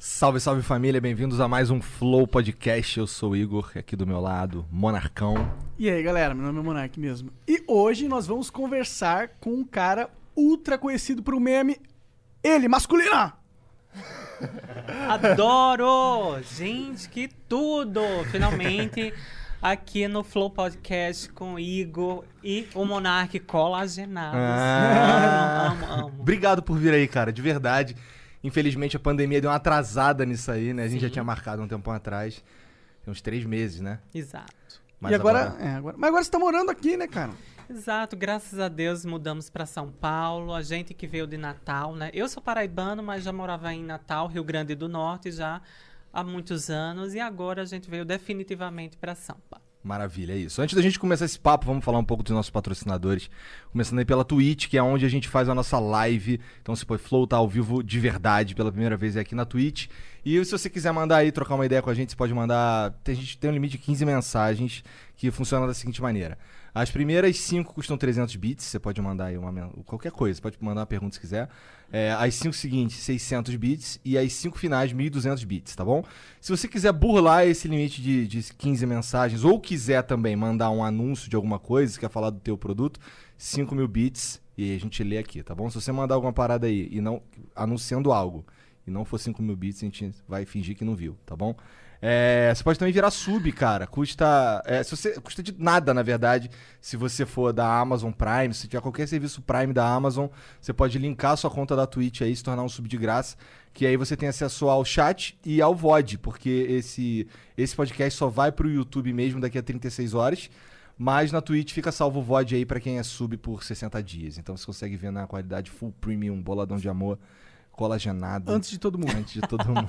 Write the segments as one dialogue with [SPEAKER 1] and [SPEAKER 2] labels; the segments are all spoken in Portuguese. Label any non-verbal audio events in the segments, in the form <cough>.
[SPEAKER 1] Salve, salve família, bem-vindos a mais um Flow Podcast. Eu sou o Igor, aqui do meu lado, Monarcão.
[SPEAKER 2] E aí, galera, meu nome é Monark mesmo. E hoje nós vamos conversar com um cara ultra conhecido pro meme, ele, masculina!
[SPEAKER 3] Adoro! Gente, que tudo! Finalmente, aqui no Flow Podcast com Igor e o Monark colagenados.
[SPEAKER 1] Ah.
[SPEAKER 3] Amo, amo, amo.
[SPEAKER 1] Obrigado por vir aí, cara, de verdade. Infelizmente a pandemia deu uma atrasada nisso aí, né? A gente já tinha marcado um tempão atrás. Tem uns três meses, né?
[SPEAKER 3] Exato.
[SPEAKER 1] Mas
[SPEAKER 2] e agora, é, agora- Mas agora você tá morando aqui, né, cara?
[SPEAKER 3] Exato, graças a Deus mudamos para São Paulo. A gente que veio de Natal, né? Eu sou paraibano, mas já morava em Natal, Rio Grande do Norte, já há muitos anos. E agora a gente veio definitivamente para São Paulo.
[SPEAKER 1] Maravilha, é isso. Antes da gente começar esse papo, vamos falar um pouco dos nossos patrocinadores. Começando aí pela Twitch, que é onde a gente faz a nossa live. Então, se for Flow tá ao vivo de verdade pela primeira vez é aqui na Twitch. E se você quiser mandar aí, trocar uma ideia com a gente, você pode mandar. Tem, a gente tem um limite de 15 mensagens que funciona da seguinte maneira. As primeiras 5 custam 300 bits, você pode mandar aí uma, men- qualquer coisa, pode mandar uma pergunta se quiser. É, as 5 seguintes, 600 bits, e as 5 finais, 1200 bits, tá bom? Se você quiser burlar esse limite de, de 15 mensagens, ou quiser também mandar um anúncio de alguma coisa, você quer falar do teu produto, 5 mil bits, e a gente lê aqui, tá bom? Se você mandar alguma parada aí, e não anunciando algo, e não for 5 mil bits, a gente vai fingir que não viu, tá bom? É, você pode também virar sub, cara. Custa. é, se você, custa de nada, na verdade. Se você for da Amazon Prime, se tiver qualquer serviço Prime da Amazon, você pode linkar a sua conta da Twitch aí, se tornar um sub de graça. Que aí você tem acesso ao chat e ao VOD, porque esse, esse podcast só vai pro YouTube mesmo daqui a 36 horas. Mas na Twitch fica salvo o VOD aí pra quem é sub por 60 dias. Então você consegue ver na qualidade full premium, boladão de amor, colagenado.
[SPEAKER 2] Antes de todo mundo.
[SPEAKER 1] Antes de todo mundo.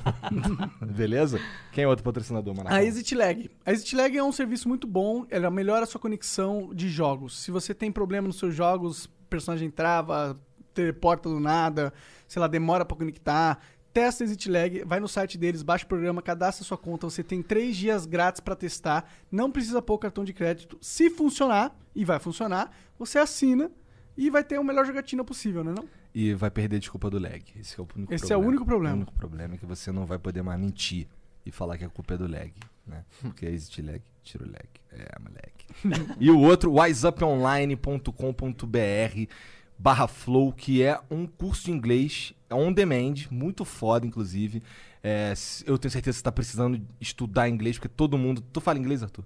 [SPEAKER 2] <laughs>
[SPEAKER 1] Beleza? Quem é outro patrocinador, mano?
[SPEAKER 2] A ExitLag. A ExitLag é um serviço muito bom, ela melhora a sua conexão de jogos. Se você tem problema nos seus jogos, personagem trava, teleporta do nada, sei lá, demora pra conectar, testa a ExitLag, vai no site deles, baixa o programa, cadastra sua conta, você tem três dias grátis pra testar, não precisa pôr cartão de crédito. Se funcionar, e vai funcionar, você assina e vai ter a melhor jogatina possível, né não?
[SPEAKER 1] E vai perder a desculpa do lag. Esse é o único
[SPEAKER 2] Esse é o único problema.
[SPEAKER 1] O único problema é que você não vai poder mais mentir e falar que a culpa é do lag, né?
[SPEAKER 2] Hum.
[SPEAKER 1] Porque existe lag, tira o lag. É, moleque. <laughs> e o outro, wiseuponline.com.br barra flow, que é um curso de inglês é on demand, muito foda, inclusive. É, s- eu tenho certeza que você tá precisando estudar inglês, porque todo mundo... Tu fala inglês, Arthur?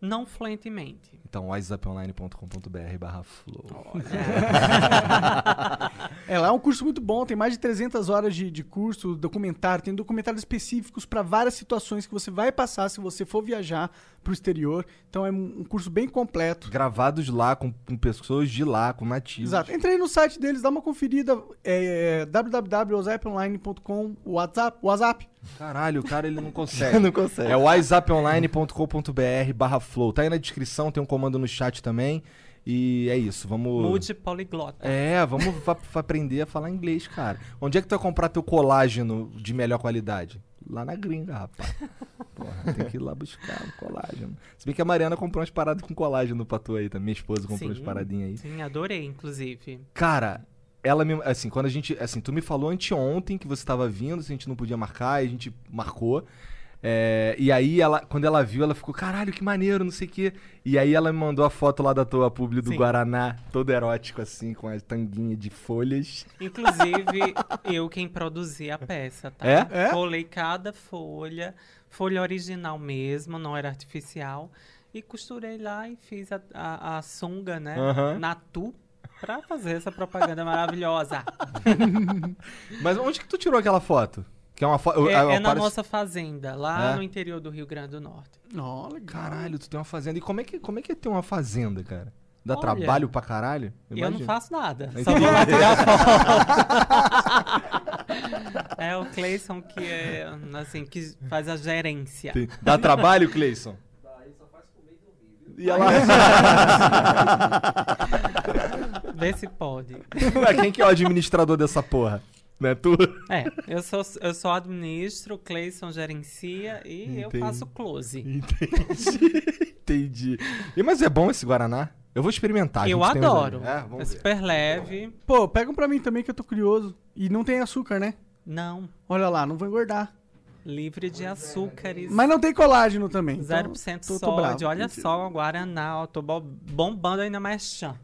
[SPEAKER 3] Não fluentemente.
[SPEAKER 1] Então, wiseuponline.com.br barra flow.
[SPEAKER 2] É, lá é um curso muito bom, tem mais de 300 horas de, de curso, documentário, tem documentários específicos para várias situações que você vai passar se você for viajar para o exterior. Então é um um curso bem completo.
[SPEAKER 1] gravados lá, com, com pessoas de lá, com nativos.
[SPEAKER 2] Exato. Entra aí no site deles, dá uma conferida, é, www.osaponline.com, WhatsApp, WhatsApp.
[SPEAKER 1] Caralho, o cara ele não consegue. não consegue. É whatsapponline.com.br barra flow. Tá aí na descrição, tem um comando no chat também. E é isso, vamos...
[SPEAKER 3] Mude poliglota.
[SPEAKER 1] É, vamos fa- fa- aprender a falar inglês, cara. Onde é que tu vai comprar teu colágeno de melhor qualidade? Lá na gringa, rapaz. Porra, tem que ir lá buscar o colágeno. Se bem que a Mariana comprou umas paradas com colágeno pra tu aí, tá? Minha esposa comprou umas
[SPEAKER 3] Sim.
[SPEAKER 1] paradinhas aí.
[SPEAKER 3] Sim, adorei, inclusive.
[SPEAKER 1] Cara, ela me. Assim, quando a gente. Assim, tu me falou anteontem que você tava vindo, se a gente não podia marcar, e a gente marcou. É, e aí, ela, quando ela viu, ela ficou, caralho, que maneiro, não sei o quê. E aí ela me mandou a foto lá da tua publi do
[SPEAKER 3] Sim.
[SPEAKER 1] Guaraná, todo erótico, assim, com a tanguinha de folhas.
[SPEAKER 3] Inclusive, eu quem produzi a peça, tá?
[SPEAKER 1] É?
[SPEAKER 2] É?
[SPEAKER 3] Colei cada folha, folha original mesmo, não era artificial. E costurei lá e fiz a, a, a sunga, né?
[SPEAKER 1] Aham.
[SPEAKER 3] Natu, pra fazer essa
[SPEAKER 1] <laughs>
[SPEAKER 3] propaganda maravilhosa.
[SPEAKER 1] Mas onde que tu tirou aquela foto? Que é uma foto.
[SPEAKER 3] É, é na nossa fazenda, lá
[SPEAKER 1] É?
[SPEAKER 3] no interior do Rio Grande do Norte.
[SPEAKER 2] Ó, legal.
[SPEAKER 1] Caralho, tu tem uma fazenda. E como é que, como é, que é ter uma fazenda, cara? Dá
[SPEAKER 3] Olha.
[SPEAKER 1] trabalho pra caralho?
[SPEAKER 3] E eu não
[SPEAKER 1] Imagina.
[SPEAKER 3] faço nada. Só
[SPEAKER 1] Entendi.
[SPEAKER 3] vou lá tirar foto.
[SPEAKER 1] <laughs>
[SPEAKER 3] É o Cleison que é, assim, que faz a gerência.
[SPEAKER 1] Tem- Dá trabalho, Cleison? E ela... <laughs>
[SPEAKER 3] Vê se pode.
[SPEAKER 1] Ué, quem que é o administrador dessa porra? Não é tu?
[SPEAKER 3] É, eu sou, eu só administro, o Cleison gerencia e eu
[SPEAKER 1] Entendi.
[SPEAKER 3] faço close.
[SPEAKER 1] Entendi. E, mas é bom esse Guaraná? Eu vou experimentar. a
[SPEAKER 3] eu
[SPEAKER 2] um
[SPEAKER 1] gente tem mais
[SPEAKER 3] adoro.
[SPEAKER 1] ali. É,
[SPEAKER 3] é
[SPEAKER 1] vamos ver.
[SPEAKER 3] super leve.
[SPEAKER 2] Pô, pega um pra mim também que eu tô curioso. E não tem açúcar, né?
[SPEAKER 3] Não,
[SPEAKER 2] Olha lá, não vou engordar.
[SPEAKER 3] livre de açúcares.
[SPEAKER 2] Mas não tem colágeno também. então
[SPEAKER 3] 0%
[SPEAKER 2] tô- tô
[SPEAKER 3] sódio.
[SPEAKER 2] bravo.
[SPEAKER 3] Olha só, Guaraná, ó, tô bo- bombando ainda mais chã.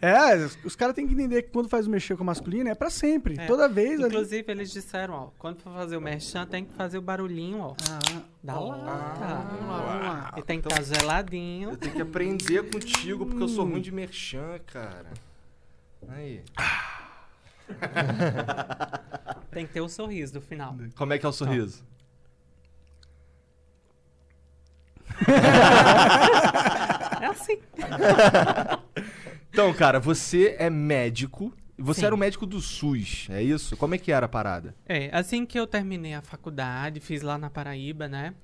[SPEAKER 2] É, os- os caras têm que entender que quando faz o mexer com o masculino é pra sempre.
[SPEAKER 3] É.
[SPEAKER 2] Toda vez. ali-
[SPEAKER 3] Inclusive, eles disseram, ó, quando for fazer o merchan, tem que fazer o barulhinho, ó. da lata.
[SPEAKER 2] Ah, Vamos lá, vamos lá.
[SPEAKER 3] E tem que estar geladinho.
[SPEAKER 1] Tem que aprender contigo, porque eu sou ruim de merchan, cara. Aí.
[SPEAKER 3] Tem que ter o sorriso do final.
[SPEAKER 1] Como é que é o
[SPEAKER 3] Tá.
[SPEAKER 1] sorriso?
[SPEAKER 3] É assim.
[SPEAKER 1] Então, cara, você é médico. Você
[SPEAKER 3] Sim.
[SPEAKER 1] era o médico do SUS, é isso? Como é que era a parada?
[SPEAKER 3] É, assim que eu terminei a faculdade, fiz lá na Paraíba, né?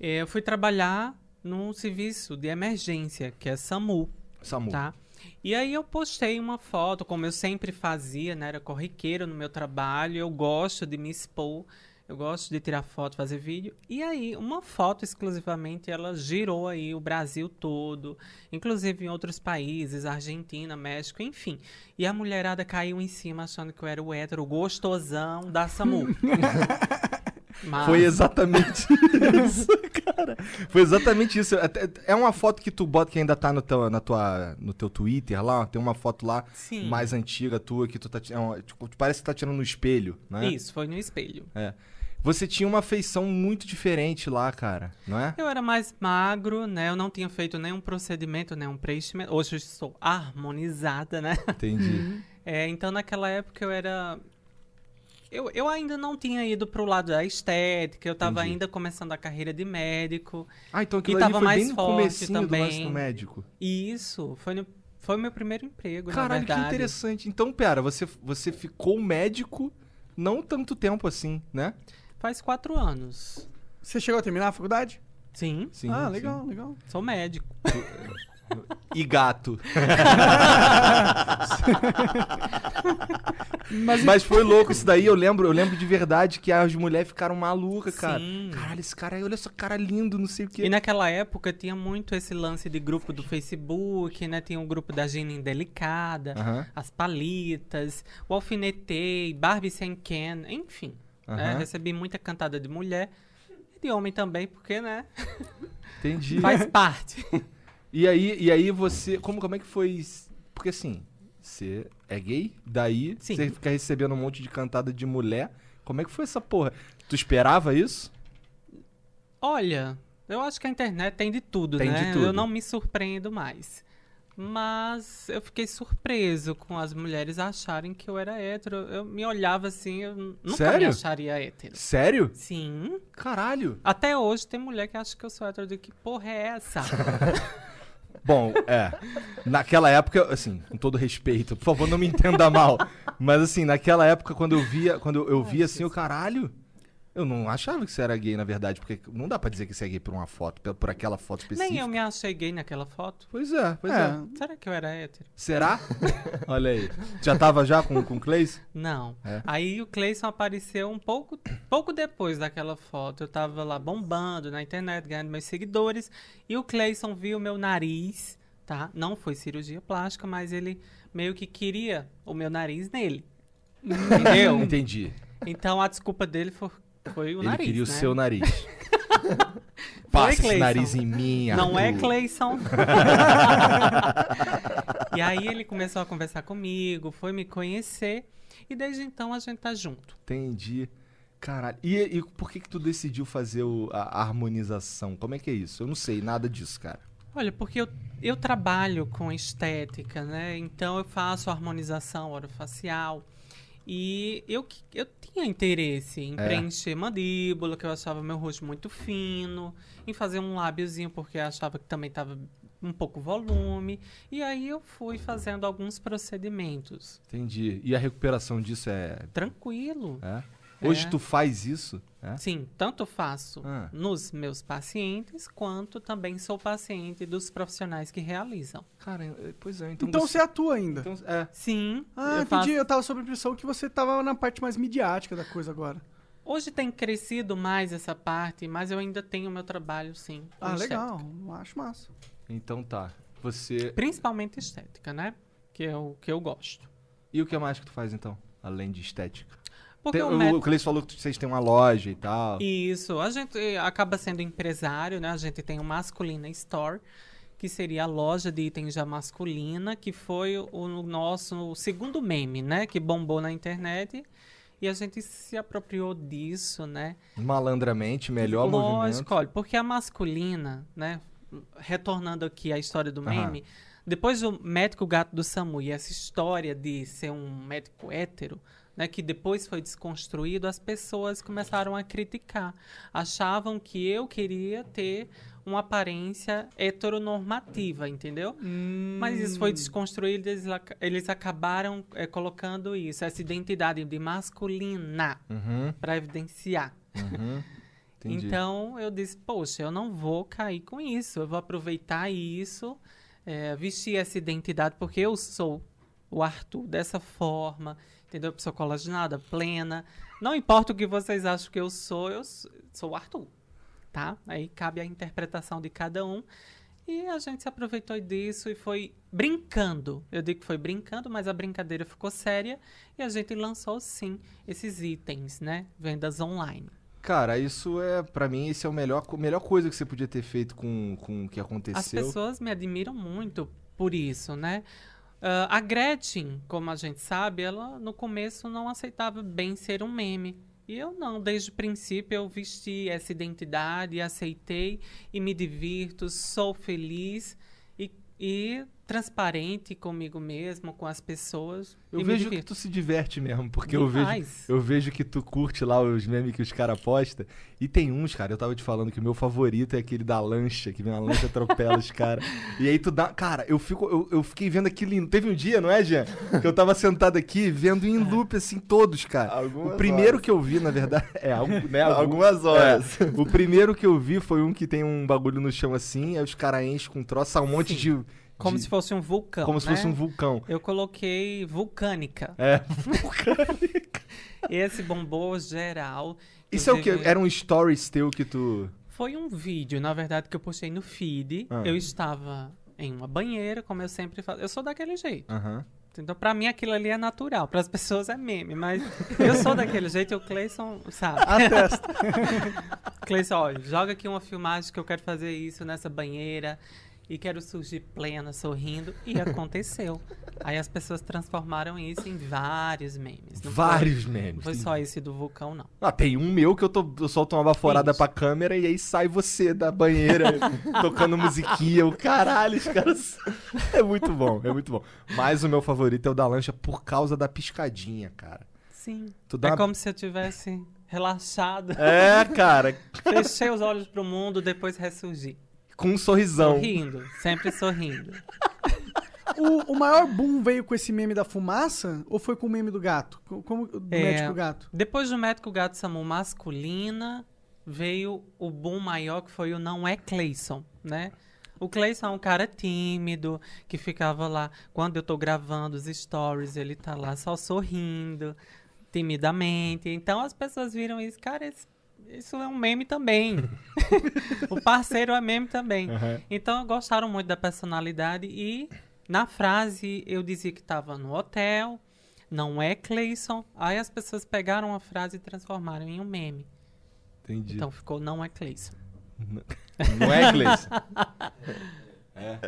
[SPEAKER 3] eh, Eu fui trabalhar num serviço de emergência, que é SAMU,
[SPEAKER 1] Samu.
[SPEAKER 3] tá? E aí eu postei uma foto, como eu sempre fazia, né? Era corriqueiro no meu trabalho, eu gosto de me expor, eu gosto de tirar foto, fazer vídeo. E aí, uma foto exclusivamente, ela girou aí o Brasil todo, inclusive em outros países, Argentina, México, enfim. E a mulherada caiu em cima achando que eu era o hétero gostosão da SAMU. Mas-
[SPEAKER 1] Foi exatamente <laughs> isso, cara. Foi exatamente isso. Até- É uma foto que tu bota que ainda tá no teu, na tua, no teu Twitter lá. Tem uma foto lá
[SPEAKER 3] Sim.
[SPEAKER 1] mais antiga tua que tu tá. ti- é uma- tipo, parece que tá tirando no espelho, né?
[SPEAKER 3] Isso, foi no espelho.
[SPEAKER 1] É. Você tinha uma feição muito diferente lá, cara, não é?
[SPEAKER 3] Eu era mais magro, né? Eu não tinha feito nenhum procedimento, nenhum preenchimento. Hoje eu estou harmonizada, né? <laughs>
[SPEAKER 2] Uhum.
[SPEAKER 1] Entendi.
[SPEAKER 3] É, então naquela época eu era. Eu, eu ainda não tinha ido pro lado da estética, eu tava
[SPEAKER 1] Entendi.
[SPEAKER 3] ainda começando a carreira de médico.
[SPEAKER 1] Ah, então
[SPEAKER 3] E
[SPEAKER 1] aquilo
[SPEAKER 3] tava
[SPEAKER 1] ali foi
[SPEAKER 3] mais
[SPEAKER 1] bem no
[SPEAKER 3] forte
[SPEAKER 1] comecinho do lance
[SPEAKER 3] também.
[SPEAKER 1] do médico.
[SPEAKER 3] E isso foi, no, foi meu primeiro emprego, na
[SPEAKER 1] Caralho, que
[SPEAKER 3] verdade.
[SPEAKER 1] interessante. Então, pera, você, você ficou médico não tanto tempo assim, né?
[SPEAKER 3] Faz quatro anos.
[SPEAKER 2] Você chegou a terminar a faculdade?
[SPEAKER 3] Sim,
[SPEAKER 1] Sim.
[SPEAKER 2] ah,
[SPEAKER 1] sim.
[SPEAKER 2] legal, legal.
[SPEAKER 3] sou médico.
[SPEAKER 1] E gato. Mas, foi louco isso daí, eu lembro, eu lembro de verdade que as mulheres ficaram malucas, cara.
[SPEAKER 3] Sim.
[SPEAKER 1] Caralho, esse cara, aí, olha só, cara lindo, não sei o quê.
[SPEAKER 3] E naquela época tinha muito esse lance de grupo do Facebook, né? Tinha o grupo da Gina Indelicada,
[SPEAKER 1] Aham.
[SPEAKER 3] as palitas, o alfinetei, Barbie sem Ken, enfim. né?
[SPEAKER 1] Aham.
[SPEAKER 3] Recebi muita cantada de mulher e de homem também, porque, né?
[SPEAKER 1] Entendi.
[SPEAKER 3] Faz parte. <laughs>
[SPEAKER 1] E aí, e aí você. Como, como é que foi. s- Porque assim, você é gay, daí
[SPEAKER 3] Sim.
[SPEAKER 1] você fica recebendo um monte de cantada de mulher. Como é que foi essa porra? Tu esperava isso?
[SPEAKER 3] Olha, eu acho que a internet tem de tudo,
[SPEAKER 1] Tem de
[SPEAKER 3] né?
[SPEAKER 1] tudo.
[SPEAKER 3] Eu não me surpreendo mais. Mas eu fiquei surpreso com as mulheres acharem que eu era hétero. Eu me olhava assim, eu nunca me
[SPEAKER 1] Sério?
[SPEAKER 3] acharia hétero.
[SPEAKER 1] Sério?
[SPEAKER 3] Sim.
[SPEAKER 1] Caralho!
[SPEAKER 3] Até hoje tem mulher que acha que eu sou hétero. Eu digo, que porra é essa?
[SPEAKER 1] Bom, é. Naquela época, assim, com todo respeito, por favor, não me entenda mal. Mas assim, naquela época, quando eu via, quando eu via assim, o caralho. Eu não achava que você era gay, na verdade, porque não dá pra dizer que você é gay por uma foto, pe- por aquela foto específica.
[SPEAKER 3] Nem eu me achei gay naquela foto.
[SPEAKER 1] Pois é, pois é.
[SPEAKER 2] É.
[SPEAKER 3] Será que eu era hétero?
[SPEAKER 1] Será? Olha aí. Já tava já com, com o Cleis?
[SPEAKER 3] Não.
[SPEAKER 1] É.
[SPEAKER 3] Aí o Cleison apareceu um pouco, pouco depois daquela foto. Eu tava lá bombando na internet, ganhando meus seguidores. E o Cleison viu meu nariz, tá? Não foi cirurgia plástica, mas ele meio que queria o meu nariz nele.
[SPEAKER 1] <laughs>
[SPEAKER 3] Entendeu?
[SPEAKER 1] Entendi.
[SPEAKER 3] então a desculpa dele foi, foi o
[SPEAKER 1] Ele
[SPEAKER 3] nariz.
[SPEAKER 1] queria o
[SPEAKER 3] né?
[SPEAKER 1] seu nariz. Passa esse
[SPEAKER 3] Cleison.
[SPEAKER 1] nariz em mim,
[SPEAKER 3] Não é
[SPEAKER 1] Arthur. <laughs>
[SPEAKER 3] Cleison. e aí ele começou a conversar comigo, foi me conhecer. E desde então a gente tá junto.
[SPEAKER 1] Entendi. Caralho. E, e por que que tu decidiu fazer o- a harmonização? Como é que é isso? Eu não sei nada disso, cara.
[SPEAKER 3] Olha, porque eu, eu trabalho com estética, né? Então eu faço harmonização orofacial. E eu, que- eu tinha interesse em
[SPEAKER 1] É.
[SPEAKER 3] preencher mandíbula, que eu achava meu rosto muito fino, em fazer um lábiozinho, porque eu achava que também tava um pouco volume. E aí eu fui fazendo alguns procedimentos.
[SPEAKER 1] Entendi. E a recuperação disso é.
[SPEAKER 3] Tranquilo.
[SPEAKER 1] é? Hoje
[SPEAKER 3] É.
[SPEAKER 1] tu faz isso? É?
[SPEAKER 3] Sim, tanto faço
[SPEAKER 1] Ah.
[SPEAKER 3] nos meus pacientes, quanto também sou paciente dos profissionais que realizam.
[SPEAKER 1] Cara, eh, pois é. Então,
[SPEAKER 2] Então
[SPEAKER 1] você.
[SPEAKER 2] você atua ainda.
[SPEAKER 1] então, é.
[SPEAKER 3] Sim.
[SPEAKER 2] Ah,
[SPEAKER 3] eu
[SPEAKER 2] entendi.
[SPEAKER 3] faço-
[SPEAKER 2] Eu tava sob a impressão que você tava na parte mais midiática da coisa agora.
[SPEAKER 3] Hoje tem crescido mais essa parte, mas eu ainda tenho meu trabalho, sim. com
[SPEAKER 2] Ah,
[SPEAKER 3] estética.
[SPEAKER 2] legal. Eu Acho massa.
[SPEAKER 1] Então tá. Você.
[SPEAKER 3] Principalmente estética, né? Que é o que eu gosto.
[SPEAKER 1] E o que mais que tu faz então? Além de estética?
[SPEAKER 3] Porque
[SPEAKER 1] Tem-
[SPEAKER 3] o
[SPEAKER 1] o
[SPEAKER 3] método-
[SPEAKER 1] o Cleiton falou que vocês têm uma loja e tal.
[SPEAKER 3] Isso, a gente eh, acaba sendo empresário, né? A gente tem o Masculina Store, que seria a loja de itens já masculina, que foi o nosso segundo meme, né? Que bombou na internet. E a gente se apropriou disso, né?
[SPEAKER 1] Malandramente, melhor movimento.
[SPEAKER 3] Lógico, olha, porque a masculina, né? Retornando aqui à história do
[SPEAKER 1] Aham.
[SPEAKER 3] meme, depois do médico gato do SAMU e essa história de ser um médico hétero, né, que depois foi desconstruído, as pessoas começaram a criticar. Achavam que eu queria ter uma aparência heteronormativa, entendeu?
[SPEAKER 1] Hum.
[SPEAKER 3] Mas isso foi desconstruído, eles, ac- eles acabaram eh, colocando isso, essa identidade de masculina,
[SPEAKER 1] Uhum,
[SPEAKER 3] para evidenciar.
[SPEAKER 1] uhum. Entendi.
[SPEAKER 3] Então eu disse, poxa, eu não vou cair com isso, eu vou aproveitar isso, eh, vestir essa identidade, porque eu sou o Arthur dessa forma, entendeu? Pessoa colagenada, plena. Não importa o que vocês acham que eu sou, eu s- sou o Arthur, tá? Aí cabe a interpretação de cada um. E a gente se aproveitou disso e foi brincando. Eu digo que foi brincando, mas a brincadeira ficou séria e a gente lançou sim esses itens, né? Vendas online.
[SPEAKER 1] Cara, isso é, pra mim, isso é o melhor, co- melhor coisa que você podia ter feito com, com o que
[SPEAKER 3] As
[SPEAKER 1] aconteceu.
[SPEAKER 3] pessoas me admiram muito por isso, né? Ah, a Gretchen, como a gente sabe, ela no começo não aceitava bem ser um meme. E eu não, desde o princípio eu vesti essa identidade, aceitei e me divirto, sou feliz e, e transparente comigo mesmo, com as pessoas.
[SPEAKER 1] Eu
[SPEAKER 3] e
[SPEAKER 1] vejo
[SPEAKER 3] me
[SPEAKER 1] que
[SPEAKER 3] divirto.
[SPEAKER 1] tu se diverte mesmo, porque eu
[SPEAKER 3] Demais.
[SPEAKER 1] vejo, eu vejo que tu curte lá os memes que os caras postam. E tem uns, cara, eu tava te falando que o meu favorito é aquele da lancha, que vem uma lancha e atropela os caras. E aí tu dá. Cara, eu, fico, eu, eu fiquei vendo aquilo. em- Teve um dia, não é, Jean? Que eu tava sentado aqui vendo
[SPEAKER 3] É.
[SPEAKER 1] em loop, assim, todos, cara.
[SPEAKER 4] Algumas
[SPEAKER 1] o primeiro
[SPEAKER 4] horas.
[SPEAKER 1] que eu vi, na verdade. É, algo, né, algum-
[SPEAKER 4] Algumas horas.
[SPEAKER 1] é, o primeiro que eu vi foi um que tem um bagulho no chão assim, aí os caras enchem com um troço, sai um monte de.
[SPEAKER 3] Como
[SPEAKER 1] de-
[SPEAKER 3] se fosse um vulcão.
[SPEAKER 1] como se
[SPEAKER 3] né?
[SPEAKER 1] fosse um vulcão.
[SPEAKER 3] Eu coloquei vulcânica. <laughs>
[SPEAKER 1] É,
[SPEAKER 3] Esse bombou geral.
[SPEAKER 1] Isso é o que?
[SPEAKER 3] Inclusive-
[SPEAKER 1] Era um stories teu que tu.
[SPEAKER 3] Foi um vídeo, na verdade, que eu postei no feed.
[SPEAKER 1] Ah.
[SPEAKER 3] Eu estava em uma banheira, como eu sempre faço. Eu sou daquele jeito.
[SPEAKER 1] Aham.
[SPEAKER 3] Então, pra mim, aquilo ali é natural. Para as pessoas é meme,
[SPEAKER 1] <laughs>
[SPEAKER 3] mas eu sou daquele jeito e o Cleison sabe.
[SPEAKER 2] Atesta.
[SPEAKER 3] <laughs> Cleison, olha, joga aqui uma filmagem que eu quero fazer isso nessa banheira e quero surgir plena, sorrindo. E aconteceu. Aí as pessoas transformaram isso em vários memes. Não foi-
[SPEAKER 1] Vários
[SPEAKER 3] Não
[SPEAKER 1] memes.
[SPEAKER 3] foi só esse do vulcão, não.
[SPEAKER 1] Ah, tem um meu que eu, tô, eu solto uma baforada
[SPEAKER 3] Isso.
[SPEAKER 1] pra câmera e aí sai você da
[SPEAKER 3] <laughs>
[SPEAKER 1] banheira tocando musiquinha. O caralho, os caras. <laughs> É muito bom, é muito bom. Mas o meu favorito é o da lancha por causa da piscadinha, cara.
[SPEAKER 3] Sim.
[SPEAKER 1] Tu dá
[SPEAKER 3] É
[SPEAKER 1] uma-
[SPEAKER 3] como se eu tivesse relaxado.
[SPEAKER 1] É, cara,
[SPEAKER 3] Fechei os olhos pro mundo, depois ressurgi.
[SPEAKER 1] com um sorrisão.
[SPEAKER 3] Sorrindo, sempre sorrindo.
[SPEAKER 2] O, o maior boom veio com esse meme da fumaça ou foi com o meme do gato? Co- Como, do
[SPEAKER 3] É.
[SPEAKER 2] médico gato?
[SPEAKER 3] Depois do médico gato Samu masculina, veio o boom maior que foi o não é Cleison, né? O Cleison é um cara tímido, que ficava lá. Quando eu tô gravando os stories, ele tá lá só sorrindo, timidamente. Então as pessoas viram isso, cara, esse- isso é um meme também. o parceiro é meme também. Então gostaram muito da personalidade e na frase eu dizia que estava no hotel, não é Cleison. Aí as pessoas pegaram a frase e transformaram em um meme.
[SPEAKER 1] Entendi.
[SPEAKER 3] Então ficou não é Cleison.
[SPEAKER 1] Não é,
[SPEAKER 3] <laughs>
[SPEAKER 1] Cleison? É.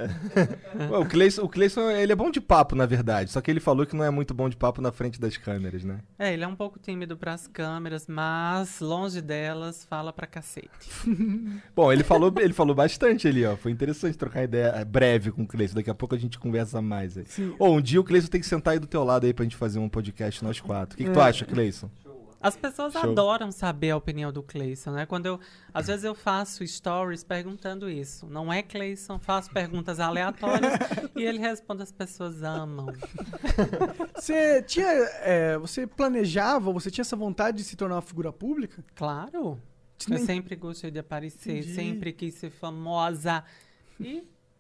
[SPEAKER 1] Ué, o, Cleison, o Cleison, ele é bom de papo, na verdade. Só que ele falou que não é muito bom de papo na frente das câmeras, né?
[SPEAKER 3] É, ele é um pouco tímido para as câmeras, mas longe delas fala pra cacete.
[SPEAKER 1] Bom, ele falou, ele falou bastante ali, ó. Foi interessante trocar ideia eh, breve com o Cleison. Daqui a pouco a gente conversa mais aí. Ou um dia o Cleison tem que sentar aí do teu lado aí pra gente fazer um podcast nós quatro. O que, que tu acha, Cleison?
[SPEAKER 3] As pessoas
[SPEAKER 1] Show.
[SPEAKER 3] adoram saber a opinião do Cleison, né? Quando eu, às vezes eu faço stories perguntando isso. Não é Cleison, faço perguntas aleatórias
[SPEAKER 1] <laughs>
[SPEAKER 3] e ele responde as pessoas amam.
[SPEAKER 2] Você tinha. é, você planejava, você tinha essa vontade de se tornar uma figura pública?
[SPEAKER 3] Tá. Claro. Eu sempre gostei de aparecer,
[SPEAKER 2] Entendi.
[SPEAKER 3] sempre quis ser famosa. E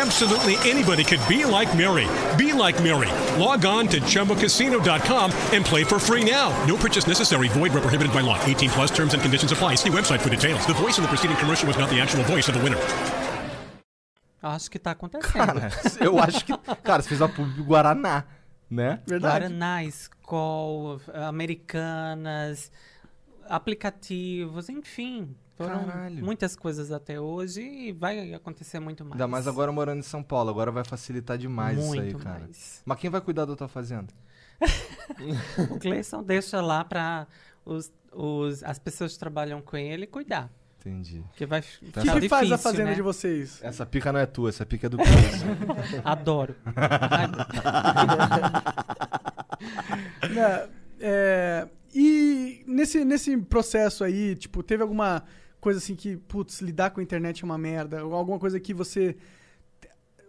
[SPEAKER 5] Absolutely anybody could be like Mary. Be like Mary. Log on to chumbacasino.com and play for free now. No purchase necessary. Void where prohibited by law. 18 plus terms and conditions apply. See website for details. The voice in the preceding commercial was not the actual voice of the winner.
[SPEAKER 3] acho que tá acontecendo. <laughs>
[SPEAKER 1] Cara, eu acho que. Cara, você fez uma pub do Guaraná, né?
[SPEAKER 2] Verdade.
[SPEAKER 3] Guaraná, Skol, Americanas, aplicativos, enfim. Foram
[SPEAKER 1] Caralho.
[SPEAKER 3] muitas coisas até hoje e vai acontecer muito mais.
[SPEAKER 1] Ainda mais agora morando em São Paulo. Agora vai facilitar demais
[SPEAKER 3] Muito
[SPEAKER 1] isso aí, cara.
[SPEAKER 3] mais.
[SPEAKER 1] Mas quem vai cuidar da tua fazenda?
[SPEAKER 3] O Cleison deixa lá para os, os- as pessoas que trabalham com ele cuidar.
[SPEAKER 1] Entendi.
[SPEAKER 3] Que vai
[SPEAKER 2] O
[SPEAKER 3] ficar
[SPEAKER 2] que, que faz a
[SPEAKER 3] difícil,
[SPEAKER 2] fazenda
[SPEAKER 3] né?
[SPEAKER 2] de vocês?
[SPEAKER 1] Essa pica não é tua, essa pica é do Cleiton.
[SPEAKER 3] Adoro.
[SPEAKER 1] <laughs>
[SPEAKER 2] Né, é, e nesse, nesse processo aí, tipo, teve alguma coisa assim que, putz, lidar com a internet é uma merda? Ou alguma coisa que você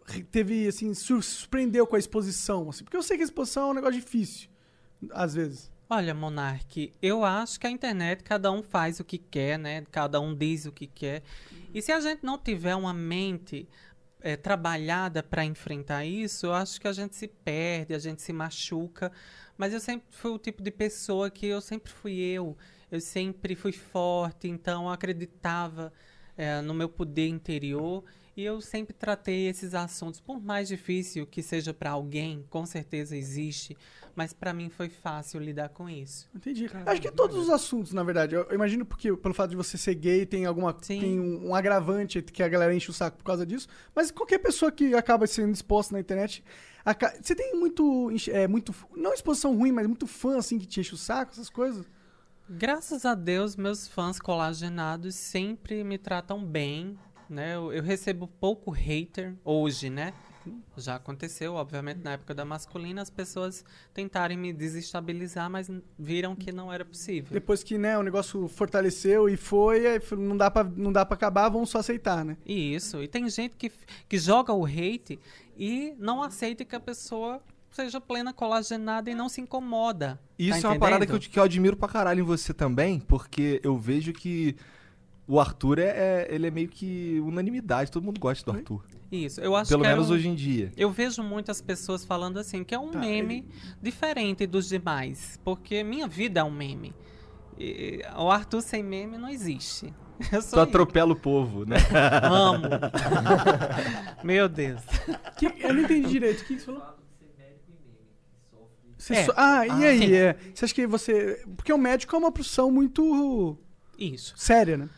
[SPEAKER 2] te- teve, assim, sur- surpreendeu com a exposição? assim? Porque eu sei que a exposição é um negócio difícil, às vezes.
[SPEAKER 3] Olha, Monark, eu acho que a internet cada um faz o que quer, né? Cada um diz o que quer. E se a gente não tiver uma mente eh, trabalhada para enfrentar isso, eu acho que a gente se perde, a gente se machuca. Mas eu sempre fui o tipo de pessoa que eu sempre fui eu, eu sempre fui forte, então eu acreditava eh, no meu poder interior. E eu sempre tratei esses assuntos, por mais difícil que seja para alguém, com certeza existe, mas para mim foi fácil lidar com isso.
[SPEAKER 2] Entendi. Acho que é todos os assuntos, na verdade. Eu eu imagino porque, pelo fato de você ser gay, tem alguma
[SPEAKER 3] Sim.
[SPEAKER 2] tem um, um agravante que a galera enche o saco por causa disso. Mas qualquer pessoa que acaba sendo exposta na internet. aca- Você tem muito, enche- é, muito. f- Não exposição ruim, mas muito fã, assim, que te enche o saco, essas coisas.
[SPEAKER 3] Graças a Deus, meus fãs colagenados sempre me tratam bem, né? Eu, eu recebo pouco hater hoje, né? Já aconteceu, obviamente, na época da masculina, as pessoas tentarem me desestabilizar, mas n- viram que não era possível.
[SPEAKER 2] Depois que, né, o negócio fortaleceu e foi, aí foi, não dá pra, não dá pra acabar, vamos só aceitar, né?
[SPEAKER 3] E isso, e tem gente que, f- que joga o hate e não aceita que a pessoa seja plena colagenada e não se incomoda.
[SPEAKER 1] Isso
[SPEAKER 3] tá
[SPEAKER 1] é uma parada que eu, te-
[SPEAKER 3] entendendo?
[SPEAKER 1] que eu admiro pra caralho em você também, porque eu vejo que o Arthur é, é- ele é meio que unanimidade, todo mundo gosta do Arthur.
[SPEAKER 3] Isso, eu acho
[SPEAKER 1] Pelo
[SPEAKER 3] que era
[SPEAKER 1] menos
[SPEAKER 3] um-
[SPEAKER 1] hoje em Tá, dia.
[SPEAKER 3] Eu vejo muitas pessoas falando assim, que é um meme diferente dos demais, porque minha vida é um meme. E- e o Arthur sem meme não existe. <laughs> Eu
[SPEAKER 1] Tu
[SPEAKER 3] sou eu.
[SPEAKER 1] atropela o povo, né?
[SPEAKER 3] Amo. <laughs> Meu Deus.
[SPEAKER 2] Que- eu não entendi direito. O que que você falou? Você
[SPEAKER 3] É.
[SPEAKER 2] so- Ah, e
[SPEAKER 3] Ah,
[SPEAKER 2] aí?
[SPEAKER 3] sim.
[SPEAKER 2] É, você acha que você. Porque o médico é uma profissão muito
[SPEAKER 3] Isso.
[SPEAKER 2] séria, né?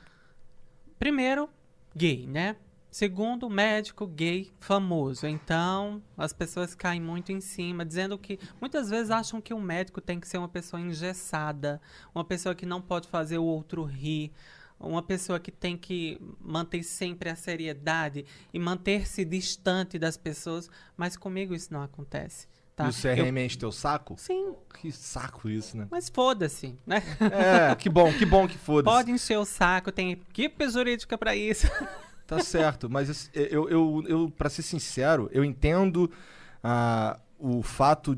[SPEAKER 3] Primeiro, gay, né? Segundo, médico gay famoso. Então, as pessoas caem muito em cima, dizendo que muitas vezes acham que o médico tem que ser uma pessoa engessada, uma pessoa que não pode fazer o outro rir, uma pessoa que tem que manter sempre a seriedade e manter-se distante das pessoas. Mas comigo isso não acontece, tá?
[SPEAKER 1] E o CRM enche teu saco?
[SPEAKER 3] Eu- Sim,
[SPEAKER 1] Que saco isso, né?
[SPEAKER 3] mas foda-se, né?
[SPEAKER 1] É, que bom, que bom que foda-se.
[SPEAKER 3] Pode encher o saco, tem equipe jurídica pra isso.
[SPEAKER 1] Tá certo, mas assim, eu, eu, eu para ser sincero, eu entendo ah, o fato,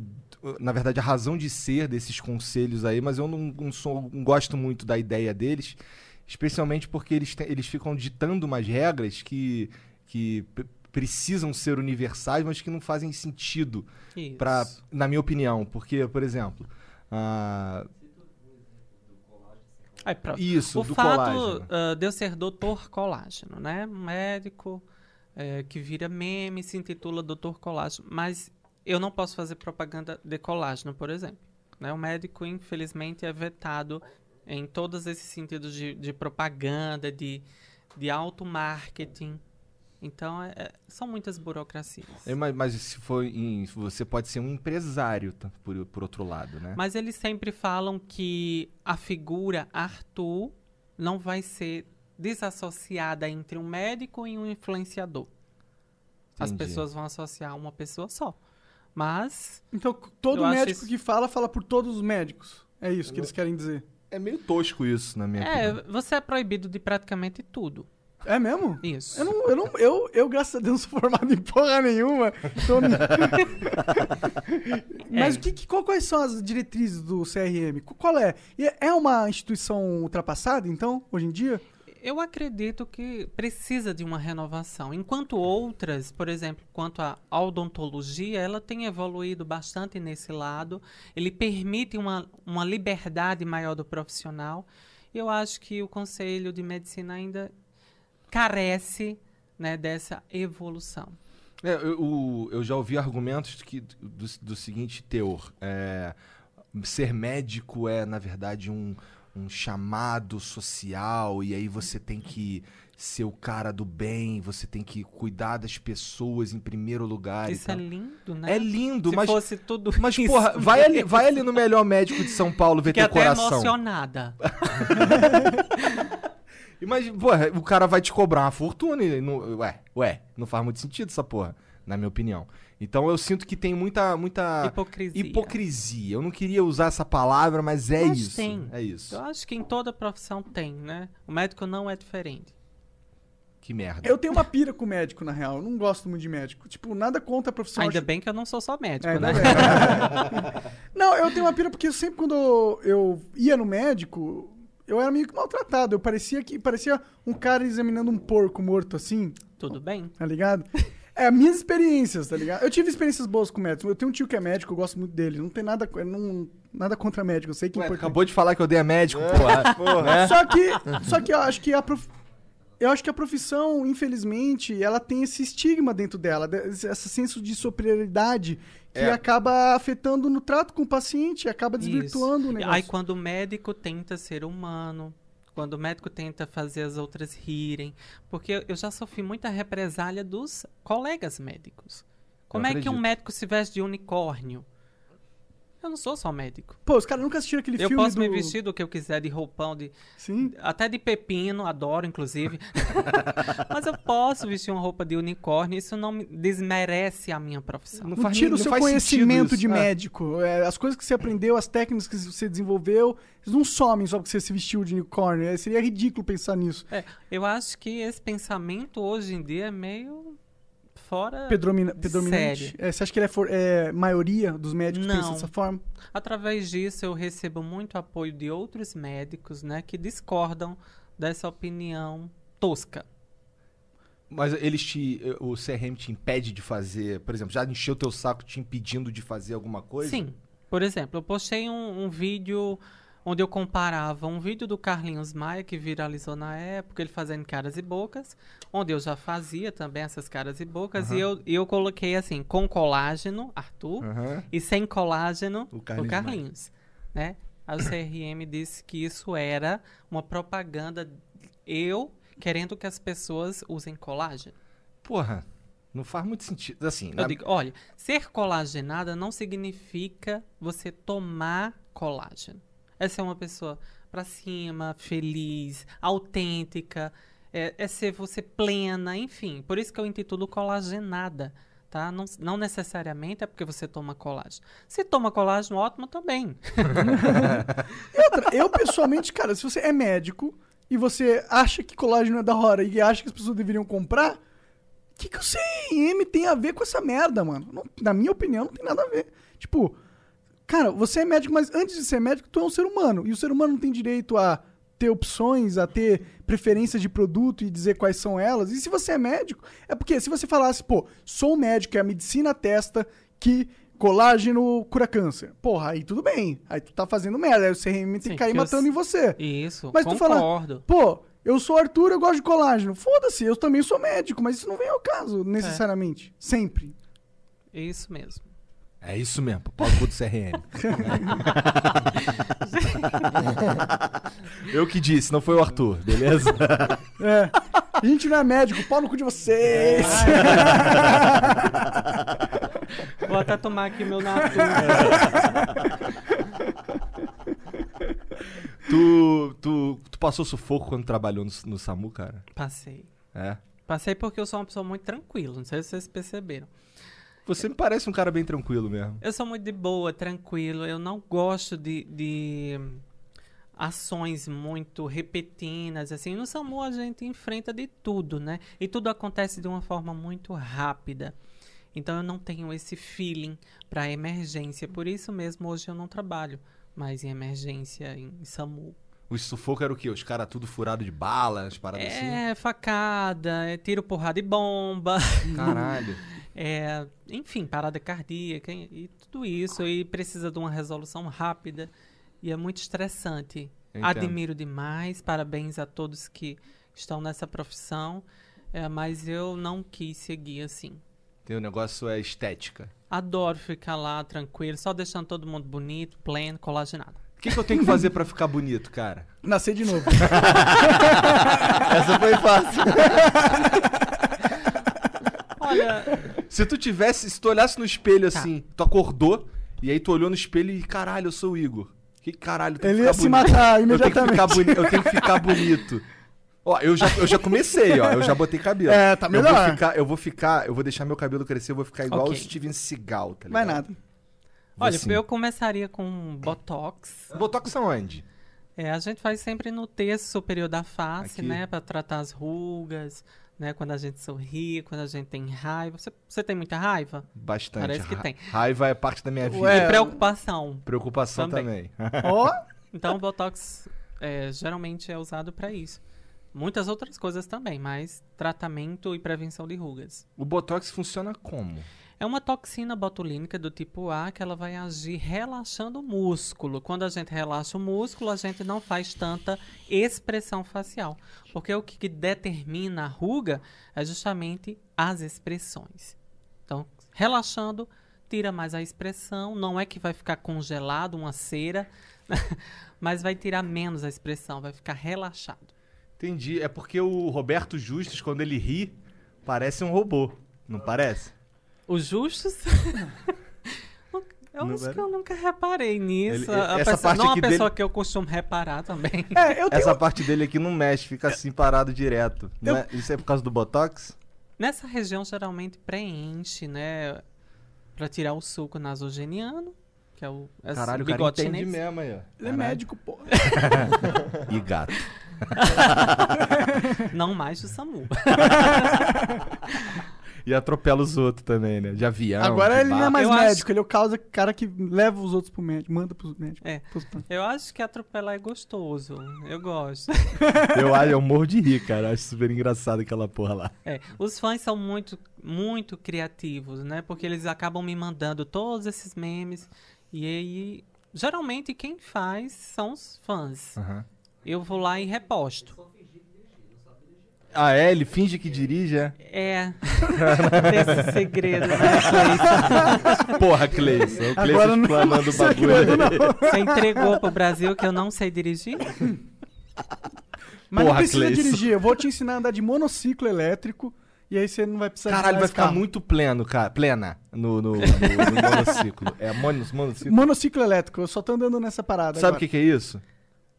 [SPEAKER 1] na verdade, a razão de ser desses conselhos aí, mas eu não, não sou, não gosto muito da ideia deles, especialmente porque eles, te- eles ficam ditando umas regras que, que pre- precisam ser universais, mas que não fazem sentido
[SPEAKER 3] Isso.
[SPEAKER 1] para na minha opinião porque por exemplo ah,
[SPEAKER 3] Aí, pronto.
[SPEAKER 1] isso
[SPEAKER 3] o
[SPEAKER 1] do
[SPEAKER 3] fato
[SPEAKER 1] colágeno
[SPEAKER 3] ah, de eu ser doutor colágeno, né? Um médico eh, que vira meme, se intitula doutor colágeno, mas eu não posso fazer propaganda de colágeno, por exemplo. Né? O médico, infelizmente, é vetado em todos esses sentidos de, de propaganda, de, de automarketing. Então, é- é- são muitas burocracias.
[SPEAKER 1] É, Mas, mas se for em- você pode ser um empresário, tá? por, por outro lado, né?
[SPEAKER 3] Mas eles sempre falam que a figura Arthur não vai ser desassociada entre um médico e um influenciador. As
[SPEAKER 1] Entendi.
[SPEAKER 3] pessoas vão associar uma pessoa só. Mas
[SPEAKER 2] Então, c- todo
[SPEAKER 3] Eu acho
[SPEAKER 2] médico
[SPEAKER 3] isso-
[SPEAKER 2] que fala, fala por todos os médicos. É isso que eles querem dizer.
[SPEAKER 1] É meio tosco isso, na minha
[SPEAKER 3] é,
[SPEAKER 1] opinião.
[SPEAKER 3] você é proibido de praticamente tudo.
[SPEAKER 2] É mesmo?
[SPEAKER 3] Isso.
[SPEAKER 2] Eu não, eu não, eu, eu graças a Deus não sou <laughs> formado em porra nenhuma.
[SPEAKER 3] <laughs>
[SPEAKER 2] então eu
[SPEAKER 3] É.
[SPEAKER 2] não- Mas o que, que- qual- quais são as diretrizes do CRM? Qu- Qual é? E É uma instituição ultrapassada, então, hoje em dia?
[SPEAKER 3] Eu acredito que precisa de uma renovação. Enquanto outras, por exemplo, quanto à odontologia, ela tem evoluído bastante nesse lado. Ele permite uma, uma liberdade maior do profissional. Eu acho que o Conselho de Medicina ainda carece né, dessa evolução.
[SPEAKER 1] É, eu, o- eu já ouvi argumentos que, do, do seguinte teor. é, ser médico é, na verdade, um, um chamado social, e aí você tem que ser o cara do bem, você tem que cuidar das pessoas em primeiro lugar. e
[SPEAKER 3] Isso é
[SPEAKER 1] tal.
[SPEAKER 3] lindo, né?
[SPEAKER 1] É lindo,
[SPEAKER 3] Se
[SPEAKER 1] mas.
[SPEAKER 3] fosse tudo
[SPEAKER 1] Mas,
[SPEAKER 3] <laughs> isso
[SPEAKER 1] porra, vai ali,
[SPEAKER 3] mesmo.
[SPEAKER 1] vai ali no melhor médico de São Paulo ver
[SPEAKER 3] Fiquei
[SPEAKER 1] teu
[SPEAKER 3] até
[SPEAKER 1] coração.
[SPEAKER 3] emocionada.
[SPEAKER 1] Imagina, porra, o cara vai te cobrar uma fortuna e não, ué, ué, não faz muito sentido essa porra, na minha opinião. Então eu sinto que tem muita muita
[SPEAKER 3] Hipocrisia.
[SPEAKER 1] Ah, hipocrisia. Eu não queria usar essa palavra, mas é
[SPEAKER 3] Mas
[SPEAKER 1] isso.
[SPEAKER 3] tem.
[SPEAKER 1] É isso.
[SPEAKER 3] Eu acho que em toda profissão tem, né? O médico não é diferente.
[SPEAKER 1] Que merda.
[SPEAKER 2] Eu tenho uma pira com médico, na real. Eu não gosto muito de médico. Tipo, nada contra a profissão.
[SPEAKER 3] Ainda
[SPEAKER 2] acho-
[SPEAKER 3] bem que eu não sou só médico,
[SPEAKER 2] É,
[SPEAKER 3] né?
[SPEAKER 2] ainda bem. <laughs> não, eu tenho uma pira porque sempre quando eu ia no médico, eu era meio que maltratado. Eu parecia que parecia um cara examinando um porco morto assim.
[SPEAKER 3] Tudo bem?
[SPEAKER 2] tá ligado? É, minhas experiências, tá ligado? Eu tive experiências boas com médicos. Eu tenho um tio que é médico, eu gosto muito dele. Não tem nada, co- não, nada contra médico, eu sei que... é
[SPEAKER 1] Ué, tu
[SPEAKER 2] importante. É,
[SPEAKER 1] acabou de falar que eu dei a médico, porra. Né?
[SPEAKER 2] Só que, só que eu acho que a prof- eu acho que a profissão, infelizmente, ela tem esse estigma dentro dela, de- esse esse senso de superioridade que
[SPEAKER 1] É.
[SPEAKER 2] acaba afetando no trato com o paciente, acaba desvirtuando o
[SPEAKER 3] Isso.
[SPEAKER 2] negócio.
[SPEAKER 3] Aí quando o médico tenta ser humano, quando o médico tenta fazer as outras rirem, porque eu- eu já sofri muita represália dos colegas médicos. Como é que um
[SPEAKER 1] acredito.
[SPEAKER 3] médico se veste de unicórnio? Eu não sou só médico.
[SPEAKER 2] Pô, os caras nunca assistiram aquele
[SPEAKER 3] eu
[SPEAKER 2] filme
[SPEAKER 3] posso me
[SPEAKER 2] do-
[SPEAKER 3] vestir do que eu quiser, de roupão, de
[SPEAKER 2] Sim.
[SPEAKER 3] Até de pepino, adoro, inclusive. Mas eu posso vestir uma roupa de unicórnio, isso não me desmerece a minha profissão.
[SPEAKER 1] <laughs> Não
[SPEAKER 2] Não,
[SPEAKER 1] faz
[SPEAKER 2] É. tira
[SPEAKER 1] nem-
[SPEAKER 2] o
[SPEAKER 1] não
[SPEAKER 2] seu
[SPEAKER 1] faz sentido isso.
[SPEAKER 2] conhecimento
[SPEAKER 3] Ah.
[SPEAKER 2] de
[SPEAKER 1] É.
[SPEAKER 2] médico. É, as coisas que você aprendeu, as técnicas que você desenvolveu, eles não somem só porque você se vestiu de unicórnio. É, seria ridículo pensar nisso.
[SPEAKER 3] É, eu acho que esse pensamento hoje em dia é meio fora.
[SPEAKER 2] Predomina- predominante.
[SPEAKER 3] Sério.
[SPEAKER 2] É, você acha que ele é, for- é, maioria dos médicos
[SPEAKER 3] Não.
[SPEAKER 2] pensa dessa forma?
[SPEAKER 3] Através disso, eu recebo muito apoio de outros médicos, né, que discordam dessa opinião tosca.
[SPEAKER 1] Mas eles te o CRM te impede de fazer, por exemplo, já encheu teu saco te impedindo de fazer alguma coisa?
[SPEAKER 3] Sim. Por exemplo, eu postei um, um vídeo onde eu comparava um vídeo do Carlinhos Maia, que viralizou na época, ele fazendo caras e bocas, onde eu já fazia também essas caras e bocas, e eu, e eu coloquei assim, com colágeno, Arthur,
[SPEAKER 1] Aham.
[SPEAKER 3] e sem colágeno,
[SPEAKER 1] O
[SPEAKER 3] o
[SPEAKER 1] Carlinhos
[SPEAKER 3] Carlinhos. né? Aí o CRM disse que isso era uma propaganda, eu querendo que as pessoas usem colágeno.
[SPEAKER 1] Porra, não faz muito sentido. Assim,
[SPEAKER 3] Eu
[SPEAKER 1] na-
[SPEAKER 3] digo, olha, ser colagenada não significa você tomar colágeno. É ser uma pessoa pra cima, feliz, autêntica, é, é ser você plena, enfim. Por isso que eu intitulo colagenada, tá? Não, não necessariamente é porque você toma colágeno. Se toma colágeno, ótimo também.
[SPEAKER 2] Outra, eu pessoalmente, cara, se você é médico e você acha que colágeno é da hora e acha que as pessoas deveriam comprar, o que, que o CRM tem a ver com essa merda, mano? Não- na minha opinião, não tem nada a ver. Tipo, cara, você é médico, mas antes de ser médico, tu é um ser humano. E o ser humano não tem direito a ter opções, a ter preferências de produto e dizer quais são elas. E se você é médico, é porque se você falasse, pô, sou médico, é a medicina testa que colágeno cura câncer. Porra, aí tudo bem. Aí tu tá fazendo merda, aí o CRM tem que
[SPEAKER 3] Sim,
[SPEAKER 2] cair
[SPEAKER 3] porque
[SPEAKER 2] matando
[SPEAKER 3] os-
[SPEAKER 2] em você.
[SPEAKER 3] <laughs> Isso,
[SPEAKER 2] Mas tu fala-
[SPEAKER 3] concordo.
[SPEAKER 2] Pô, eu sou Arthur, eu gosto de colágeno. Foda-se, eu também sou médico, mas isso não vem ao caso, necessariamente. Sempre.
[SPEAKER 3] Isso mesmo.
[SPEAKER 1] É isso mesmo, pau no cu do <laughs> CRM. Eu que disse, não foi o Arthur, beleza?
[SPEAKER 2] É. A gente não é médico, pau no cu de vocês. <laughs>
[SPEAKER 3] Vou até tomar aqui meu natu.
[SPEAKER 1] <laughs>
[SPEAKER 3] <laughs>
[SPEAKER 1] Tu, tu, tu passou sufoco quando trabalhou no, no SAMU, cara?
[SPEAKER 3] Passei.
[SPEAKER 1] É.
[SPEAKER 3] Passei porque eu sou uma pessoa muito tranquila, não sei se vocês perceberam.
[SPEAKER 1] Você me parece um cara bem tranquilo mesmo.
[SPEAKER 3] Eu sou muito de boa, tranquilo. Eu não gosto de, de ações muito repetidas, assim. No SAMU a gente enfrenta de tudo, né? E tudo acontece de uma forma muito rápida. Então eu não tenho esse feeling para emergência. Por isso mesmo hoje eu não trabalho mais em emergência, em SAMU.
[SPEAKER 1] Os sufoco era o quê? Os caras tudo furado de bala, as paradas assim?
[SPEAKER 3] É facada, é tiro, porrada e bomba. <laughs>
[SPEAKER 1] Caralho.
[SPEAKER 3] É, enfim, parada cardíaca e e tudo isso. E precisa de uma resolução rápida. E é muito estressante.
[SPEAKER 1] Eu entendo.
[SPEAKER 3] Admiro demais. Parabéns a todos que estão nessa profissão. é, mas eu não quis seguir assim.
[SPEAKER 1] Tem um negócio é estética.
[SPEAKER 3] Adoro ficar lá tranquilo, só deixando todo mundo bonito, pleno, colagenado.
[SPEAKER 1] O que, que eu tenho que fazer pra ficar bonito, cara?
[SPEAKER 2] Nascer de novo.
[SPEAKER 4] Essa foi fácil.
[SPEAKER 3] Olha,
[SPEAKER 1] Se tu tivesse, se tu olhasse no espelho
[SPEAKER 3] Tá.
[SPEAKER 1] assim, tu acordou, e aí tu olhou no espelho e caralho, eu sou o Igor. Que caralho, eu tenho
[SPEAKER 2] Ele
[SPEAKER 1] que
[SPEAKER 2] ia
[SPEAKER 1] ficar
[SPEAKER 2] se
[SPEAKER 1] bonito.
[SPEAKER 2] matar
[SPEAKER 1] Eu tenho que ficar
[SPEAKER 2] imediatamente.
[SPEAKER 1] bonito. Eu tenho que ficar bonito. Ó, eu já, eu já comecei, ó. Eu já botei cabelo.
[SPEAKER 2] É, tá
[SPEAKER 1] Eu vou
[SPEAKER 2] melhor.
[SPEAKER 1] ficar, eu vou ficar, eu vou deixar meu cabelo crescer, eu vou ficar igual
[SPEAKER 3] Ok.
[SPEAKER 1] o Steven Seagal, tá ligado?
[SPEAKER 2] Vai nada.
[SPEAKER 1] Vou
[SPEAKER 3] olha,
[SPEAKER 1] sim.
[SPEAKER 3] eu começaria com um botox.
[SPEAKER 1] Botox aonde?
[SPEAKER 3] É, a gente faz sempre no terço superior da face,
[SPEAKER 1] Aqui.
[SPEAKER 3] né? Pra tratar as rugas, né? Quando a gente sorri, quando a gente tem raiva. Você, você tem muita raiva?
[SPEAKER 1] Bastante.
[SPEAKER 3] Parece que
[SPEAKER 1] Ra-
[SPEAKER 3] tem.
[SPEAKER 1] Raiva é parte da minha vida.
[SPEAKER 2] Ué. É,
[SPEAKER 3] Preocupação.
[SPEAKER 1] Preocupação também. <laughs>
[SPEAKER 3] também.
[SPEAKER 2] Ó,
[SPEAKER 3] Então, o Botox é, geralmente é usado pra isso. Muitas outras coisas também, mas tratamento e prevenção de rugas.
[SPEAKER 1] O Botox funciona como?
[SPEAKER 3] É uma toxina botulínica do tipo A que ela vai agir relaxando o músculo. Quando a gente relaxa o músculo, a gente não faz tanta expressão facial. Porque o que, que determina a ruga é justamente as expressões. Então, relaxando, tira mais a expressão. Não é que vai ficar congelado, uma cera, <laughs> mas vai tirar menos a expressão, vai ficar relaxado.
[SPEAKER 1] Entendi. É porque o Roberto Justus, quando ele ri, parece um robô. Não parece? <laughs>
[SPEAKER 3] Os justos? Eu
[SPEAKER 1] Não
[SPEAKER 3] acho
[SPEAKER 1] era?
[SPEAKER 3] que eu nunca reparei nisso.
[SPEAKER 1] Ele-
[SPEAKER 3] A
[SPEAKER 1] essa
[SPEAKER 3] pessoa-
[SPEAKER 1] parte
[SPEAKER 3] não é uma
[SPEAKER 1] aqui
[SPEAKER 3] pessoa
[SPEAKER 1] dele-
[SPEAKER 3] que eu costumo reparar
[SPEAKER 1] <laughs>
[SPEAKER 3] também.
[SPEAKER 2] é, eu tenho.
[SPEAKER 1] Essa parte dele aqui não mexe, fica assim parado direto. Não é- Isso é por causa do Botox?
[SPEAKER 3] Nessa região, geralmente preenche, né? Pra tirar o suco nasogeniano, que é o esse
[SPEAKER 1] Caralho, o cara
[SPEAKER 3] bigode
[SPEAKER 1] entende
[SPEAKER 3] chinês.
[SPEAKER 1] mesmo aí, ó.
[SPEAKER 2] Ele é médico, pô.
[SPEAKER 1] E gato.
[SPEAKER 3] Não mais
[SPEAKER 1] <laughs>
[SPEAKER 3] do SAMU.
[SPEAKER 1] E atropela os outros também, né? De avião.
[SPEAKER 2] Agora
[SPEAKER 1] de
[SPEAKER 2] ele não é
[SPEAKER 1] barco.
[SPEAKER 2] mais
[SPEAKER 3] Eu acho-
[SPEAKER 2] médico, ele é o causa, cara que leva os outros pro médico, manda pros médicos.
[SPEAKER 3] É.
[SPEAKER 2] Pros-
[SPEAKER 3] Eu acho que atropelar é gostoso. Eu gosto.
[SPEAKER 1] Eu, acho- eu morro de rir, cara. Acho super engraçado aquela porra lá.
[SPEAKER 3] É, os fãs são muito, muito criativos, né? Porque eles acabam me mandando todos esses memes. E aí, geralmente, quem faz são os fãs. Eu vou lá e reposto.
[SPEAKER 1] Ah, é? Ele finge que dirige, é?
[SPEAKER 3] <laughs> É. Esse segredo, né,
[SPEAKER 1] Porra, Cleison. O
[SPEAKER 2] Agora
[SPEAKER 1] Cleison
[SPEAKER 2] não-
[SPEAKER 1] explanando o bagulho. aí.
[SPEAKER 3] Cleiton? Você entregou pro Brasil que eu não sei dirigir?
[SPEAKER 1] Porra,
[SPEAKER 2] Mas não precisa
[SPEAKER 1] Cleison.
[SPEAKER 2] dirigir, eu vou te ensinar a andar de monociclo elétrico e aí você não vai precisar
[SPEAKER 1] Caralho,
[SPEAKER 2] mais
[SPEAKER 1] vai ficar
[SPEAKER 2] carro.
[SPEAKER 1] muito pleno, cara. Plena no, no, no- no monociclo. É mono, monociclo.
[SPEAKER 2] Monociclo elétrico, eu só tô andando nessa parada.
[SPEAKER 1] Sabe o
[SPEAKER 2] agora.
[SPEAKER 1] que, que é isso?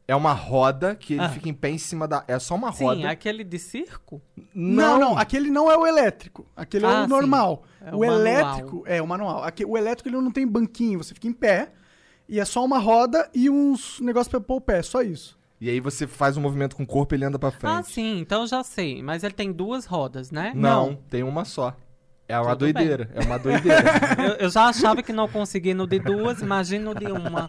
[SPEAKER 1] É uma roda que ele
[SPEAKER 3] Ah.
[SPEAKER 1] fica em pé em cima da. É só uma roda.
[SPEAKER 3] Sim, aquele de circo?
[SPEAKER 2] Não, não, aquele não é o elétrico. Aquele é
[SPEAKER 3] Ah,
[SPEAKER 2] o
[SPEAKER 3] sim.
[SPEAKER 2] normal.
[SPEAKER 3] É
[SPEAKER 2] o
[SPEAKER 3] o manual.
[SPEAKER 2] elétrico é o manual. Aque- o elétrico ele não tem banquinho, você fica em pé e é só uma roda e uns negócios pra pôr o pé, só
[SPEAKER 3] <laughs>
[SPEAKER 2] isso.
[SPEAKER 1] E aí você faz um movimento com o corpo e ele anda pra frente.
[SPEAKER 3] Ah, sim, então eu já sei. Mas ele tem duas rodas, né?
[SPEAKER 1] Não, tem uma só. É uma
[SPEAKER 3] Tudo bem.
[SPEAKER 1] doideira. É uma doideira.
[SPEAKER 3] Eu, eu já achava que não conseguia no de duas, imagina no de uma.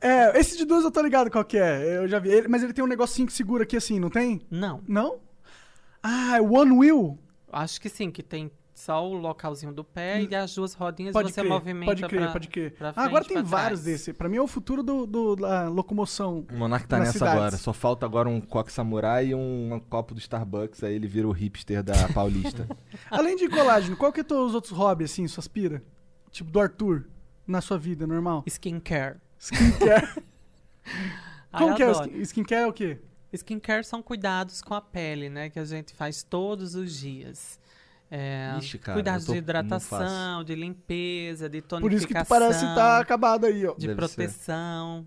[SPEAKER 2] É, esse de duas eu tô ligado qual que é. Eu já vi. Ele- mas ele tem um negocinho que segura aqui assim, não tem?
[SPEAKER 3] Não.
[SPEAKER 2] Não? Ah, é One Wheel?
[SPEAKER 3] Acho que sim, que tem só o localzinho do pé e as duas rodinhas
[SPEAKER 2] Hum. Pode
[SPEAKER 3] você
[SPEAKER 2] crer,
[SPEAKER 3] movimenta
[SPEAKER 2] pode crer,
[SPEAKER 3] pra-
[SPEAKER 2] pode crer.
[SPEAKER 3] pra
[SPEAKER 2] Ah, agora
[SPEAKER 3] frente,
[SPEAKER 2] tem
[SPEAKER 3] pra trás.
[SPEAKER 2] vários desse. Pra mim é o futuro do, do- da locomoção.
[SPEAKER 1] <laughs> o Monark tá
[SPEAKER 2] Nas
[SPEAKER 1] nessa
[SPEAKER 2] cidades.
[SPEAKER 1] agora. Só falta agora um coque samurai e um, um copo do Starbucks. Aí ele vira o hipster <laughs> da Paulista.
[SPEAKER 2] Além de colágeno, qual que é os outros hobbies, assim, suas pira? Tipo, do Arthur, na sua vida, normal?
[SPEAKER 3] Skincare.
[SPEAKER 2] Skincare.
[SPEAKER 3] <laughs> Ai,
[SPEAKER 2] Como que é o
[SPEAKER 3] adoro.
[SPEAKER 2] skin- skincare? é o quê?
[SPEAKER 3] Skincare são cuidados com a pele, né? Que a gente faz todos os dias. É,
[SPEAKER 1] Ixi, cara,
[SPEAKER 3] cuidados
[SPEAKER 1] eu tô-
[SPEAKER 3] de
[SPEAKER 1] não
[SPEAKER 3] hidratação, de limpeza, de tonificação.
[SPEAKER 2] Por isso que tu parece estar acabado aí, ó.
[SPEAKER 3] De
[SPEAKER 1] Deve ser.
[SPEAKER 3] proteção.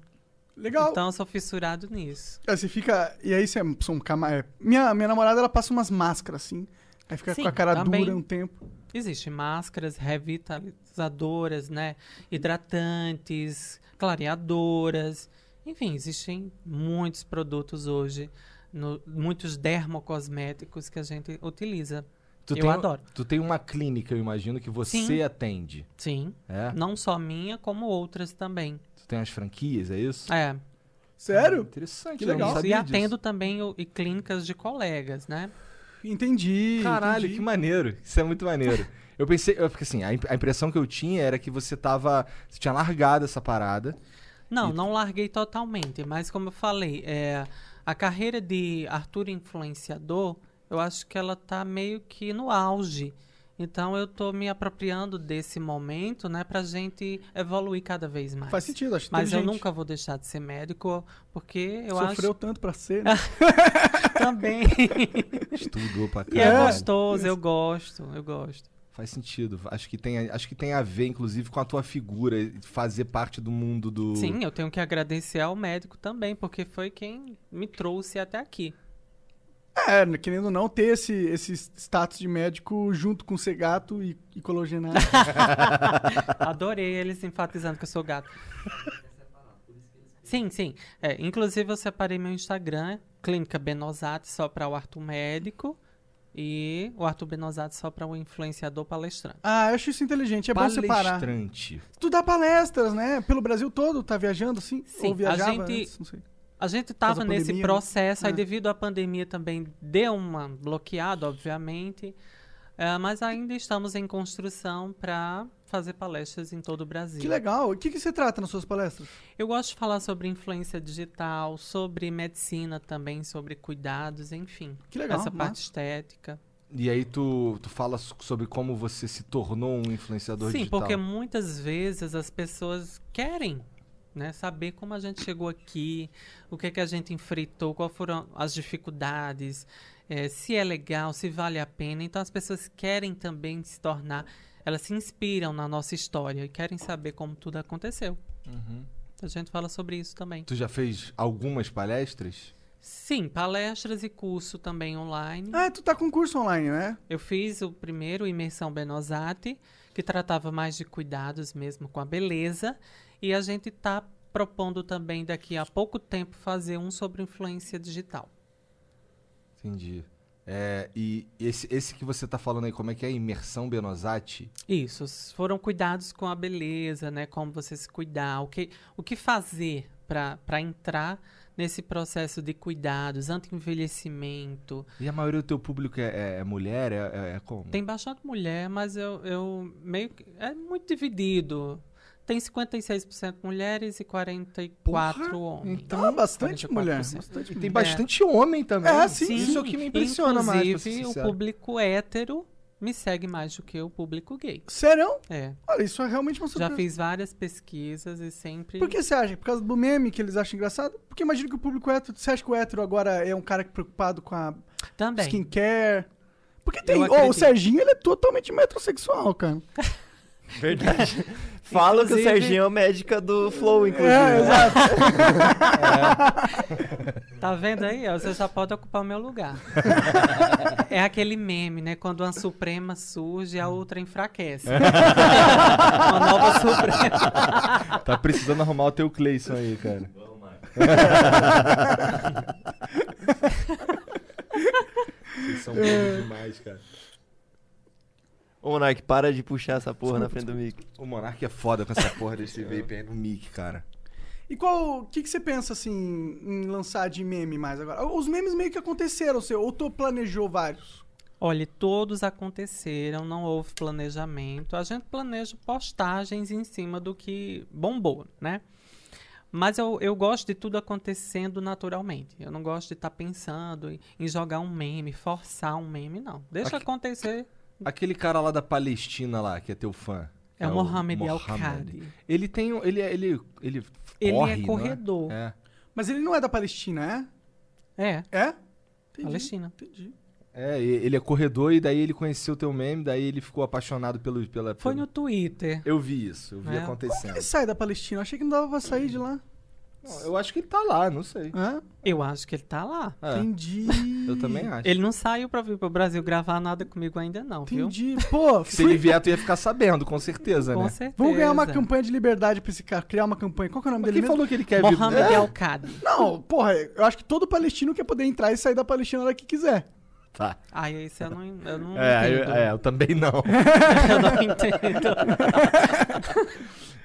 [SPEAKER 2] Legal.
[SPEAKER 3] Então eu sou fissurado nisso.
[SPEAKER 2] Aí você fica. E aí você são cama... é, minha, minha namorada ela passa umas máscaras assim. Aí fica
[SPEAKER 3] Sim,
[SPEAKER 2] com a cara
[SPEAKER 3] também.
[SPEAKER 2] dura um tempo.
[SPEAKER 3] Existem máscaras revitalizadoras, né? Hidratantes, clareadoras. Enfim, existem muitos produtos hoje, no- muitos dermocosméticos que a gente utiliza.
[SPEAKER 1] Tu
[SPEAKER 3] Eu
[SPEAKER 1] tem, um-
[SPEAKER 3] adoro.
[SPEAKER 1] Tu tem uma clínica, eu imagino, que você
[SPEAKER 3] Sim.
[SPEAKER 1] atende.
[SPEAKER 3] Sim.
[SPEAKER 1] É?
[SPEAKER 3] Tá. Não só minha, como outras também.
[SPEAKER 1] Tu tem as franquias, é isso?
[SPEAKER 3] É.
[SPEAKER 2] Sério?
[SPEAKER 1] Interessante,
[SPEAKER 2] Que
[SPEAKER 1] eu não
[SPEAKER 2] legal.
[SPEAKER 1] sabia
[SPEAKER 3] e
[SPEAKER 1] disso.
[SPEAKER 3] atendo também o- e clínicas de colegas, né?
[SPEAKER 2] Entendi.
[SPEAKER 1] Caralho,
[SPEAKER 2] entendi.
[SPEAKER 1] que maneiro. Isso é muito maneiro. Eu pensei, eu, porque assim, a, imp- a impressão que eu tinha era que você tava. Você tinha largado essa parada.
[SPEAKER 3] Não, não larguei totalmente, mas como eu falei, é, a carreira de Arthur influenciador, eu acho que ela tá meio que no auge. Então eu tô me apropriando desse momento, né, pra gente evoluir cada vez mais.
[SPEAKER 2] Faz sentido, acho
[SPEAKER 3] Mas eu
[SPEAKER 2] inteligente.
[SPEAKER 3] nunca vou deixar de ser médico, porque eu
[SPEAKER 2] Sofreu
[SPEAKER 3] acho
[SPEAKER 2] tanto pra
[SPEAKER 3] <laughs>
[SPEAKER 2] ser, né?
[SPEAKER 3] que
[SPEAKER 2] <laughs>
[SPEAKER 3] também.
[SPEAKER 1] Estudou pra
[SPEAKER 3] e é
[SPEAKER 1] caralho.
[SPEAKER 3] gostoso, eu gosto, eu gosto.
[SPEAKER 1] Faz sentido. Acho que, tem, acho que tem a ver, inclusive, com a tua figura, e fazer parte do mundo do.
[SPEAKER 3] Sim, eu tenho que agradecer ao médico também, porque foi quem me trouxe até aqui.
[SPEAKER 2] É, querendo ou não, ter esse, esse status de médico junto com ser gato e, e cologenado.
[SPEAKER 3] Adorei eles enfatizando que eu sou gato. Sim, sim. É, inclusive, eu separei meu Instagram, Clínica Benosati, só para o Arthur Médico. E o Arthur Benosati só para o influenciador palestrante.
[SPEAKER 2] ah, eu acho isso inteligente, é bom separar.
[SPEAKER 1] Palestrante.
[SPEAKER 2] Tu dá palestras, né? Pelo Brasil todo, tá viajando assim?
[SPEAKER 3] Sim,
[SPEAKER 2] Ou viajava
[SPEAKER 3] a gente-
[SPEAKER 2] antes, não sei.
[SPEAKER 3] A gente
[SPEAKER 2] causa
[SPEAKER 3] estava
[SPEAKER 2] da
[SPEAKER 3] nesse
[SPEAKER 2] pandemia, né?
[SPEAKER 3] processo, aí
[SPEAKER 2] É.
[SPEAKER 3] devido à pandemia também deu uma bloqueada, obviamente. É, mas ainda estamos em construção para fazer palestras em todo o Brasil.
[SPEAKER 2] Que legal. O que, que você trata nas suas palestras?
[SPEAKER 3] Eu gosto de falar sobre influência digital, sobre medicina também, sobre cuidados, enfim.
[SPEAKER 2] Que legal, né?
[SPEAKER 3] Essa parte
[SPEAKER 2] massa.
[SPEAKER 3] estética.
[SPEAKER 1] E aí tu, tu fala so- sobre como você se tornou um influenciador
[SPEAKER 3] Sim,
[SPEAKER 1] digital.
[SPEAKER 3] porque muitas vezes as pessoas querem né, saber como a gente chegou aqui, o que, é que a gente enfrentou, quais foram as dificuldades, eh, se é legal, se vale a pena. Então as pessoas querem também se tornar, elas se inspiram na nossa história e querem saber como tudo aconteceu.
[SPEAKER 2] Uhum.
[SPEAKER 3] A gente fala sobre isso também.
[SPEAKER 1] Tu já fez algumas palestras?
[SPEAKER 3] Sim, palestras e curso também online.
[SPEAKER 2] Ah, tu tá com curso online, né?
[SPEAKER 3] Eu fiz o primeiro Imersão Benosati, que tratava mais de cuidados mesmo com a beleza. E a gente está propondo também, daqui a pouco tempo, fazer um sobre influência digital.
[SPEAKER 1] Entendi. É, e esse, esse que você tá falando aí, como é que é? Imersão Benosati?
[SPEAKER 3] Isso, s- foram cuidados com a beleza, né? Como você se cuidar, o que, o que fazer para entrar nesse processo de cuidados, anti-envelhecimento.
[SPEAKER 1] E a maioria do teu público é, é- é mulher? É, é- é como?
[SPEAKER 3] Tem bastante mulher, mas eu, eu meio que. É muito dividido. Tem 56% mulheres e 44% homens.
[SPEAKER 2] Então, bastante mulher.
[SPEAKER 3] 44%.
[SPEAKER 2] Bastante
[SPEAKER 1] E
[SPEAKER 2] mulher.
[SPEAKER 1] tem é bastante homem também.
[SPEAKER 2] É, sim.
[SPEAKER 1] Isso é o que me impressiona mais. pra ser
[SPEAKER 3] Inclusive, o
[SPEAKER 1] sincero.
[SPEAKER 3] público hétero me segue mais do que o público gay.
[SPEAKER 2] Sério?
[SPEAKER 3] É.
[SPEAKER 2] Olha, isso é realmente uma surpresa.
[SPEAKER 3] Já fiz várias pesquisas e sempre.
[SPEAKER 2] Por que você acha? Por causa do meme que eles acham engraçado? Porque imagina que o público hétero. Você acha que o hétero agora é um cara que é preocupado com a
[SPEAKER 3] Também.
[SPEAKER 2] skincare? Porque tem. Ó, o
[SPEAKER 3] acredito.
[SPEAKER 2] Serginho, ele é totalmente metrosexual, cara.
[SPEAKER 4] Verdade. Fala que o
[SPEAKER 3] Inclusive-
[SPEAKER 4] Serginho é o médico do Flow, inclusive.
[SPEAKER 2] É,
[SPEAKER 4] né?
[SPEAKER 2] exato.
[SPEAKER 3] Tá vendo aí? ó? Você já pode ocupar o meu lugar. é aquele meme, né? Quando uma suprema surge, a outra enfraquece. uma nova suprema.
[SPEAKER 1] Tá precisando arrumar o teu Cleison aí, cara. Vocês são bons demais, cara.
[SPEAKER 4] Ô, Monark, para de puxar essa porra na frente do mic.
[SPEAKER 1] O Monark é foda com essa porra desse vape aí no mic, cara.
[SPEAKER 2] E qual. O que, que você pensa, assim, em lançar de meme mais agora? Os memes meio que aconteceram, seu. Ou tu planejou vários?
[SPEAKER 3] Olha, todos aconteceram, não houve planejamento. A gente planeja postagens em cima do que bombou, né? Mas eu, eu gosto de tudo acontecendo naturalmente. Eu não gosto de estar pensando em, em jogar um meme, forçar um meme, não. Deixa
[SPEAKER 1] Aqui-
[SPEAKER 3] acontecer.
[SPEAKER 1] Aquele cara lá da Palestina lá, que é teu fã. que
[SPEAKER 3] É o Mohamed
[SPEAKER 1] Mohamed.
[SPEAKER 3] Al-Qadi.
[SPEAKER 1] Ele tem. um- Ele, é- ele, ele
[SPEAKER 3] Ele
[SPEAKER 1] corre,
[SPEAKER 3] é
[SPEAKER 1] não
[SPEAKER 3] corredor.
[SPEAKER 1] É?
[SPEAKER 2] Mas ele não é da Palestina, é?
[SPEAKER 3] É,
[SPEAKER 2] É? Entendi,
[SPEAKER 3] Palestina.
[SPEAKER 2] Entendi.
[SPEAKER 1] É, e- ele é corredor e daí ele conheceu o teu meme, daí ele ficou apaixonado pelo, pela...
[SPEAKER 3] Foi
[SPEAKER 1] pelo-
[SPEAKER 3] no Twitter.
[SPEAKER 1] Eu vi isso, eu vi
[SPEAKER 3] É.
[SPEAKER 1] acontecendo.
[SPEAKER 2] Ele sai da Palestina. Achei que não dava pra sair de lá.
[SPEAKER 1] Não, eu acho que ele tá lá, não sei.
[SPEAKER 2] Hã?
[SPEAKER 3] Eu acho que ele tá lá.
[SPEAKER 2] Ah,
[SPEAKER 1] É,
[SPEAKER 2] Entendi.
[SPEAKER 1] <laughs> eu também acho.
[SPEAKER 3] Ele não saiu pra vir pro Brasil gravar nada comigo ainda, não, viu?
[SPEAKER 2] Entendi.
[SPEAKER 1] <laughs>
[SPEAKER 2] Pô,
[SPEAKER 1] Se ele
[SPEAKER 2] fui...
[SPEAKER 1] vier, tu ia ficar sabendo, com certeza,
[SPEAKER 3] Com
[SPEAKER 1] né?
[SPEAKER 3] certeza.
[SPEAKER 2] vamos ganhar uma campanha de liberdade pra esse cara. Criar uma campanha. Qual que é o nome
[SPEAKER 1] Mas
[SPEAKER 2] dele
[SPEAKER 1] quem
[SPEAKER 2] mesmo?
[SPEAKER 1] falou que ele quer vir...
[SPEAKER 3] Mohamed
[SPEAKER 2] né?
[SPEAKER 1] É,
[SPEAKER 3] Al-Qadi.
[SPEAKER 2] Não, porra, eu acho que todo palestino quer poder entrar e sair da Palestina a hora que quiser.
[SPEAKER 1] tá.
[SPEAKER 3] Ai, isso eu não, eu não
[SPEAKER 1] É, eu,
[SPEAKER 3] entendo.
[SPEAKER 1] é, eu também não.
[SPEAKER 3] <laughs> Eu <laughs> não entendo.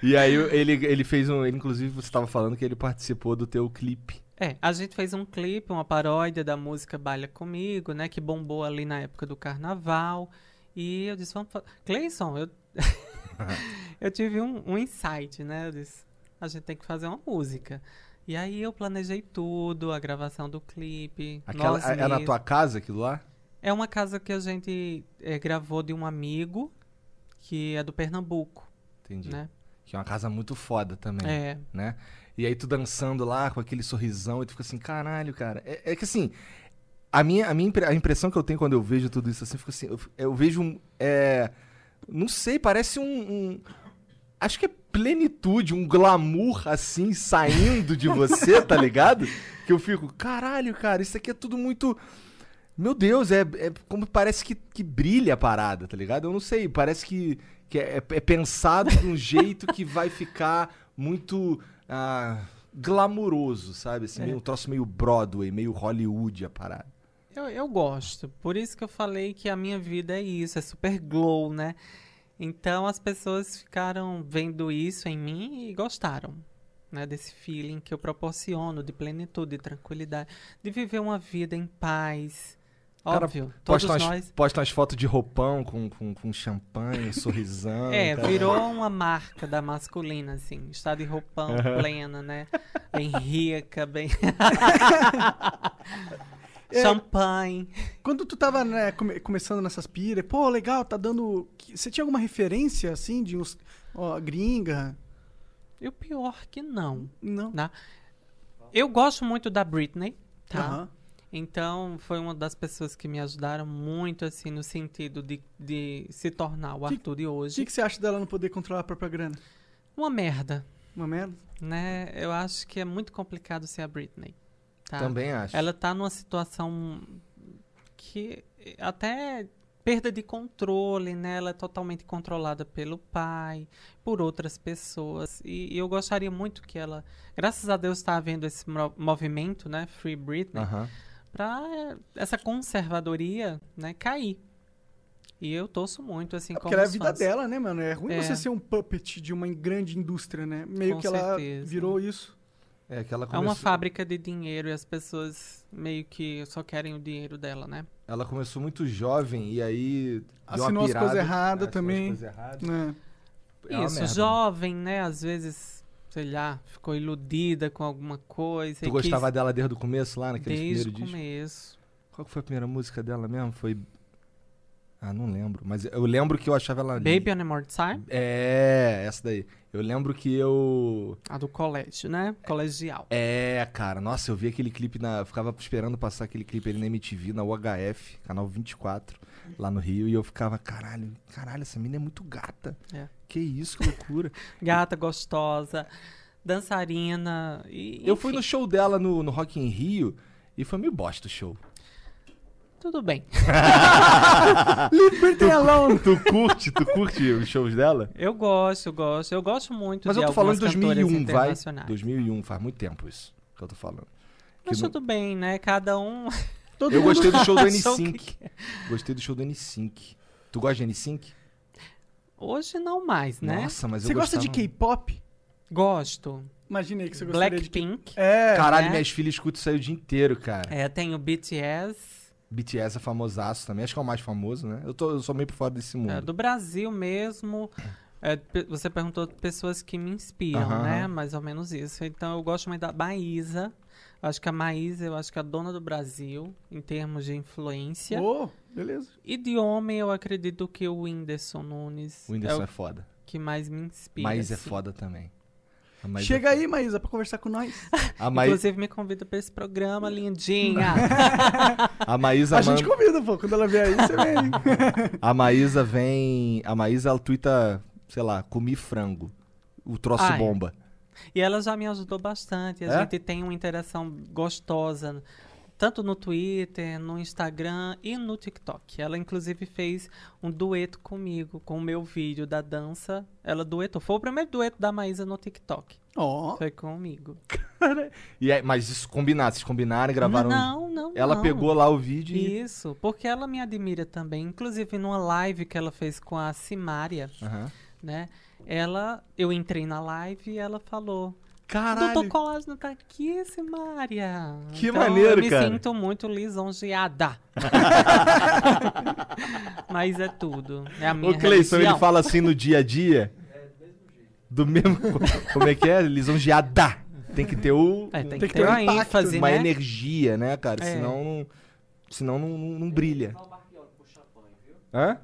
[SPEAKER 1] E aí ele, ele fez um. Ele, inclusive, você tava falando que ele participou do teu clipe.
[SPEAKER 3] É, a gente fez um clipe, uma paródia da música Baila Comigo, né? Que bombou ali na época do carnaval. E eu disse, vamos fazer.
[SPEAKER 2] <laughs>
[SPEAKER 3] Cleison, eu... eu tive um, um insight, né? Eu disse, a gente tem que fazer uma música. E aí eu planejei tudo, a gravação do clipe.
[SPEAKER 1] Aquela,
[SPEAKER 3] nós
[SPEAKER 1] é na
[SPEAKER 3] mesmos.
[SPEAKER 1] tua casa aquilo lá?
[SPEAKER 3] É uma casa que a gente eh, gravou de um amigo que é do Pernambuco,
[SPEAKER 1] Entendi.
[SPEAKER 3] né?
[SPEAKER 1] Que é uma casa muito foda também.
[SPEAKER 3] É.
[SPEAKER 1] Né? E aí tu dançando lá com aquele sorrisão e tu fica assim, caralho, cara. É, é que assim. A minha, a minha impre- a impressão que eu tenho quando eu vejo tudo isso assim, eu fico assim. Eu, eu vejo um. é, não sei, parece um, um- Acho que é plenitude, um glamour assim saindo de você, tá ligado? Que eu fico, caralho, cara, isso aqui é tudo muito. Meu Deus, é, é como parece que, que brilha a parada, tá ligado? Eu não sei, parece que, que é, é pensado de um jeito que vai ficar muito ah, glamuroso, sabe?
[SPEAKER 3] É.
[SPEAKER 1] Assim, meio, um troço meio Broadway, meio Hollywood a parada.
[SPEAKER 3] Eu, eu gosto. Por isso que eu falei que a minha vida é isso, é super glow, né? Então as pessoas ficaram vendo isso em mim e gostaram, né? Desse feeling que eu proporciono de plenitude, de tranquilidade, de viver uma vida em paz.
[SPEAKER 1] Cara,
[SPEAKER 3] Óbvio, todos
[SPEAKER 1] Posta umas,
[SPEAKER 3] nós.
[SPEAKER 1] posta umas fotos de roupão com, com, com champanhe, um sorrisão.
[SPEAKER 3] <laughs> É,
[SPEAKER 1] cara.
[SPEAKER 3] virou uma marca da masculina, assim. Está de roupão plena, né? Bem rica, bem. Champanhe.
[SPEAKER 2] Quando tu tava né, come- começando nessas piras, pô, legal, tá dando. que- Você tinha alguma referência, assim, de uns. Ó, gringa?
[SPEAKER 3] E o pior que não.
[SPEAKER 2] Não.
[SPEAKER 3] né? Eu gosto muito da Britney, tá?
[SPEAKER 2] Aham.
[SPEAKER 3] Então, foi uma das pessoas que me ajudaram muito, assim, no sentido de, de se tornar o
[SPEAKER 2] Que-
[SPEAKER 3] Arthur de
[SPEAKER 2] O que,
[SPEAKER 3] hoje.
[SPEAKER 2] que você acha dela não poder controlar a própria grana?
[SPEAKER 3] Uma merda,
[SPEAKER 2] Uma merda?
[SPEAKER 3] né? Eu acho que é muito complicado ser a Britney, tá?
[SPEAKER 1] É, Também acho.
[SPEAKER 3] Ela tá numa situação que até perda de controle, né? Ela é totalmente controlada pelo pai, por outras pessoas. E, e eu gostaria muito que ela, graças a Deus, está havendo esse mo- movimento, né? Free Britney,
[SPEAKER 1] Aham.
[SPEAKER 3] para essa conservadoria, né, cair. E eu torço muito assim
[SPEAKER 2] É
[SPEAKER 3] como
[SPEAKER 2] porque ela é a
[SPEAKER 3] os
[SPEAKER 2] vida
[SPEAKER 3] fãs.
[SPEAKER 2] dela, né, mano? É ruim
[SPEAKER 3] É.
[SPEAKER 2] você ser um puppet de uma grande indústria, né? Meio
[SPEAKER 3] Com
[SPEAKER 2] que ela
[SPEAKER 3] certeza.
[SPEAKER 2] virou isso.
[SPEAKER 1] É, que ela
[SPEAKER 3] É uma
[SPEAKER 1] começou-
[SPEAKER 3] fábrica de dinheiro e as pessoas meio que só querem o dinheiro dela, né?
[SPEAKER 1] Ela começou muito jovem e aí. deu uma
[SPEAKER 2] Assinou as coisas
[SPEAKER 1] pirada. É, Assinou
[SPEAKER 2] erradas
[SPEAKER 1] as
[SPEAKER 2] também.
[SPEAKER 1] coisas erradas.
[SPEAKER 2] né?
[SPEAKER 1] É uma
[SPEAKER 3] Isso,
[SPEAKER 1] merda, né?
[SPEAKER 3] jovem, né? Às vezes, sei lá, ficou iludida com alguma coisa.
[SPEAKER 1] Tu
[SPEAKER 3] e
[SPEAKER 1] gostava dela desde o começo, lá
[SPEAKER 3] quis
[SPEAKER 1] naquele
[SPEAKER 3] desde
[SPEAKER 1] primeiro
[SPEAKER 3] o
[SPEAKER 1] disco? Uhum.
[SPEAKER 3] começo.
[SPEAKER 1] Qual que foi a primeira música dela mesmo? Foi. Ah, não lembro. Mas eu lembro que eu achava ela.
[SPEAKER 3] Baby on a More Time,
[SPEAKER 1] É, essa daí. Eu lembro que eu.
[SPEAKER 3] a do colégio, né? Colegial.
[SPEAKER 1] É, cara, nossa, eu vi aquele clipe na. eu Ficava esperando passar aquele clipe ali na MTV, na UHF, canal 24, lá no Rio, e eu ficava, caralho, caralho, essa menina é muito gata.
[SPEAKER 3] É.
[SPEAKER 1] Que isso, que
[SPEAKER 3] <laughs>
[SPEAKER 1] loucura.
[SPEAKER 3] Gata, gostosa, dançarina. E,
[SPEAKER 1] eu fui no
[SPEAKER 3] enfim,
[SPEAKER 1] show dela no, no Rock in Rio e foi meio bosta o show.
[SPEAKER 3] Tudo bem.
[SPEAKER 2] Liberty alone!
[SPEAKER 1] Ah, <laughs> Tu curte, tu curte os shows dela?
[SPEAKER 3] Eu gosto, eu gosto. Eu gosto muito
[SPEAKER 1] Mas
[SPEAKER 3] de
[SPEAKER 1] eu tô falando de
[SPEAKER 3] algumas cantoras
[SPEAKER 1] 2001, vai.
[SPEAKER 3] internacionais.
[SPEAKER 1] 2001, faz muito tempo isso que eu tô falando.
[SPEAKER 3] Mas
[SPEAKER 1] que não-
[SPEAKER 3] tudo bem, né? Cada um... <laughs>
[SPEAKER 2] Todo
[SPEAKER 1] Eu
[SPEAKER 2] mundo-
[SPEAKER 1] gostei do show do
[SPEAKER 3] Achou que-
[SPEAKER 1] N5. Gostei do show do N5. Tu gosta de N5?
[SPEAKER 3] Hoje não mais, né?
[SPEAKER 1] Nossa, mas eu
[SPEAKER 2] Você gosta de
[SPEAKER 1] gostava-
[SPEAKER 2] K-pop?
[SPEAKER 3] Gosto.
[SPEAKER 2] Imaginei que você gostaria de K-pop.
[SPEAKER 3] Blackpink.
[SPEAKER 2] É,
[SPEAKER 1] Caralho,
[SPEAKER 3] né?
[SPEAKER 1] minhas filhas escutam isso aí o dia inteiro, cara.
[SPEAKER 3] É, tem o BTS.
[SPEAKER 1] BTS é famosaço também. Acho que é o mais famoso, né? Eu, tô, eu sou meio por fora desse mundo.
[SPEAKER 3] É, do Brasil mesmo. é, pe- você perguntou de pessoas que me inspiram,
[SPEAKER 1] Aham,
[SPEAKER 3] né?
[SPEAKER 1] aham.
[SPEAKER 3] Mais ou menos isso. Então eu gosto muito da Maísa. Eu Acho que a Maísa, eu acho que é a dona do Brasil, em termos de influência.
[SPEAKER 1] Oh.
[SPEAKER 2] Ô, beleza.
[SPEAKER 3] E de homem, eu acredito que o Whindersson Nunes
[SPEAKER 1] O Whindersson é,
[SPEAKER 3] é o
[SPEAKER 1] foda.
[SPEAKER 3] que mais me inspira.
[SPEAKER 1] Mas é
[SPEAKER 3] assim.
[SPEAKER 1] foda também. A Maísa
[SPEAKER 2] Chega
[SPEAKER 1] foi.
[SPEAKER 2] aí, Maísa, pra conversar com nós.
[SPEAKER 1] A, Maí-
[SPEAKER 3] Inclusive, me convida pra
[SPEAKER 1] <laughs>
[SPEAKER 3] esse programa, lindinha.
[SPEAKER 1] a Maísa
[SPEAKER 2] A gente
[SPEAKER 1] manda-
[SPEAKER 2] convida, pô. Quando ela vier aí, você
[SPEAKER 1] <laughs>
[SPEAKER 2] vem.
[SPEAKER 1] A Maísa vem. A Maísa, ela twitta, sei lá, comi frango. O troço
[SPEAKER 3] Ai.
[SPEAKER 1] bomba.
[SPEAKER 3] E ela já me ajudou bastante. A
[SPEAKER 1] É?
[SPEAKER 3] gente tem uma interação gostosa, tanto no Twitter, no Instagram e no TikTok. Ela, inclusive, fez um dueto comigo, com o meu vídeo da dança. Ela duetou. Foi o primeiro dueto da Maísa no TikTok.
[SPEAKER 2] Ó,
[SPEAKER 1] Oh.
[SPEAKER 3] Foi comigo.
[SPEAKER 1] E aí, mas isso combinado, vocês combinaram, gravaram. um
[SPEAKER 3] Não, não,
[SPEAKER 1] ela
[SPEAKER 3] não.
[SPEAKER 1] pegou lá o vídeo e.
[SPEAKER 3] Isso, porque ela me admira também. Inclusive, numa live que ela fez com a Simária,
[SPEAKER 1] Aham.
[SPEAKER 3] né? Ela, eu entrei na live e ela falou:
[SPEAKER 1] Caralho.
[SPEAKER 3] Doutor Colágeno tá aqui, Simária.
[SPEAKER 1] Que
[SPEAKER 3] Então,
[SPEAKER 1] maneiro,
[SPEAKER 3] eu me
[SPEAKER 1] cara.
[SPEAKER 3] sinto muito
[SPEAKER 1] <laughs>
[SPEAKER 3] lisonjeada. Mas é tudo. É a minha
[SPEAKER 1] Ô, Cleison,
[SPEAKER 3] religião.
[SPEAKER 1] ele fala assim no dia a dia. É Do mesmo. Como é que é? Lisonjeada. Tem que ter o.
[SPEAKER 3] É, tem,
[SPEAKER 2] Tem
[SPEAKER 3] que
[SPEAKER 2] que
[SPEAKER 3] ter
[SPEAKER 2] ter um
[SPEAKER 3] uma
[SPEAKER 2] impacto,
[SPEAKER 3] ênfase,
[SPEAKER 1] uma
[SPEAKER 3] né?
[SPEAKER 1] energia, né, cara?
[SPEAKER 3] É.
[SPEAKER 1] Senão não. Senão não, não, não brilha. Hã?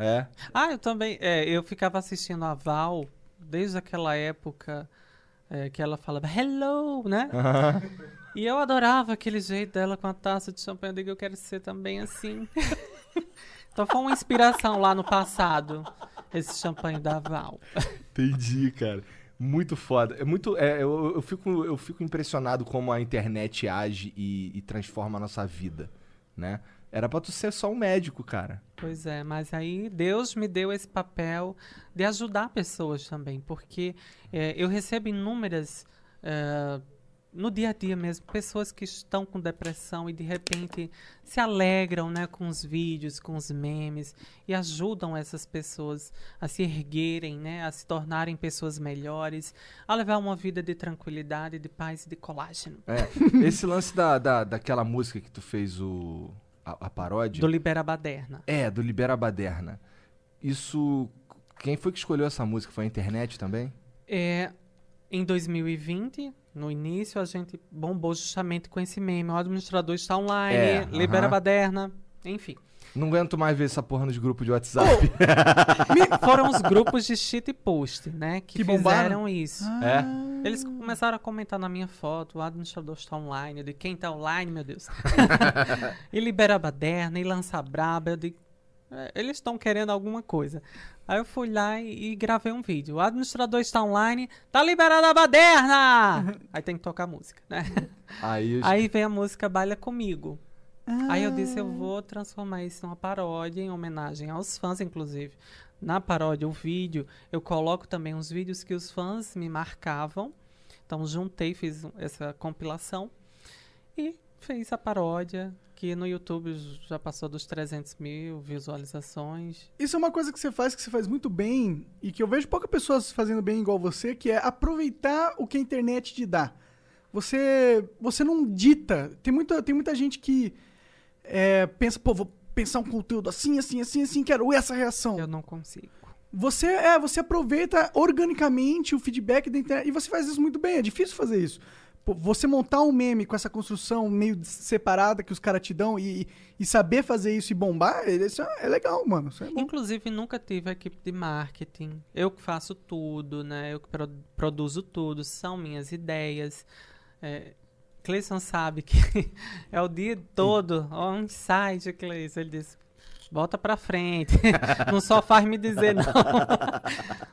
[SPEAKER 1] É.
[SPEAKER 3] Ah, eu também. é, eu ficava assistindo a Val desde aquela época é, que ela falava hello, né?
[SPEAKER 1] Aham.
[SPEAKER 3] E eu adorava aquele jeito dela com a taça de champanhe. Eu digo, eu quero ser também assim. <laughs> então foi uma inspiração lá no passado, esse champanhe da Val.
[SPEAKER 1] Entendi, cara. Muito foda. É muito. é, eu, eu fico, eu fico impressionado como a internet age e, e transforma a nossa vida, né? Era pra tu ser só um médico, cara.
[SPEAKER 3] Pois é, mas aí Deus me deu esse papel de ajudar pessoas também, porque eh, eu recebo inúmeras, eh, no dia a dia mesmo, pessoas que estão com depressão e de repente se alegram né, com os vídeos, com os memes e ajudam essas pessoas a se erguerem, né, a se tornarem pessoas melhores, a levar uma vida de tranquilidade, de paz e de colágeno.
[SPEAKER 1] É. Esse lance da, da, daquela música que tu fez o, a, a paródia.
[SPEAKER 3] Do Libera Baderna.
[SPEAKER 1] É, do Libera Baderna. Isso. Quem foi que escolheu essa música? Foi a internet também?
[SPEAKER 3] É, em 2020, no início, a gente bombou justamente com esse meme. O administrador está online,
[SPEAKER 1] É,
[SPEAKER 3] libera
[SPEAKER 1] aham.
[SPEAKER 3] baderna, enfim.
[SPEAKER 1] Não aguento mais ver essa porra nos grupos de WhatsApp.
[SPEAKER 3] Foram os grupos de cheat post, né? Que,
[SPEAKER 2] Que bombaram?
[SPEAKER 3] fizeram isso.
[SPEAKER 1] É?
[SPEAKER 3] Eles começaram a comentar na minha foto, o administrador está online, de quem está online,
[SPEAKER 2] <laughs>
[SPEAKER 3] meu Deus. e libera a baderna, e lança a braba, eu digo, "É, eles estão querendo alguma coisa. Aí eu fui lá e, e gravei um vídeo. O administrador está online, tá liberada
[SPEAKER 2] <laughs>
[SPEAKER 3] a baderna! Aí tem que tocar música, né?
[SPEAKER 1] Aí, os-
[SPEAKER 3] Aí vem a música Baila Comigo. Aí eu disse, eu vou transformar isso numa paródia, em homenagem aos fãs, inclusive. Na paródia, o vídeo, eu coloco também uns vídeos que os fãs me marcavam. Então, juntei, fiz um- essa compilação e fez a paródia, que no YouTube já passou dos 300 mil visualizações.
[SPEAKER 2] Isso é uma coisa que você faz, que você faz muito bem, e que eu vejo poucas pessoas fazendo bem igual você, que é aproveitar o que a internet te dá. Você, você não dita. Tem muita, tem muita gente que é, pensa, pô, vou pensar um conteúdo assim, assim, assim, assim, quero essa reação.
[SPEAKER 3] Eu não consigo.
[SPEAKER 2] Você é, você aproveita organicamente o feedback da internet e você faz isso muito bem. É difícil fazer isso. Pô, Você montar um meme com essa construção meio des- separada que os caras te dão e, e saber fazer isso e bombar, isso é é legal, mano. Isso é
[SPEAKER 1] Uhum.
[SPEAKER 2] bom.
[SPEAKER 3] Inclusive, nunca tive equipe de marketing. Eu que faço tudo, né? Eu que pro- produzo tudo, são minhas ideias. É, Cleison sabe que <laughs> é o dia todo. ó, um insight de Cleison. Ele disse, bota pra frente. <laughs> não só faz me dizer, não. <laughs>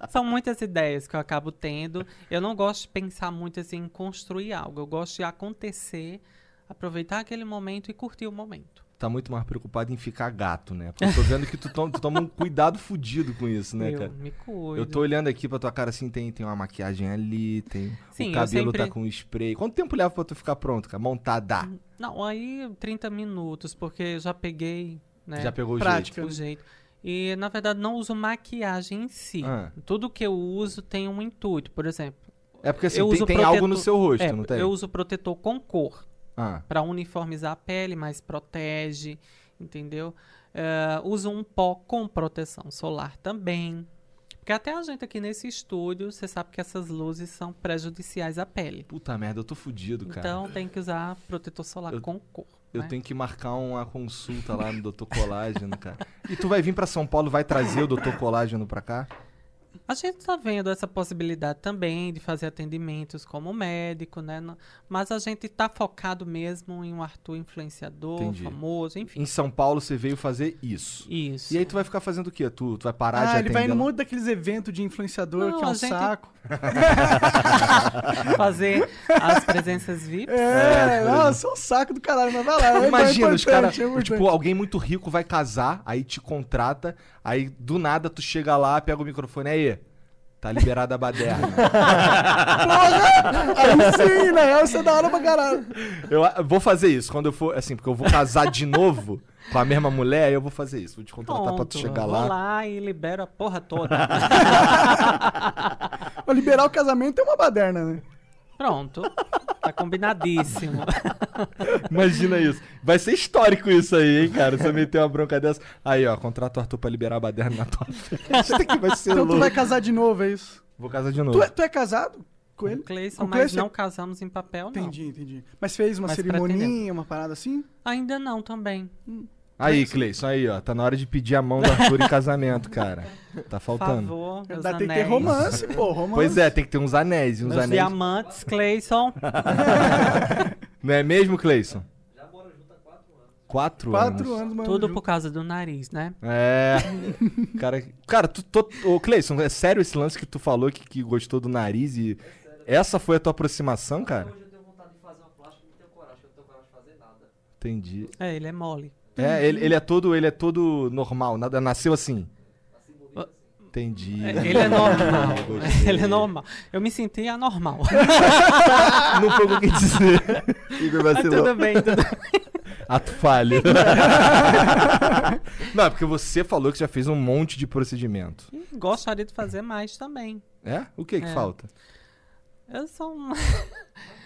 [SPEAKER 3] são muitas ideias que eu acabo tendo. Eu não gosto de pensar muito assim, em construir algo. Eu gosto de acontecer, aproveitar aquele momento e curtir o momento.
[SPEAKER 1] tá muito mais preocupado em ficar gato, né? Porque eu tô vendo que tu, to- tu toma um cuidado fudido com isso, né,
[SPEAKER 3] eu
[SPEAKER 1] cara?
[SPEAKER 3] me cuido.
[SPEAKER 1] Eu tô olhando aqui pra tua cara assim, tem, tem uma maquiagem ali, tem.
[SPEAKER 3] Sim,
[SPEAKER 1] o
[SPEAKER 3] eu
[SPEAKER 1] cabelo tá
[SPEAKER 3] sempre- Hum,
[SPEAKER 1] com spray. Quanto tempo leva pra tu ficar pronto, cara? Montada.
[SPEAKER 3] Não, aí 30 minutos, porque eu já peguei, né?
[SPEAKER 1] Já pegou o
[SPEAKER 2] Prática.
[SPEAKER 3] o jeito. E na verdade não uso maquiagem em si.
[SPEAKER 1] Ah.
[SPEAKER 3] Tudo que eu uso tem um intuito, por exemplo.
[SPEAKER 1] jeito? É porque assim,
[SPEAKER 3] eu
[SPEAKER 1] tem,
[SPEAKER 3] uso
[SPEAKER 1] tem
[SPEAKER 3] protetor-
[SPEAKER 1] algo no seu rosto,
[SPEAKER 3] é,
[SPEAKER 1] não tem?
[SPEAKER 3] Eu uso protetor com cor
[SPEAKER 1] Ah,
[SPEAKER 3] para uniformizar a pele, mas protege, entendeu? Eh, uso um pó com proteção solar também. Porque até a gente aqui nesse estúdio, você sabe que essas luzes são prejudiciais à pele.
[SPEAKER 1] puta merda, eu tô fudido, cara.
[SPEAKER 3] Então tem que usar protetor solar
[SPEAKER 1] Eu-
[SPEAKER 3] com cor.
[SPEAKER 1] Eu
[SPEAKER 3] né?
[SPEAKER 1] tenho que marcar uma consulta lá no Dr. Colágeno, cara. E tu vai vir pra São Paulo, vai trazer o Dr. Colágeno pra cá?
[SPEAKER 3] A gente está vendo essa possibilidade também de fazer atendimentos como médico, né? No- Mas a gente está focado mesmo em um Arthur influenciador,
[SPEAKER 1] Entendi.
[SPEAKER 3] famoso, enfim.
[SPEAKER 1] Em São Paulo você veio fazer isso.
[SPEAKER 3] Isso.
[SPEAKER 1] E aí tu vai ficar fazendo o quê? Tu, tu vai parar de
[SPEAKER 2] Ah,
[SPEAKER 1] atender?
[SPEAKER 2] ele vai num
[SPEAKER 1] lá?
[SPEAKER 2] monte daqueles eventos de influenciador
[SPEAKER 3] Não,
[SPEAKER 2] que é um
[SPEAKER 3] a gente-
[SPEAKER 2] saco.
[SPEAKER 3] <laughs> fazer as presenças VIP.
[SPEAKER 2] É, nossa, é um saco do caralho, mas vai lá. é
[SPEAKER 1] Imagina, os
[SPEAKER 2] importante,
[SPEAKER 1] caras.
[SPEAKER 2] é importante.
[SPEAKER 1] tipo, alguém muito rico vai casar, aí te contrata, aí do nada tu chega lá, pega o microfone, aí, tá liberada a
[SPEAKER 2] <laughs>
[SPEAKER 1] baderna.
[SPEAKER 2] Ah, né? Aí sim, na real, isso é da hora pra caralho.
[SPEAKER 1] eu a- vou fazer isso quando eu for, assim, porque eu vou casar de novo com a mesma mulher, aí eu vou fazer isso. Vou te contratar pra tu
[SPEAKER 3] Pronto,
[SPEAKER 1] chegar
[SPEAKER 3] vou
[SPEAKER 1] lá.
[SPEAKER 3] lá. e libero a
[SPEAKER 1] <laughs>
[SPEAKER 3] porra toda.
[SPEAKER 2] Pra liberar o casamento é uma baderna, né?
[SPEAKER 3] Pronto, tá
[SPEAKER 1] <laughs>
[SPEAKER 3] combinadíssimo.
[SPEAKER 1] Imagina isso. Vai ser histórico isso aí, hein, cara? Você meter uma bronca dessa. Aí, ó, contrata o Arthur pra liberar a baderna na tua frente. que vai ser
[SPEAKER 2] Então tu
[SPEAKER 1] louco.
[SPEAKER 2] vai casar de novo, é isso?
[SPEAKER 1] Vou casar de novo.
[SPEAKER 2] Tu é, tu é casado com ele?
[SPEAKER 3] O Cleison,
[SPEAKER 2] O
[SPEAKER 3] mas
[SPEAKER 2] Cleison-
[SPEAKER 3] não casamos em papel, não.
[SPEAKER 2] Entendi, entendi. Mas fez uma
[SPEAKER 3] Mas
[SPEAKER 2] cerimoninha,
[SPEAKER 3] pretendemos.
[SPEAKER 2] uma parada assim?
[SPEAKER 3] Ainda não também.
[SPEAKER 1] Aí, Cleison, aí, ó. Tá na hora de pedir a mão do Arthur em casamento, cara. Tá
[SPEAKER 3] Por
[SPEAKER 1] faltando.
[SPEAKER 3] favor, meus
[SPEAKER 2] Dá, tem que ter
[SPEAKER 3] anéis.
[SPEAKER 2] romance, pô, romance.
[SPEAKER 1] Pois é, tem que ter uns anéis. e Uns
[SPEAKER 3] Meus
[SPEAKER 1] anéis. <laughs>
[SPEAKER 3] diamantes, Cleison.
[SPEAKER 1] Não é mesmo, Cleison? Já mora junto há quatro anos. Quatro,
[SPEAKER 2] Quatro
[SPEAKER 1] anos.
[SPEAKER 2] anos, mano.
[SPEAKER 3] Tudo por causa do nariz, né?
[SPEAKER 1] É. Cara, cara tu, tô, ô, Cleison, é sério esse lance que tu falou que, que gostou do nariz e. Essa foi a tua aproximação, cara? Entendi.
[SPEAKER 3] É, ele é mole.
[SPEAKER 1] É, ele, ele é todo, ele é todo normal, nada, nasceu assim. Entendi.
[SPEAKER 3] É, Ele é normal.
[SPEAKER 1] Gostei.
[SPEAKER 3] ele é normal. Eu me senti anormal.
[SPEAKER 1] <laughs> Não foi o que eu quis dizer.
[SPEAKER 4] Igor
[SPEAKER 3] Mas
[SPEAKER 4] vacilou.
[SPEAKER 3] tudo bem,
[SPEAKER 1] <laughs>
[SPEAKER 3] tudo
[SPEAKER 1] Ato <laughs> falho. Não, é porque você falou que já fez um monte de procedimento.
[SPEAKER 3] bem. Gostaria de fazer mais também.
[SPEAKER 1] É? O que que
[SPEAKER 3] É.
[SPEAKER 1] falta?
[SPEAKER 3] Eu sou um... <laughs>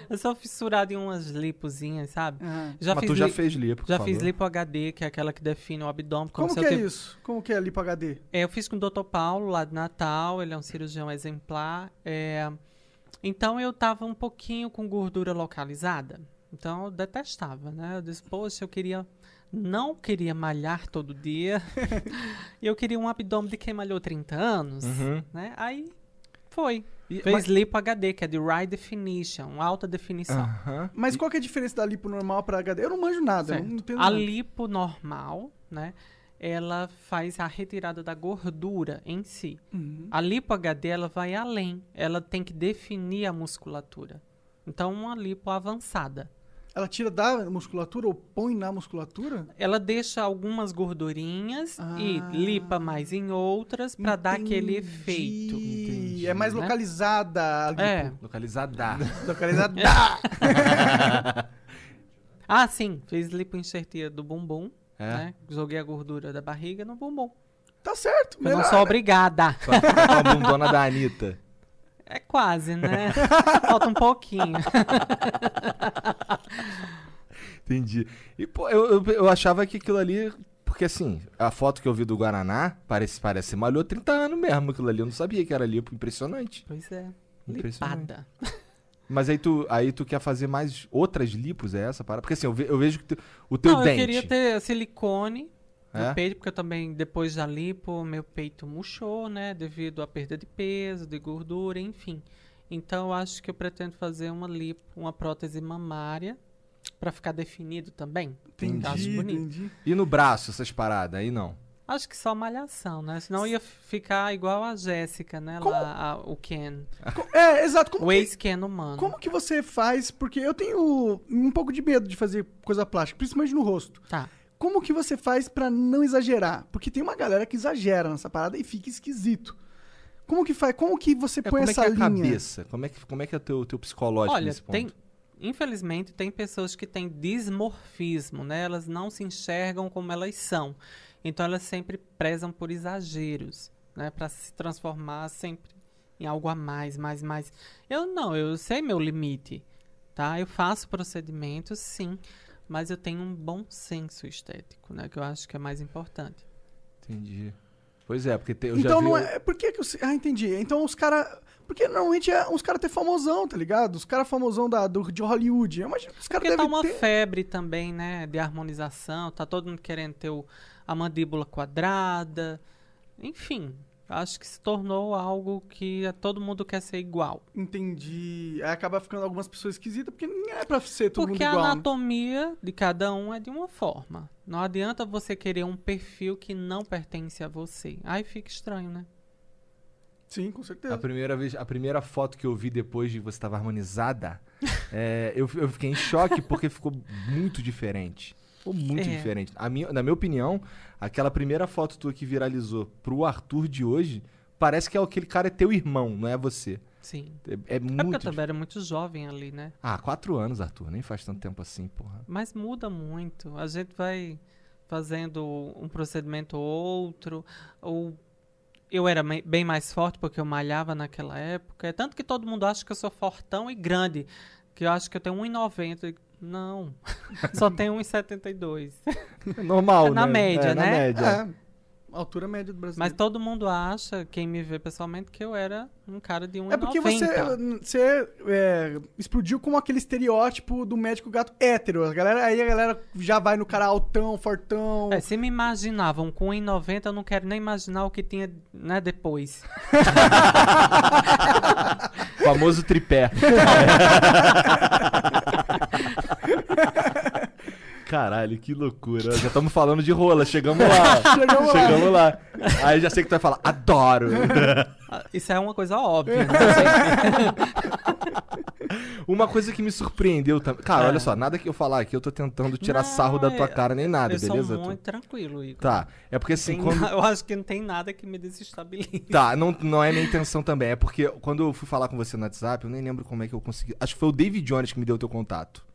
[SPEAKER 3] Eu sou fissurado em umas lipozinhas, sabe?
[SPEAKER 2] Ah.
[SPEAKER 3] Já
[SPEAKER 1] Mas
[SPEAKER 3] fiz
[SPEAKER 1] tu já
[SPEAKER 3] li-
[SPEAKER 1] fez lipo.
[SPEAKER 3] Já
[SPEAKER 1] falou.
[SPEAKER 3] fiz lipo HD, que é aquela que define o abdômen.
[SPEAKER 2] Como,
[SPEAKER 3] se
[SPEAKER 2] que
[SPEAKER 3] eu
[SPEAKER 2] é
[SPEAKER 3] tive-
[SPEAKER 2] isso? Como que é ali pra HD?
[SPEAKER 3] É, eu fiz com o Dr. Paulo lá de Natal, ele é um cirurgião exemplar. é, Então eu tava um pouquinho com gordura localizada. Então eu detestava, né? Eu disse, poxa, eu queria. Não queria malhar
[SPEAKER 1] <laughs>
[SPEAKER 3] todo dia. e eu queria um abdômen de quem malhou 30 anos.
[SPEAKER 1] Uhum.
[SPEAKER 3] Né? Aí foi.
[SPEAKER 1] E-
[SPEAKER 3] Fez
[SPEAKER 1] mas-
[SPEAKER 3] lipo HD, que é de High Definition, alta definição.
[SPEAKER 1] Aham.
[SPEAKER 2] Mas qual que é a diferença da lipo normal pra HD? Eu não manjo nada, eu
[SPEAKER 3] Certo.
[SPEAKER 2] não entendo
[SPEAKER 3] A
[SPEAKER 2] nada.
[SPEAKER 3] lipo normal, né? Ela faz a retirada da gordura em si.
[SPEAKER 2] Uhum.
[SPEAKER 3] A lipo HD, ela vai além. Ela tem que definir a musculatura. Então, uma lipo avançada.
[SPEAKER 2] Ela tira da musculatura ou põe na musculatura?
[SPEAKER 3] Ela deixa algumas gordurinhas e
[SPEAKER 2] Ah.
[SPEAKER 3] lipa mais em outras para dar
[SPEAKER 2] Entendi.
[SPEAKER 3] aquele efeito.
[SPEAKER 2] É mais
[SPEAKER 3] né?
[SPEAKER 2] localizada a Tipo lipo.
[SPEAKER 3] É.
[SPEAKER 1] Localizada. <laughs>
[SPEAKER 2] Localizada.
[SPEAKER 3] Ah, sim. Fiz lipo enxertia do bumbum.
[SPEAKER 1] É.
[SPEAKER 3] Né? Joguei a gordura da barriga no bumbum.
[SPEAKER 2] Tá certo,
[SPEAKER 3] Eu não
[SPEAKER 2] melhor.
[SPEAKER 3] sou obrigada.
[SPEAKER 1] Só que tá com a bundona da Anitta.
[SPEAKER 3] É quase,
[SPEAKER 2] <laughs>
[SPEAKER 3] né? Falta um pouquinho.
[SPEAKER 1] Entendi. E, pô, eu, eu, eu achava que aquilo ali. Porque assim, a foto que eu vi do Guaraná parece, parece malhou 30 anos mesmo aquilo ali. Eu não sabia que era lipo. Impressionante.
[SPEAKER 3] Pois é.
[SPEAKER 1] Impressionante.
[SPEAKER 3] Lipada.
[SPEAKER 1] Mas aí tu, aí tu quer fazer mais outras lipos, é essa parada? Porque assim, eu, ve- eu vejo que tu- o teu
[SPEAKER 3] Não, eu
[SPEAKER 1] dente.
[SPEAKER 3] queria ter silicone
[SPEAKER 1] É?
[SPEAKER 3] no peito, porque eu também, depois da lipo, meu peito murchou, né? Devido à perda de peso, de gordura, enfim. Então, eu acho que eu pretendo fazer uma lipo, uma prótese mamária, pra ficar definido também.
[SPEAKER 2] Entendi,
[SPEAKER 3] Eu Acho bonito.
[SPEAKER 2] entendi.
[SPEAKER 1] E no braço, essas paradas, aí não.
[SPEAKER 3] Acho que só malhação, né? Senão eu ia f- ficar igual a jéssica, né?
[SPEAKER 2] Como-
[SPEAKER 3] Lá, a- o Ken.
[SPEAKER 2] É, exato. Como
[SPEAKER 3] O
[SPEAKER 2] que-
[SPEAKER 3] ex-Ken humano.
[SPEAKER 2] Como que você faz? Porque eu tenho um pouco de medo de fazer coisa plástica, principalmente no rosto.
[SPEAKER 3] Tá.
[SPEAKER 2] Como que você faz pra não exagerar? Porque tem uma galera que exagera nessa parada e fica esquisito. Como que faz? Como que você
[SPEAKER 1] É,
[SPEAKER 2] põe
[SPEAKER 1] como é que
[SPEAKER 2] essa
[SPEAKER 1] é a
[SPEAKER 2] linha?
[SPEAKER 1] cabeça? Como é que, como é, que é o teu, teu psicológico
[SPEAKER 3] Olha,
[SPEAKER 1] nesse ponto?
[SPEAKER 3] tem, infelizmente, tem pessoas que têm dismorfismo, né? Elas não se enxergam como elas são. Então, elas sempre prezam por exageros, né? Para se transformar sempre em algo a mais, mais, mais. Eu não, eu sei meu limite, tá? Eu faço procedimentos, sim, mas eu tenho um bom senso estético, né? Que eu acho que é mais importante.
[SPEAKER 1] Entendi. Pois é, porque te- eu já
[SPEAKER 2] Então
[SPEAKER 1] vi...
[SPEAKER 2] não é. Por que que os. Ah, entendi. Então os caras. Porque normalmente é uns caras ter famosão, tá ligado? Os caras famosão da, do, de Hollywood. Eu imagino que os caras
[SPEAKER 3] Porque tá
[SPEAKER 2] devem
[SPEAKER 3] uma
[SPEAKER 2] ter.
[SPEAKER 3] febre também, né? De harmonização, tá todo mundo querendo ter o- a mandíbula quadrada. Enfim, Acho que se tornou algo que a- todo mundo quer ser igual.
[SPEAKER 2] Entendi. Aí acaba ficando algumas pessoas esquisitas, porque não é pra ser todo
[SPEAKER 3] Porque a
[SPEAKER 2] mundo igual. né?
[SPEAKER 3] anatomia de cada um é de uma forma. Não adianta você querer um perfil que não pertence a você. Aí fica estranho, né?
[SPEAKER 2] Sim, com certeza.
[SPEAKER 1] A primeira, vez, a primeira foto que eu vi depois de você estava
[SPEAKER 3] <laughs>
[SPEAKER 1] harmonizada, é, eu, eu fiquei em choque porque ficou muito diferente. Ficou muito
[SPEAKER 3] É.
[SPEAKER 1] diferente. A minha, na minha opinião, aquela primeira foto tua que viralizou pro Arthur de hoje, parece que é aquele cara é teu irmão, não é você.
[SPEAKER 3] Sim.
[SPEAKER 1] É, é
[SPEAKER 3] É porque eu
[SPEAKER 1] muito.
[SPEAKER 3] também
[SPEAKER 1] dif-
[SPEAKER 3] era muito jovem ali, né?
[SPEAKER 1] Ah, quatro anos, Arthur. Nem faz tanto tempo assim,
[SPEAKER 2] <laughs>
[SPEAKER 1] porra.
[SPEAKER 3] Mas muda muito. A gente vai fazendo um procedimento ou outro. Ou eu era mei- bem mais forte porque eu malhava naquela época. É tanto que todo mundo acha que eu sou fortão e grande. Que eu acho que eu tenho 1,90. Não. <laughs> Só tenho 1,72.
[SPEAKER 2] <laughs>
[SPEAKER 1] Normal,
[SPEAKER 3] É na
[SPEAKER 1] né?
[SPEAKER 3] média,
[SPEAKER 1] É, na
[SPEAKER 3] né?
[SPEAKER 1] média.
[SPEAKER 2] É. A altura média do
[SPEAKER 3] Mas
[SPEAKER 2] brasileiro.
[SPEAKER 3] todo mundo acha, quem me vê pessoalmente, que eu era um cara de 1,90.
[SPEAKER 2] é porque você, você é, explodiu como aquele estereótipo do médico gato hétero. A galera, aí a galera já vai no cara altão, fortão.
[SPEAKER 3] É, se me imaginavam com 1,90, eu não quero nem imaginar o que tinha
[SPEAKER 2] <laughs>
[SPEAKER 3] né, depois.
[SPEAKER 1] Famoso tripé. <laughs> Caralho, que loucura. Já estamos falando de rola, chegamos lá.
[SPEAKER 2] Chegamos lá.
[SPEAKER 1] Chegamos lá. Aí já sei que tu vai falar, adoro.
[SPEAKER 3] Ah, Isso é uma coisa
[SPEAKER 2] <laughs>
[SPEAKER 3] óbvia. né?
[SPEAKER 1] Uma coisa que me surpreendeu também. Cara, olha só, nada que eu falar aqui, eu tô tentando tirar
[SPEAKER 3] É. Não,
[SPEAKER 1] sarro da tua
[SPEAKER 3] eu-
[SPEAKER 1] cara nem nada,
[SPEAKER 3] eu
[SPEAKER 1] beleza?
[SPEAKER 3] sou muito tranquilo, Igor.
[SPEAKER 1] Tá. É porque assim, <laughs>
[SPEAKER 3] Tem
[SPEAKER 1] quando.
[SPEAKER 3] na- Eu acho que não tem nada que me desestabilize.
[SPEAKER 1] Tá, não, não é minha intenção também. É porque quando eu fui falar com você no WhatsApp, eu nem lembro como é que eu consegui. Acho que foi o David Jones que me deu o teu contato.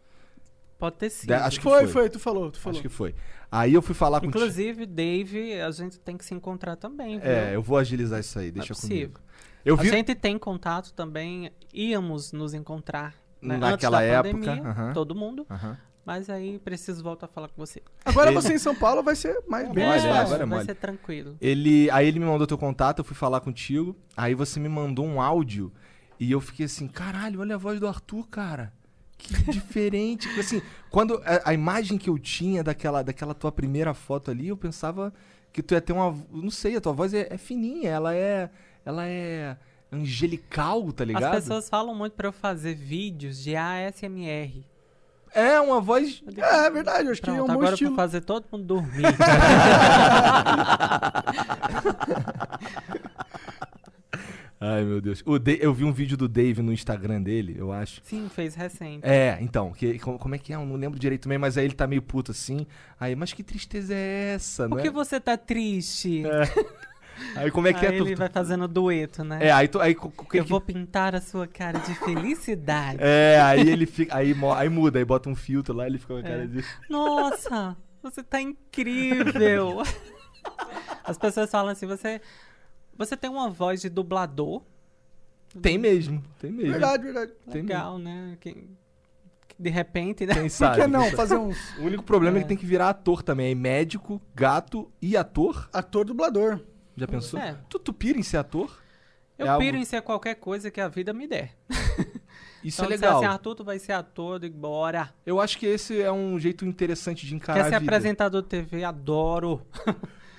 [SPEAKER 3] <laughs> Pode ter sido.
[SPEAKER 1] Da- acho que
[SPEAKER 2] foi,
[SPEAKER 1] foi.
[SPEAKER 2] foi, tu falou, tu falou.
[SPEAKER 1] Acho que foi. Aí eu fui falar contigo.
[SPEAKER 3] Inclusive, Dave, a gente tem que se encontrar também, viu?
[SPEAKER 1] É, Tá eu vou agilizar isso aí,
[SPEAKER 3] Não é
[SPEAKER 1] deixa
[SPEAKER 3] possível.
[SPEAKER 1] comigo. Eu
[SPEAKER 3] A
[SPEAKER 1] vi.
[SPEAKER 3] gente tem contato também, íamos nos encontrar. né?
[SPEAKER 1] Naquela
[SPEAKER 3] Antes da
[SPEAKER 1] época,
[SPEAKER 3] pandemia,
[SPEAKER 1] aham.
[SPEAKER 3] todo mundo.
[SPEAKER 1] Aham.
[SPEAKER 3] Mas aí preciso voltar a falar com você.
[SPEAKER 2] Agora você em São Paulo vai ser mais bem
[SPEAKER 1] É,
[SPEAKER 2] mais
[SPEAKER 1] agora
[SPEAKER 2] fácil.
[SPEAKER 3] vai
[SPEAKER 1] mole.
[SPEAKER 3] ser tranquilo.
[SPEAKER 1] Ele, aí ele me mandou teu contato, eu fui falar contigo. Aí você me mandou um áudio e eu fiquei assim, caralho, olha a voz do Arthur, cara. Que <laughs> diferente. Porque, assim, quando a, a imagem que eu tinha daquela, daquela tua primeira foto ali, eu pensava que tu ia ter uma, não sei, a tua voz é, é fininha, ela é, ela é angelical, tá ligado?
[SPEAKER 3] As pessoas falam muito pra eu fazer vídeos de ASMR.
[SPEAKER 1] É uma voz
[SPEAKER 2] É, é verdade, eu acho que é
[SPEAKER 3] Pronto,
[SPEAKER 2] um bom
[SPEAKER 3] tá agora eu
[SPEAKER 2] estilo.
[SPEAKER 3] vou fazer todo mundo dormir. <laughs>
[SPEAKER 1] Ai, meu Deus. O Da- eu vi um vídeo do Dave no Instagram dele, eu acho.
[SPEAKER 3] Sim, fez recente.
[SPEAKER 1] É, então, que, como, como é que é? Eu não lembro direito mesmo, mas aí ele tá meio puto assim. Aí, mas que tristeza é essa,
[SPEAKER 3] Por
[SPEAKER 1] né?
[SPEAKER 3] que você tá triste?
[SPEAKER 1] Aí como é que
[SPEAKER 3] aí
[SPEAKER 1] é? Tu-
[SPEAKER 3] ele
[SPEAKER 1] tu-
[SPEAKER 3] vai fazendo dueto, né?
[SPEAKER 1] É, aí, tu, aí co- co- que-
[SPEAKER 3] eu vou pintar a sua cara de felicidade.
[SPEAKER 1] <laughs> É, aí ele fica. Aí, mo- aí muda, aí bota um filtro lá, ele fica com a
[SPEAKER 3] É.
[SPEAKER 1] cara de.
[SPEAKER 3] Nossa, você
[SPEAKER 1] <laughs>
[SPEAKER 3] tá incrível. As pessoas falam assim, você, você tem uma voz de dublador.
[SPEAKER 1] Tem mesmo, tem mesmo.
[SPEAKER 2] Verdade, verdade.
[SPEAKER 1] Tem
[SPEAKER 3] Legal, né? Quem- de repente, né?
[SPEAKER 1] Quem
[SPEAKER 2] Por
[SPEAKER 1] sabe?
[SPEAKER 2] que não fazer uns
[SPEAKER 1] O único problema é. que
[SPEAKER 3] É.
[SPEAKER 1] tem que virar ator também. Aí médico, gato e ator.
[SPEAKER 2] ator dublador?
[SPEAKER 1] Já pensou?
[SPEAKER 3] É.
[SPEAKER 1] Tu, tu pira em ser ator?
[SPEAKER 3] Eu
[SPEAKER 1] É algo-
[SPEAKER 3] piro em ser qualquer coisa que a vida me der.
[SPEAKER 1] Isso
[SPEAKER 3] Então,
[SPEAKER 1] é
[SPEAKER 3] disseram
[SPEAKER 1] legal.
[SPEAKER 3] Assim, Arthur, tu vai ser ator, eu digo, bora.
[SPEAKER 1] Eu acho que esse é um jeito interessante de encarar
[SPEAKER 3] Quer ser
[SPEAKER 1] Tá, a vida.
[SPEAKER 3] apresentador de TV? Adoro.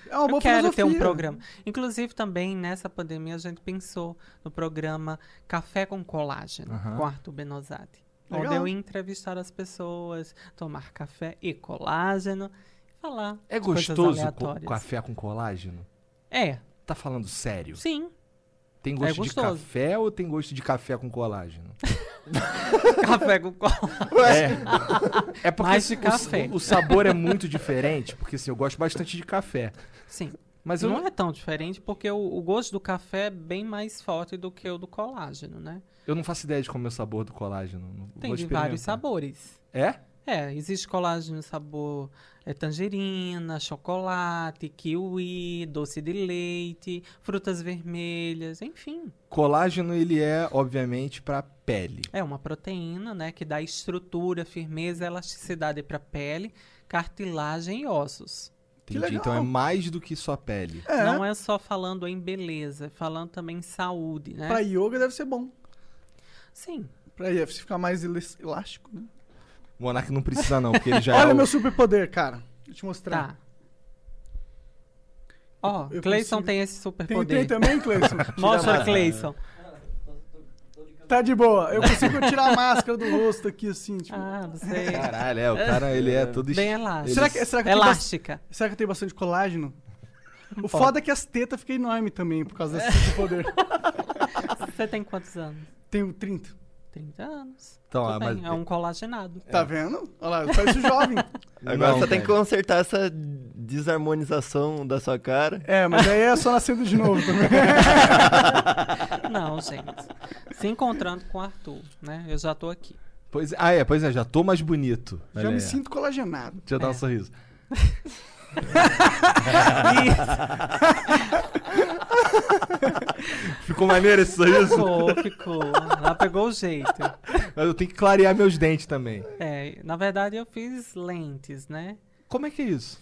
[SPEAKER 2] É uma
[SPEAKER 3] eu
[SPEAKER 2] boa
[SPEAKER 3] quero ter um
[SPEAKER 2] filosofia.
[SPEAKER 3] programa. Inclusive, também, nessa pandemia, a gente pensou no programa Café com Colágeno, com Arthur Benozati. Onde
[SPEAKER 2] Legal.
[SPEAKER 3] eu ia entrevistar as pessoas, tomar café e colágeno, e falar
[SPEAKER 1] É
[SPEAKER 3] coisas
[SPEAKER 1] gostoso co
[SPEAKER 3] aleatórias.
[SPEAKER 1] café com colágeno?
[SPEAKER 3] É,
[SPEAKER 1] Tá falando sério?
[SPEAKER 3] sim. <laughs> É
[SPEAKER 1] Tem gosto de
[SPEAKER 3] gostoso.
[SPEAKER 1] café ou tem gosto de café com colágeno?
[SPEAKER 3] Café com colágeno. <laughs>
[SPEAKER 1] É porque
[SPEAKER 3] Mais de
[SPEAKER 1] o-
[SPEAKER 3] café.
[SPEAKER 1] O, sabor é muito diferente, porque assim, eu gosto bastante de café.
[SPEAKER 3] Sim.
[SPEAKER 1] Mas eu
[SPEAKER 3] Não
[SPEAKER 1] não,
[SPEAKER 3] é tão diferente, porque o, o gosto do café é bem mais forte do que o do colágeno, né?
[SPEAKER 1] eu não faço ideia de como é o sabor do colágeno. Não-
[SPEAKER 3] Tem
[SPEAKER 1] vou
[SPEAKER 3] de vários
[SPEAKER 1] experimentar.
[SPEAKER 3] sabores.
[SPEAKER 1] É?
[SPEAKER 3] É, existe colágeno sabor é, tangerina, chocolate, kiwi, doce de leite, frutas vermelhas, enfim.
[SPEAKER 1] Colágeno, ele é, obviamente, pra pele.
[SPEAKER 3] É uma proteína, né, que dá estrutura, firmeza, elasticidade para pele, cartilagem e ossos.
[SPEAKER 1] Entendi.
[SPEAKER 2] legal.
[SPEAKER 1] Então é mais do que só pele.
[SPEAKER 2] É,
[SPEAKER 3] Não é só falando em beleza, é falando também em saúde, né?
[SPEAKER 2] pra yoga deve ser bom.
[SPEAKER 3] Sim.
[SPEAKER 2] Pra IF ficar mais elas- elástico, né?
[SPEAKER 1] O Monark não
[SPEAKER 2] <laughs>
[SPEAKER 1] é precisa, não, porque ele já é.
[SPEAKER 2] Olha
[SPEAKER 1] o-
[SPEAKER 2] meu superpoder, cara. Deixa eu te mostrar.
[SPEAKER 3] Tá. Ó,
[SPEAKER 2] Eu
[SPEAKER 3] Cleison
[SPEAKER 2] consigo.
[SPEAKER 3] tem esse
[SPEAKER 2] Tem, tem
[SPEAKER 3] superpoder.
[SPEAKER 2] também,
[SPEAKER 3] <laughs>
[SPEAKER 2] Cleison?
[SPEAKER 3] Mostra,
[SPEAKER 4] máscara.
[SPEAKER 3] Cleison.
[SPEAKER 2] Tá de boa. Eu consigo tirar a máscara do rosto aqui, assim, tipo.
[SPEAKER 3] Ah, não sei.
[SPEAKER 1] Caralho, é, o cara ele é todo
[SPEAKER 3] Bem
[SPEAKER 1] est-
[SPEAKER 3] elástica.
[SPEAKER 2] será, que, será, que eu tenho bas-
[SPEAKER 3] Elástica.
[SPEAKER 2] será que eu tenho bastante colágeno? O foda é que as tetas ficam enormes também por causa desse poder.
[SPEAKER 3] Você tem quantos anos?
[SPEAKER 2] Tenho 30.
[SPEAKER 3] 30 anos.
[SPEAKER 1] Então,
[SPEAKER 3] Tudo
[SPEAKER 1] ah,
[SPEAKER 3] bem,
[SPEAKER 1] mas-
[SPEAKER 3] É
[SPEAKER 1] <laughs>
[SPEAKER 3] um colagenado.
[SPEAKER 2] Tá vendo? Olha lá, eu pareço jovem.
[SPEAKER 4] Agora
[SPEAKER 1] Não,
[SPEAKER 4] você tem que
[SPEAKER 1] velho.
[SPEAKER 4] consertar essa desarmonização da sua cara.
[SPEAKER 2] É, mas aí é só nascendo de novo também.
[SPEAKER 3] Não, gente. Se encontrando com o Arthur, né? Eu já tô aqui.
[SPEAKER 1] Pois é. Ah, é, pois é, já tô mais bonito.
[SPEAKER 2] Já
[SPEAKER 1] Olha
[SPEAKER 2] me
[SPEAKER 1] aí.
[SPEAKER 2] sinto colagenado.
[SPEAKER 1] Deixa eu
[SPEAKER 3] É.
[SPEAKER 1] dar um sorriso. Ficou maneiro esse sorriso?
[SPEAKER 3] Ficou, ficou. Ela pegou o jeito.
[SPEAKER 1] Mas eu tenho que clarear meus dentes também.
[SPEAKER 3] É, na verdade, eu fiz lentes, né?
[SPEAKER 1] Como é que é isso?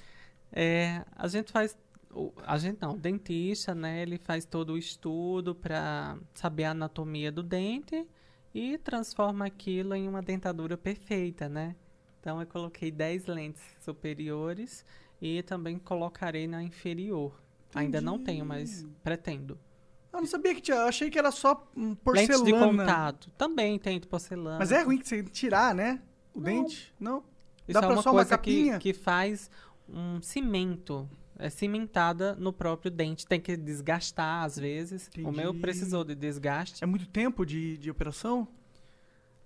[SPEAKER 3] É, a gente faz. o- A gente não, o dentista, né? Ele faz todo o estudo pra saber a anatomia do dente e transforma aquilo em uma dentadura perfeita, né? Então eu coloquei 10 lentes superiores e também colocarei na inferior. Ainda não tenho, mas pretendo.
[SPEAKER 2] Eu não sabia que tinha. Eu achei que era só hum, porcelana.
[SPEAKER 3] Lentes de contato. Também tem de porcelana.
[SPEAKER 2] Mas é ruim que você tirar, né? O dente? Não.
[SPEAKER 3] Isso
[SPEAKER 2] Dá
[SPEAKER 3] é
[SPEAKER 2] pra
[SPEAKER 3] uma
[SPEAKER 2] só uma
[SPEAKER 3] coisa
[SPEAKER 2] capinha?
[SPEAKER 3] que, que faz um cimento. É cimentada no próprio dente. Tem que desgastar, às vezes. O meu
[SPEAKER 2] Entendi.
[SPEAKER 3] precisou de desgaste.
[SPEAKER 2] É muito tempo de, de operação?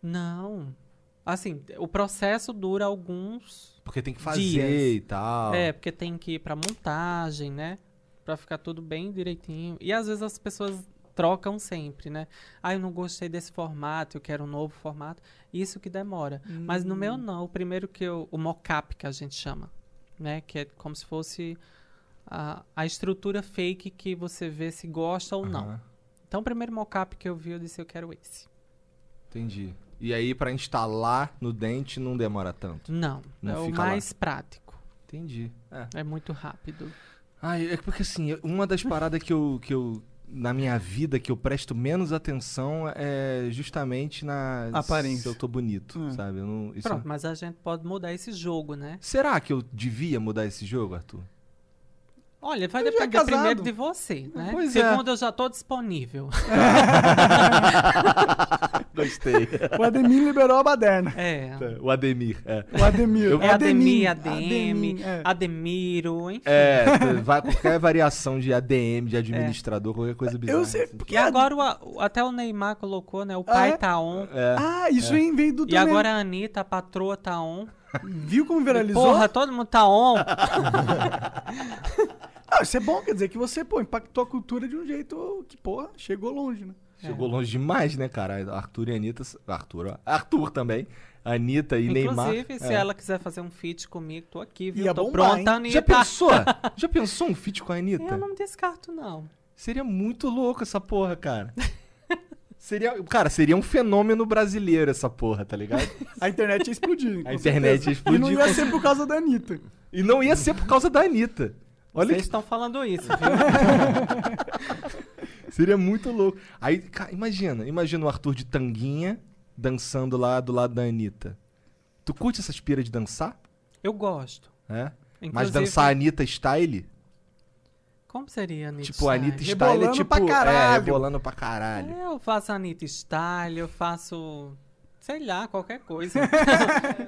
[SPEAKER 3] Não. Assim, o processo dura alguns.
[SPEAKER 1] Porque tem que fazer
[SPEAKER 3] Dias.
[SPEAKER 1] e tal.
[SPEAKER 3] É, porque tem que ir pra montagem, né? Pra ficar tudo bem direitinho. E às vezes as pessoas trocam sempre, né? Ah, eu não gostei desse formato, eu quero um novo formato. Isso que demora. Mas no
[SPEAKER 1] Hum.
[SPEAKER 3] meu não. O primeiro que eu. O mock-up que a gente chama. Né? Que é como se fosse a, a estrutura fake que você vê se gosta ou não.
[SPEAKER 1] Aham.
[SPEAKER 3] Então o primeiro mock-up que eu vi, eu disse, eu quero esse.
[SPEAKER 1] Entendi. E aí, pra instalar no dente, não demora tanto.
[SPEAKER 3] Não.
[SPEAKER 1] Não
[SPEAKER 3] é o
[SPEAKER 1] fica lá.
[SPEAKER 3] mais prático.
[SPEAKER 1] Entendi. É.
[SPEAKER 3] É muito rápido.
[SPEAKER 1] Ai, é porque assim, uma das paradas que eu, que eu. Na minha vida, que eu presto menos atenção é justamente na.
[SPEAKER 2] Aparência.
[SPEAKER 1] Se eu tô bonito,
[SPEAKER 2] Hum.
[SPEAKER 1] sabe? Eu não, isso-
[SPEAKER 3] É. Pronto, mas a gente pode mudar esse jogo, né?
[SPEAKER 1] Será que eu devia mudar esse jogo, Arthur?
[SPEAKER 3] Olha, vai
[SPEAKER 2] Ele já é
[SPEAKER 3] depender primeiro
[SPEAKER 2] casado.
[SPEAKER 3] de você, né?
[SPEAKER 1] Pois é.
[SPEAKER 3] Segundo, eu já tô
[SPEAKER 1] <laughs>
[SPEAKER 3] disponível.
[SPEAKER 1] Gostei.
[SPEAKER 2] O Ademir liberou a baderna.
[SPEAKER 3] É.
[SPEAKER 1] o Ademir, é.
[SPEAKER 2] O Ademir.
[SPEAKER 3] É
[SPEAKER 2] Ademir,
[SPEAKER 3] Ademir, ADM,
[SPEAKER 2] é.
[SPEAKER 3] Ademiro, enfim.
[SPEAKER 1] É, tu- vai, qualquer variação de ADM, de administrador, qualquer coisa bizarra.
[SPEAKER 2] Eu sei.
[SPEAKER 1] assim.
[SPEAKER 2] Porque
[SPEAKER 3] E agora o- o- até o Neymar colocou, né? O pai
[SPEAKER 2] é?
[SPEAKER 3] tá on.
[SPEAKER 2] Ah, isso vem veio do
[SPEAKER 3] E
[SPEAKER 2] também.
[SPEAKER 3] agora a Anitta, a patroa, tá on.
[SPEAKER 2] Viu como viralizou?
[SPEAKER 3] Porra, todo mundo tá on.
[SPEAKER 2] Ah, isso é bom, quer dizer que você, pô, impactou a cultura de um jeito que, porra, chegou longe, né?
[SPEAKER 1] Chegou longe demais, né, cara? Arthur e Anitta. Arthur, ó. Arthur também. Anitta <laughs> e Neymar.
[SPEAKER 3] Inclusive, se
[SPEAKER 1] é.
[SPEAKER 3] ela quiser fazer um feat comigo, tô aqui, viu?
[SPEAKER 2] Ia
[SPEAKER 3] tô
[SPEAKER 2] bombar,
[SPEAKER 3] pronta,
[SPEAKER 2] hein?
[SPEAKER 3] Anitta.
[SPEAKER 1] Já pensou? Já pensou um feat com a Anitta?
[SPEAKER 3] Eu não descarto, não.
[SPEAKER 1] Seria muito louco essa porra, cara. Seria, cara, seria um fenômeno brasileiro essa porra, tá ligado?
[SPEAKER 2] A internet ia explodir. com
[SPEAKER 1] A internet ia
[SPEAKER 2] certeza.
[SPEAKER 1] explodir,
[SPEAKER 2] E não
[SPEAKER 1] com
[SPEAKER 2] ia ser por causa da Anitta.
[SPEAKER 1] E não ia ser por causa da Anitta. Olha
[SPEAKER 3] Vocês
[SPEAKER 1] que
[SPEAKER 3] estão falando isso, viu?
[SPEAKER 1] Seria muito louco. Aí, cara, imagina, imagina o Arthur de tanguinha dançando lá do lado da Anitta. Tu curte essas piras de dançar?
[SPEAKER 3] Eu gosto.
[SPEAKER 1] É? <laughs> Mas
[SPEAKER 3] Inclusive-
[SPEAKER 1] dançar Anitta style?
[SPEAKER 3] Como seria a Anitta
[SPEAKER 1] Tipo, a
[SPEAKER 3] Style?
[SPEAKER 1] Anitta style é
[SPEAKER 2] Rebolando
[SPEAKER 1] tipo.
[SPEAKER 2] pra
[SPEAKER 1] é,
[SPEAKER 2] caralho.
[SPEAKER 1] rebolando pra caralho.
[SPEAKER 3] É, Eu faço Anitta Style, eu faço, sei lá, qualquer coisa.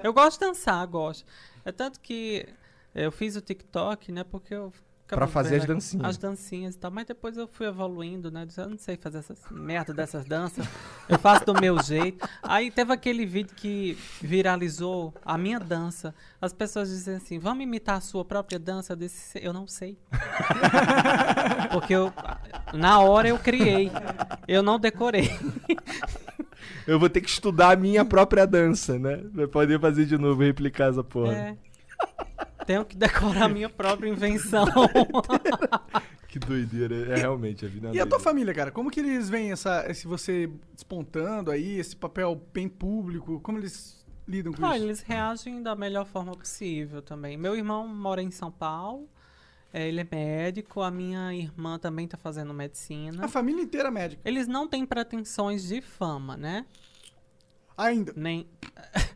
[SPEAKER 3] eu gosto de dançar, gosto. É tanto que é, eu fiz o TikTok, né, porque eu... ficava
[SPEAKER 1] Pra fazer
[SPEAKER 3] vendo
[SPEAKER 1] as dancinhas.
[SPEAKER 3] As dancinhas e tal, mas depois eu fui evoluindo, né, disse, eu não sei fazer essas merda dessas danças, eu faço do meu jeito. Aí teve aquele vídeo que viralizou, a minha dança. As pessoas dizem assim, vamos imitar a sua própria dança? Eu disse, eu não sei. <laughs> Porque eu, na hora eu criei. Eu não decorei.
[SPEAKER 1] Eu vou ter que estudar a minha própria dança, né? Pra poder fazer de novo, replicar essa porra.
[SPEAKER 3] É. Tenho que decorar a minha própria invenção. <laughs>
[SPEAKER 1] Que doideira. É realmente a vida. é uma
[SPEAKER 2] E a tua
[SPEAKER 1] doideira.
[SPEAKER 2] família, cara? Como que eles veem essa, esse você despontando aí, esse papel bem público? Como eles lidam com
[SPEAKER 3] Ah,
[SPEAKER 2] isso?
[SPEAKER 3] eles reagem da melhor forma possível também. Meu irmão mora em São Paulo. eh, Ele é médico. A minha irmã também tá fazendo medicina.
[SPEAKER 2] A família inteira é médica.
[SPEAKER 3] Eles não têm pretensões de fama, né?
[SPEAKER 2] Ainda.
[SPEAKER 3] Nem.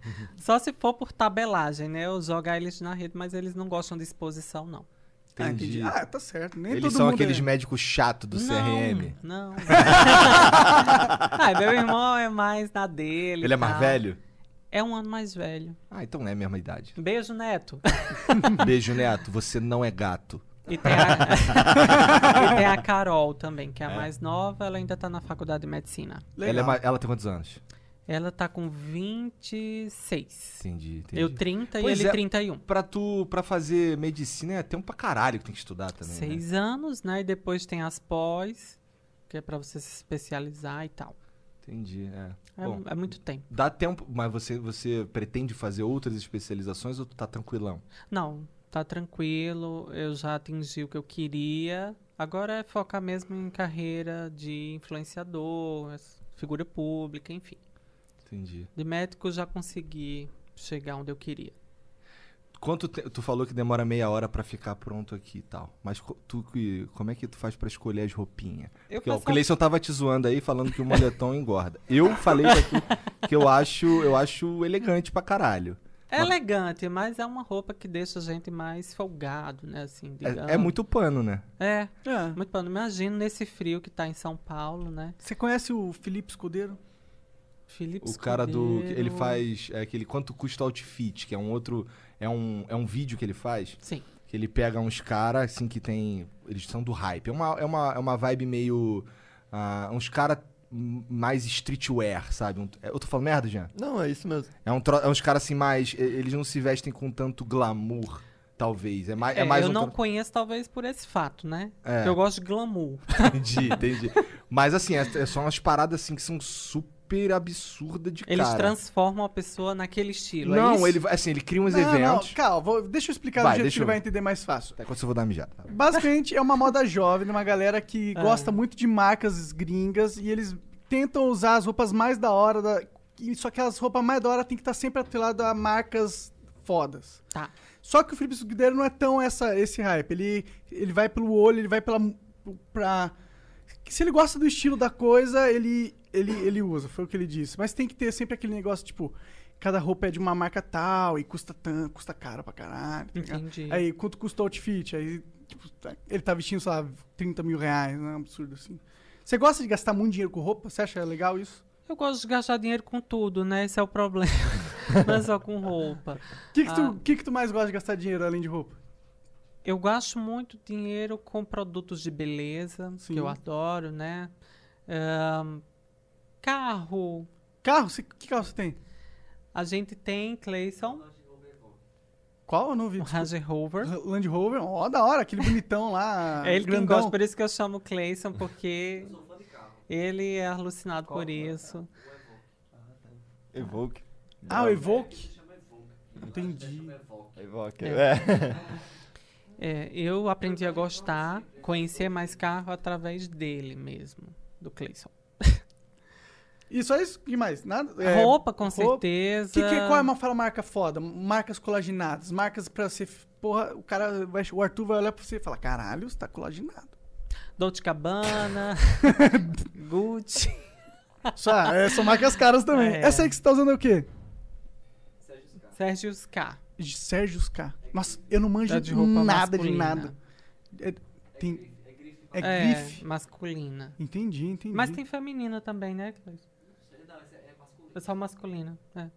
[SPEAKER 3] <laughs> Só se for por tabelagem, né? Eu jogar eles na rede, mas eles não gostam de exposição, não.
[SPEAKER 2] Ah,
[SPEAKER 6] Entendi.
[SPEAKER 2] Ah, tá certo. Nem
[SPEAKER 1] Eles
[SPEAKER 2] todo
[SPEAKER 1] são
[SPEAKER 2] mundo
[SPEAKER 1] aqueles
[SPEAKER 2] é.
[SPEAKER 1] médicos chato do CRM. <laughs>
[SPEAKER 3] Não. ah, meu irmão é mais na dele.
[SPEAKER 1] Ele é
[SPEAKER 3] e
[SPEAKER 2] Ah.
[SPEAKER 1] mais
[SPEAKER 3] tal.
[SPEAKER 1] velho?
[SPEAKER 3] É um ano mais velho.
[SPEAKER 1] Ah, então não é a mesma
[SPEAKER 2] <laughs>
[SPEAKER 1] idade.
[SPEAKER 3] Beijo, Neto.
[SPEAKER 1] Beijo, Neto. Você não é gato.
[SPEAKER 3] E tem a, e tem a <laughs> Carol também, que é a mais nova. Ela ainda tá na faculdade de medicina.
[SPEAKER 1] Ela, é ma- ela tem quantos anos?
[SPEAKER 3] Ela tá com 26.
[SPEAKER 1] Entendi, entendi.
[SPEAKER 3] Eu 30
[SPEAKER 1] Pois
[SPEAKER 3] e um. ele
[SPEAKER 1] é.
[SPEAKER 3] 31.
[SPEAKER 1] Pra tu, pra fazer medicina é tempo pra caralho que tem que estudar também, né?
[SPEAKER 3] Seis anos, né? E depois tem as pós, que é pra você se especializar e tal.
[SPEAKER 1] Entendi, é.
[SPEAKER 3] É,
[SPEAKER 1] Bom,
[SPEAKER 3] é muito tempo.
[SPEAKER 1] dá tempo, mas você, você pretende fazer outras especializações ou tu tá tranquilão?
[SPEAKER 3] Não, tá tranquilo. Eu já atingi o que eu queria. Agora é focar mesmo em carreira de influenciador, es- figura pública, enfim.
[SPEAKER 1] Entendi.
[SPEAKER 3] De médico eu já consegui chegar onde eu queria.
[SPEAKER 1] Quanto te- tu falou que demora meia hora pra ficar pronto aqui e tal, mas co- tu que- como é que tu faz pra escolher as roupinhas?
[SPEAKER 3] Eu
[SPEAKER 1] Porque ó, o
[SPEAKER 3] passava-
[SPEAKER 1] Cleison tava te zoando aí falando que o moletom <laughs> engorda. Eu falei aqui que eu acho, eu acho elegante pra caralho.
[SPEAKER 3] É elegante, mas é uma roupa que deixa a gente mais folgado, né? Assim, digamos.
[SPEAKER 1] É, é muito pano, né?
[SPEAKER 3] É,
[SPEAKER 2] É.
[SPEAKER 3] muito pano. Imagino nesse frio que tá em São Paulo, né?
[SPEAKER 2] Você conhece o Felipe Escudeiro?
[SPEAKER 3] Felipe
[SPEAKER 1] O cara do. que Ele
[SPEAKER 3] Escudeiro.
[SPEAKER 1] faz é, aquele quanto custa outfit, que é um outro. É um, é um vídeo que ele faz.
[SPEAKER 3] Sim.
[SPEAKER 1] Que ele pega uns caras, assim, que tem. Eles são do hype. É uma, é uma, é uma vibe meio. ah, uns caras mais streetwear, sabe? Um- eu tô falando merda, Jean?
[SPEAKER 4] Não, é isso mesmo.
[SPEAKER 1] É, um tro- é uns caras assim mais. e- Eles não se vestem com tanto glamour, talvez. É mais, é,
[SPEAKER 3] É,
[SPEAKER 1] mais
[SPEAKER 3] eu
[SPEAKER 1] um
[SPEAKER 3] não
[SPEAKER 1] tro- <laughs>
[SPEAKER 3] conheço, talvez, por esse fato, né?
[SPEAKER 1] É.
[SPEAKER 3] Porque Eu gosto de glamour.
[SPEAKER 1] Entendi, entendi. Mas assim, é, é só umas paradas assim que são super absurdas de
[SPEAKER 3] Eles
[SPEAKER 1] cara.
[SPEAKER 3] transformam a pessoa naquele estilo. é
[SPEAKER 1] Não,
[SPEAKER 3] isso?
[SPEAKER 1] ele vai- assim, ele cria uns
[SPEAKER 2] não,
[SPEAKER 1] eventos.
[SPEAKER 2] não, calma, vou- deixa eu explicar
[SPEAKER 1] Vai,
[SPEAKER 2] do jeito
[SPEAKER 1] deixa
[SPEAKER 2] que ele
[SPEAKER 1] eu- Tá.
[SPEAKER 2] vai entender mais fácil.
[SPEAKER 1] Até quando eu vou dar uma mijada.
[SPEAKER 2] Basicamente é uma moda <laughs> jovem, de uma galera que gosta muito de marcas gringas e eles tentam usar as roupas mais da hora, da... e só que as roupas mais da hora tem que estar sempre atrelado a marcas fodas.
[SPEAKER 3] Tá.
[SPEAKER 2] Só que o Felipe Escudeiro não é tão essa, esse hype. Ele, ele vai pelo olho, ele vai pela. Pra... Se ele gosta do estilo da coisa, ele, ele, ele usa, foi o que ele disse. Mas tem que ter sempre aquele negócio, tipo, cada roupa é de uma marca tal e custa tanto, custa caro pra caralho. tá ligado?
[SPEAKER 3] Entendi.
[SPEAKER 1] É
[SPEAKER 2] Aí, quanto custa o outfit? Aí, tipo, tá- ele tá vestindo, sei lá, 30 mil reais, né? Um absurdo assim. Você gosta de gastar muito dinheiro com roupa? Você acha legal isso?
[SPEAKER 3] Eu gosto de gastar dinheiro com tudo, né? Esse é o problema. <laughs> não é só com roupa.
[SPEAKER 2] O que, que,
[SPEAKER 3] Ah.
[SPEAKER 2] tu, que, que tu mais gosta de gastar dinheiro além de roupa?
[SPEAKER 3] Eu gasto muito dinheiro com produtos de beleza,
[SPEAKER 2] Sim.
[SPEAKER 3] que eu adoro, né? Ahn, carro.
[SPEAKER 2] Carro? Você- que carro você tem?
[SPEAKER 3] A gente tem, Clayson,
[SPEAKER 2] Qual? Eu não vi.
[SPEAKER 3] o Range Rover.
[SPEAKER 2] Land Rover, ó, da hora, aquele bonitão lá.
[SPEAKER 3] <laughs> É ele que
[SPEAKER 2] Ah, grandão.
[SPEAKER 3] gosta, por isso que eu chamo Clayson, porque ele é alucinado por isso.
[SPEAKER 4] Evoque.
[SPEAKER 2] Ah, o Evoque. Entendi.
[SPEAKER 4] Evoque. É.
[SPEAKER 3] É, eu aprendi a gostar, conhecer mais carro através dele mesmo, do Clayson.
[SPEAKER 2] E só isso? que mais? Nada? É,
[SPEAKER 3] roupa, com
[SPEAKER 2] roupa.
[SPEAKER 3] certeza.
[SPEAKER 2] Que, que, qual é uma fala marca foda? Marcas colaginadas. Marcas pra você. Porra, o cara. vai- O Arthur vai olhar pra você e falar: caralho, você tá colaginado. <laughs>
[SPEAKER 3] Dolce Gabbana, Gucci.
[SPEAKER 2] Só, é, são marcas caras também.
[SPEAKER 3] <laughs> É.
[SPEAKER 2] Essa aí que você tá usando é o quê?
[SPEAKER 3] Sérgio Scar.
[SPEAKER 2] De Sérgio's K. Nossa, eu não manjo
[SPEAKER 3] Tá de roupa
[SPEAKER 2] nada de
[SPEAKER 3] masculina.
[SPEAKER 2] nada. É, tem, é
[SPEAKER 3] É,
[SPEAKER 2] grife.
[SPEAKER 3] masculina.
[SPEAKER 2] Entendi, entendi.
[SPEAKER 3] Mas tem feminina também, né, Cleiton? É só masculina. É.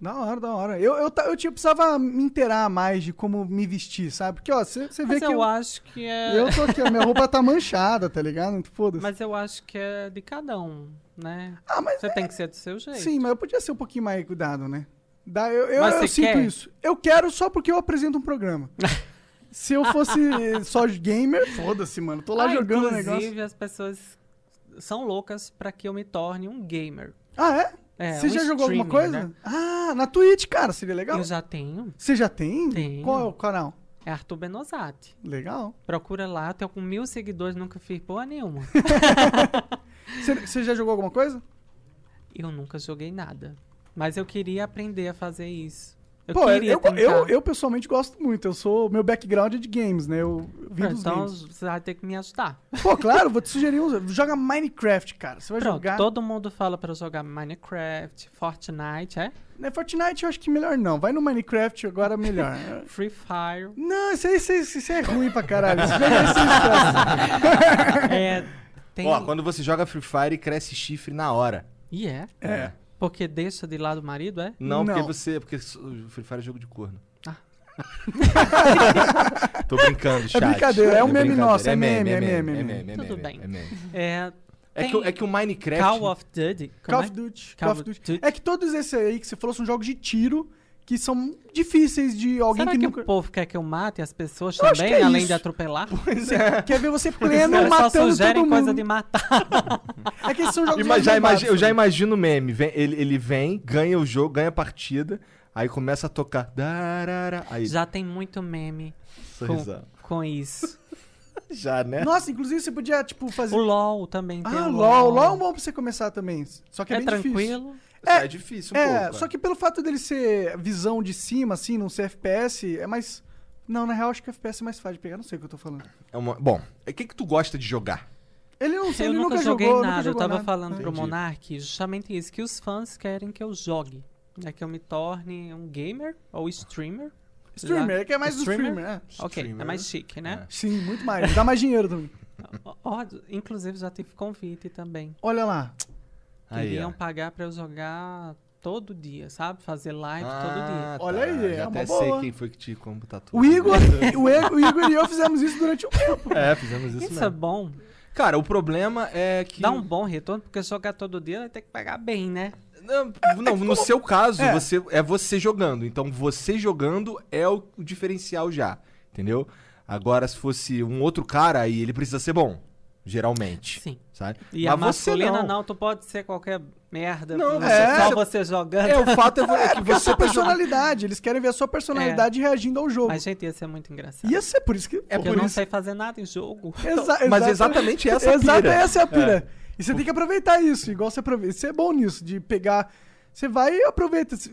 [SPEAKER 2] Da hora, da hora. Eu, eu, ta- eu tinha, precisava me inteirar mais de como me vestir, sabe? Porque, ó, você vê
[SPEAKER 3] Mas
[SPEAKER 2] que
[SPEAKER 3] eu,
[SPEAKER 2] eu,
[SPEAKER 3] acho que é.
[SPEAKER 2] eu tô aqui, a minha roupa tá manchada, tá ligado? Foda-se.
[SPEAKER 3] Mas eu acho que é de cada um, né?
[SPEAKER 2] ah, mas
[SPEAKER 3] Você tem que ser do seu jeito.
[SPEAKER 2] sim, mas eu podia ser um pouquinho mais cuidado, né? Dá, eu eu,
[SPEAKER 3] Mas
[SPEAKER 2] eu
[SPEAKER 3] você
[SPEAKER 2] sinto
[SPEAKER 3] quer?
[SPEAKER 2] isso. Eu quero só porque eu apresento um
[SPEAKER 3] <laughs>
[SPEAKER 2] programa. Se eu fosse só gamer, foda-se, mano. Tô lá
[SPEAKER 3] Ah,
[SPEAKER 2] jogando o
[SPEAKER 3] inclusive,
[SPEAKER 2] negócio.
[SPEAKER 3] as pessoas são loucas pra que eu me torne um gamer.
[SPEAKER 2] Ah, é?
[SPEAKER 3] É,
[SPEAKER 2] Você
[SPEAKER 3] um
[SPEAKER 2] já jogou alguma
[SPEAKER 3] streamer,
[SPEAKER 2] coisa?
[SPEAKER 3] né?
[SPEAKER 2] Ah, na Twitch, cara, seria legal.
[SPEAKER 3] Eu já tenho.
[SPEAKER 2] Você já tem?
[SPEAKER 3] Tenho.
[SPEAKER 2] Qual é o canal?
[SPEAKER 3] É Arthur Benosati.
[SPEAKER 2] Legal.
[SPEAKER 3] Procura lá, tenho com mil seguidores, nunca fiz
[SPEAKER 2] <laughs>
[SPEAKER 3] porra nenhuma.
[SPEAKER 2] Você você já jogou alguma coisa?
[SPEAKER 3] eu nunca joguei nada. Mas eu queria aprender a fazer isso. Eu
[SPEAKER 2] Pô,
[SPEAKER 3] queria
[SPEAKER 2] eu, eu,
[SPEAKER 3] tentar.
[SPEAKER 2] eu, eu pessoalmente gosto muito. Eu sou. Meu background é de games, né? Eu vim dos
[SPEAKER 3] então
[SPEAKER 2] games.
[SPEAKER 3] você vai ter que me ajudar.
[SPEAKER 2] Pô, claro, vou te sugerir um. Joga Minecraft, cara. Você vai
[SPEAKER 3] Pronto,
[SPEAKER 2] jogar.
[SPEAKER 3] todo mundo fala pra eu jogar Minecraft, Fortnite, é?
[SPEAKER 2] Né, Fortnite eu acho que melhor não. Vai no Minecraft agora
[SPEAKER 3] <laughs>
[SPEAKER 2] melhor. <laughs>
[SPEAKER 3] Free Fire.
[SPEAKER 2] não, isso aí, isso, aí- isso aí é ruim pra caralho. Isso aí é
[SPEAKER 3] <laughs>
[SPEAKER 2] sem chance.
[SPEAKER 3] é, tem...
[SPEAKER 1] Ó, quando você joga Free Fire, cresce chifre na hora.
[SPEAKER 3] E é?
[SPEAKER 2] É.
[SPEAKER 3] Porque deixa de lado o marido, é?
[SPEAKER 1] Não,
[SPEAKER 2] Não.
[SPEAKER 1] porque você. Porque o Free Fire é jogo de corno.
[SPEAKER 3] Ah.
[SPEAKER 1] <laughs> Tô brincando, chat.
[SPEAKER 2] brincadeira, é um meme
[SPEAKER 1] brincadeira.
[SPEAKER 2] nosso, é meme, é meme, é
[SPEAKER 1] é
[SPEAKER 3] Tudo
[SPEAKER 1] meme,
[SPEAKER 3] bem.
[SPEAKER 1] é meme.
[SPEAKER 3] É,
[SPEAKER 1] É
[SPEAKER 3] Tem-
[SPEAKER 1] que, o- é que o Minecraft.
[SPEAKER 3] Call of Duty. como
[SPEAKER 2] Call
[SPEAKER 3] é?
[SPEAKER 2] of Duty.
[SPEAKER 3] Call
[SPEAKER 2] Call of
[SPEAKER 3] of
[SPEAKER 2] Duty.
[SPEAKER 3] Duty.
[SPEAKER 2] É que todos esses aí que você falou são jogos de tiro que são difíceis de alguém
[SPEAKER 3] Será
[SPEAKER 2] que,
[SPEAKER 3] que,
[SPEAKER 2] nunca. <laughs>
[SPEAKER 3] o povo quer que eu mate as pessoas
[SPEAKER 2] Eu acho
[SPEAKER 3] também,
[SPEAKER 2] que é
[SPEAKER 3] além
[SPEAKER 2] isso.
[SPEAKER 3] de atropelar? <laughs>
[SPEAKER 2] Você é. quer ver você
[SPEAKER 3] Os
[SPEAKER 2] pleno
[SPEAKER 3] caras só
[SPEAKER 2] matando todo
[SPEAKER 3] sugerem
[SPEAKER 2] mundo.
[SPEAKER 3] coisa de matar.
[SPEAKER 2] É que esses são jogos
[SPEAKER 1] Ima- já
[SPEAKER 2] arrombados,
[SPEAKER 1] imagi- eu já
[SPEAKER 2] sabe?
[SPEAKER 1] imagino o meme. Vem- ele, ele vem, ganha o jogo, ganha a partida, aí começa a tocar. darara, Aí
[SPEAKER 3] Já tem muito meme com,
[SPEAKER 1] Sorrisão.
[SPEAKER 3] com isso.
[SPEAKER 1] já, né?
[SPEAKER 2] Nossa, inclusive você podia, tipo, fazer.
[SPEAKER 3] O LOL também tem.
[SPEAKER 2] Ah,
[SPEAKER 3] o
[SPEAKER 2] LOL.
[SPEAKER 1] né?
[SPEAKER 2] LOL é um bom pra você começar também. Só que é,
[SPEAKER 3] É
[SPEAKER 2] bem difícil.
[SPEAKER 3] tranquilo.
[SPEAKER 1] É, difícil, um
[SPEAKER 2] É,
[SPEAKER 1] pouco,
[SPEAKER 2] só que pelo fato dele ser visão de cima, assim, não ser FPS, é mais. Não, na real, acho que FPS é mais fácil de pegar, não sei o que eu tô falando.
[SPEAKER 1] é uma- Bom, o que, que tu gosta de jogar?
[SPEAKER 2] Ele não sei,
[SPEAKER 3] Eu
[SPEAKER 2] ele
[SPEAKER 3] nunca, joguei
[SPEAKER 2] jogou,
[SPEAKER 3] nada,
[SPEAKER 2] nunca
[SPEAKER 3] eu
[SPEAKER 2] jogou
[SPEAKER 3] tava
[SPEAKER 2] nada. É.
[SPEAKER 3] falando pro
[SPEAKER 1] Entendi.
[SPEAKER 3] Monark justamente isso, que os fãs querem que eu jogue. É que eu me torne um gamer ou streamer.
[SPEAKER 2] Streamer, é que é mais
[SPEAKER 3] Streamer?
[SPEAKER 2] um streamer, é.
[SPEAKER 3] Ok, é mais chique, né?
[SPEAKER 2] Sim, muito mais. Dá mais dinheiro também.
[SPEAKER 1] É.
[SPEAKER 3] Ó, ó, inclusive já tive convite também.
[SPEAKER 2] Olha lá.
[SPEAKER 1] Aí,
[SPEAKER 3] Queriam
[SPEAKER 1] ó.
[SPEAKER 3] pagar pra eu jogar todo dia, sabe? Fazer live todo dia.
[SPEAKER 1] Ah,
[SPEAKER 2] Olha aí,
[SPEAKER 1] Já
[SPEAKER 2] é
[SPEAKER 1] até
[SPEAKER 2] uma
[SPEAKER 1] sei
[SPEAKER 2] boa.
[SPEAKER 1] quem foi que te tá computatou.
[SPEAKER 2] O Igor, <laughs> o, E- o Igor e eu fizemos isso durante um tempo.
[SPEAKER 1] É, fizemos isso,
[SPEAKER 3] Isso é
[SPEAKER 1] mesmo.
[SPEAKER 3] bom.
[SPEAKER 1] Cara, o problema é que.
[SPEAKER 3] Dá um bom retorno, porque jogar todo dia vai ter que pagar bem, né?
[SPEAKER 1] Não, não, no seu caso,
[SPEAKER 2] É.
[SPEAKER 1] você é você jogando. Então, você jogando é o, o diferencial já, entendeu? Agora, se fosse um outro cara, aí ele precisa ser bom, geralmente.
[SPEAKER 3] Sim.
[SPEAKER 1] Sabe?
[SPEAKER 3] E a masculina não. tu pode ser qualquer merda.
[SPEAKER 1] Não,
[SPEAKER 3] você-
[SPEAKER 1] é.
[SPEAKER 3] só você jogando.
[SPEAKER 1] É, o fato é vo- é que
[SPEAKER 2] É a
[SPEAKER 1] você
[SPEAKER 2] sua personalidade. Eles querem ver a sua personalidade reagindo ao jogo.
[SPEAKER 3] É. Mas, gente, ia ser muito engraçado.
[SPEAKER 2] Ia ser por isso que. pô,
[SPEAKER 3] É porque eu
[SPEAKER 2] por
[SPEAKER 3] não
[SPEAKER 2] isso-
[SPEAKER 3] sei fazer nada em jogo.
[SPEAKER 2] Exa-
[SPEAKER 1] Mas exatamente essa
[SPEAKER 2] <laughs>
[SPEAKER 1] é a
[SPEAKER 2] Exato,
[SPEAKER 1] pira.
[SPEAKER 2] Então, essa é a pira. E você tem que aproveitar isso, igual você aproveita. Você é bom nisso, de pegar. Você vai e aproveita. se-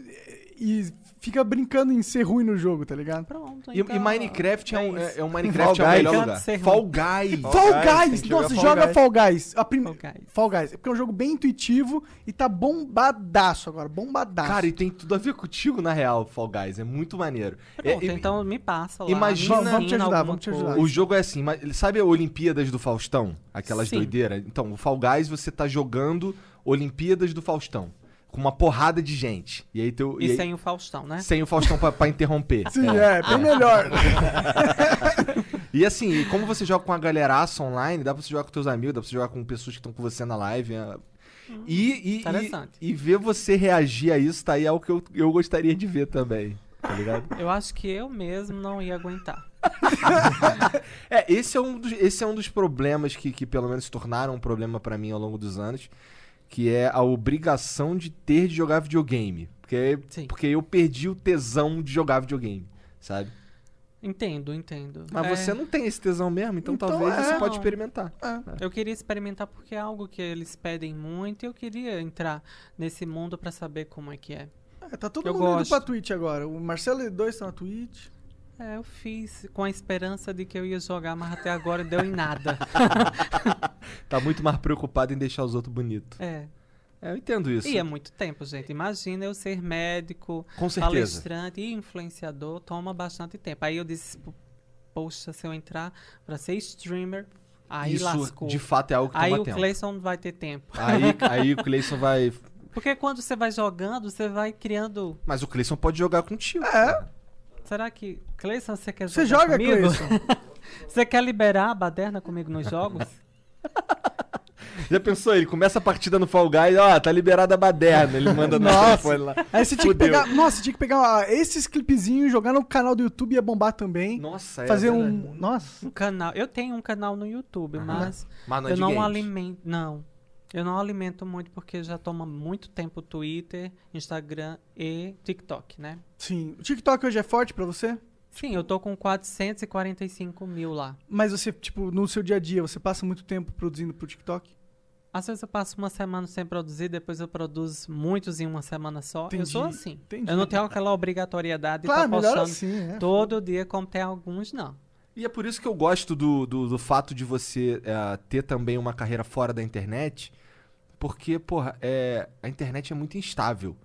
[SPEAKER 2] E fica brincando em ser ruim no jogo, tá ligado?
[SPEAKER 3] Pronto,
[SPEAKER 1] E,
[SPEAKER 3] então,
[SPEAKER 1] e Minecraft é, um,
[SPEAKER 3] é
[SPEAKER 1] é,
[SPEAKER 3] isso.
[SPEAKER 1] é um Minecraft é o melhor
[SPEAKER 3] Guys.
[SPEAKER 1] lugar.
[SPEAKER 3] Ser ruim.
[SPEAKER 1] Fall Guy.
[SPEAKER 2] Fall
[SPEAKER 4] Guys, tem
[SPEAKER 2] Guys!
[SPEAKER 4] que
[SPEAKER 2] Nossa,
[SPEAKER 4] jogar Fall
[SPEAKER 2] joga
[SPEAKER 4] Guys.
[SPEAKER 2] Fall Guys. A prim...
[SPEAKER 3] Fall Guys.
[SPEAKER 2] Fall Guys. É porque é um jogo bem intuitivo e tá bombadaço agora. Bombadaço.
[SPEAKER 1] Cara, e tem tudo a ver contigo, na real, Fall Guys. É muito maneiro. É,
[SPEAKER 3] Pronto,
[SPEAKER 1] e-
[SPEAKER 3] então me passa lá.
[SPEAKER 1] Imagina-
[SPEAKER 3] me
[SPEAKER 2] Vamos te
[SPEAKER 3] ensina
[SPEAKER 2] ajudar,
[SPEAKER 3] alguma
[SPEAKER 2] vamos te ajudar.
[SPEAKER 3] coisa.
[SPEAKER 1] O jogo é assim, mas sabe a Olimpíadas do Faustão? Aquelas
[SPEAKER 3] Sim.
[SPEAKER 1] doideiras? Então, o Fall Guys você tá jogando Olimpíadas do Faustão. Com uma porrada de gente. E aí teu.
[SPEAKER 3] E
[SPEAKER 1] e aí-
[SPEAKER 3] sem o Faustão, né?
[SPEAKER 1] sem o Faustão pra, pra interromper.
[SPEAKER 2] <laughs> Sim, é, bem melhor.
[SPEAKER 1] E assim, e como você joga com a galeraça online, dá pra você jogar com teus amigos, dá pra você jogar com pessoas que estão com você na live. é. E, e,
[SPEAKER 3] Uhum. interessante.
[SPEAKER 1] e, e ver você reagir a isso, tá aí é o que eu, eu gostaria de ver também. Tá ligado?
[SPEAKER 3] Eu acho que eu mesmo não ia aguentar.
[SPEAKER 1] É, esse é um dos, esse é um dos problemas que, que pelo menos se tornaram um problema pra mim ao longo dos anos, que é a obrigação de ter de jogar videogame. Porque,
[SPEAKER 3] Sim.
[SPEAKER 1] porque eu perdi o tesão de jogar videogame, sabe?
[SPEAKER 3] Entendo, entendo.
[SPEAKER 1] Mas
[SPEAKER 3] É,
[SPEAKER 1] você não tem esse tesão mesmo, então,
[SPEAKER 2] Então,
[SPEAKER 1] talvez
[SPEAKER 2] é,
[SPEAKER 1] você pode
[SPEAKER 3] não.
[SPEAKER 1] experimentar.
[SPEAKER 3] Eu queria experimentar porque é algo que eles pedem muito e eu queria entrar nesse mundo pra saber como é que é.
[SPEAKER 2] É, tá todo
[SPEAKER 3] Eu
[SPEAKER 2] mundo indo
[SPEAKER 3] gosto.
[SPEAKER 2] pra Twitch agora. O Marcelo e dois tá na Twitch.
[SPEAKER 3] É, eu fiz com a esperança de que eu ia jogar, mas até agora deu em nada.
[SPEAKER 1] Tá muito mais preocupado em deixar os outros bonitos.
[SPEAKER 3] É.
[SPEAKER 1] É, eu entendo isso.
[SPEAKER 3] E é muito tempo, gente. Imagina eu ser médico,
[SPEAKER 1] Com certeza.
[SPEAKER 3] palestrante e influenciador, toma bastante tempo. Aí eu disse, "Po- poxa, se eu entrar pra ser streamer, aí
[SPEAKER 1] isso,
[SPEAKER 3] lascou.
[SPEAKER 1] de fato, é algo que
[SPEAKER 3] aí
[SPEAKER 1] toma
[SPEAKER 3] o
[SPEAKER 1] tempo.
[SPEAKER 3] Cleison não vai ter
[SPEAKER 1] Aí,
[SPEAKER 3] tempo.
[SPEAKER 1] aí
[SPEAKER 3] <laughs>
[SPEAKER 1] o Cleison vai...
[SPEAKER 3] Porque quando você vai jogando, você vai criando.
[SPEAKER 1] Mas o Cleison pode jogar contigo.
[SPEAKER 3] Será que. Cleison, você quer
[SPEAKER 2] Você
[SPEAKER 3] jogar
[SPEAKER 2] joga,
[SPEAKER 3] comigo?
[SPEAKER 2] Cleison?
[SPEAKER 3] <laughs> Você quer liberar a baderna comigo nos jogos?
[SPEAKER 1] Já pensou? Ele começa a partida no Fall Guys, ó, tá liberada a baderna. Ele manda no telefone lá.
[SPEAKER 2] Aí você tinha que
[SPEAKER 1] Fudeu.
[SPEAKER 2] pegar. Nossa, você tinha que pegar ah, esses clipezinhos, jogar no canal do YouTube e ia bombar também.
[SPEAKER 1] Nossa, é
[SPEAKER 2] fazer
[SPEAKER 1] verdade.
[SPEAKER 2] um. Nossa.
[SPEAKER 3] Um canal. Eu tenho um canal no YouTube, mas
[SPEAKER 1] Mas não é
[SPEAKER 3] eu
[SPEAKER 1] de
[SPEAKER 3] não
[SPEAKER 1] games.
[SPEAKER 3] alimento. Não. Eu não alimento muito porque já toma muito tempo Twitter, Instagram e TikTok, né?
[SPEAKER 2] Sim. O TikTok hoje é forte pra você?
[SPEAKER 3] Sim, eu tô com 445 mil lá.
[SPEAKER 2] Mas você, tipo, no seu dia a dia, você passa muito tempo produzindo pro TikTok?
[SPEAKER 3] Às vezes eu passo uma semana sem produzir, depois eu produzo muitos em uma semana só. Eu sou
[SPEAKER 2] Entendi,
[SPEAKER 3] assim.
[SPEAKER 2] entendi.
[SPEAKER 3] Eu não tenho aquela obrigatoriedade de
[SPEAKER 2] Claro,
[SPEAKER 3] estar
[SPEAKER 2] melhor
[SPEAKER 3] postando
[SPEAKER 2] assim, é.
[SPEAKER 3] todo dia, como tem alguns, não.
[SPEAKER 1] E é por isso que eu gosto do, do, do fato de você é, ter também uma carreira fora da internet, porque, porra, é, a internet é muito instável.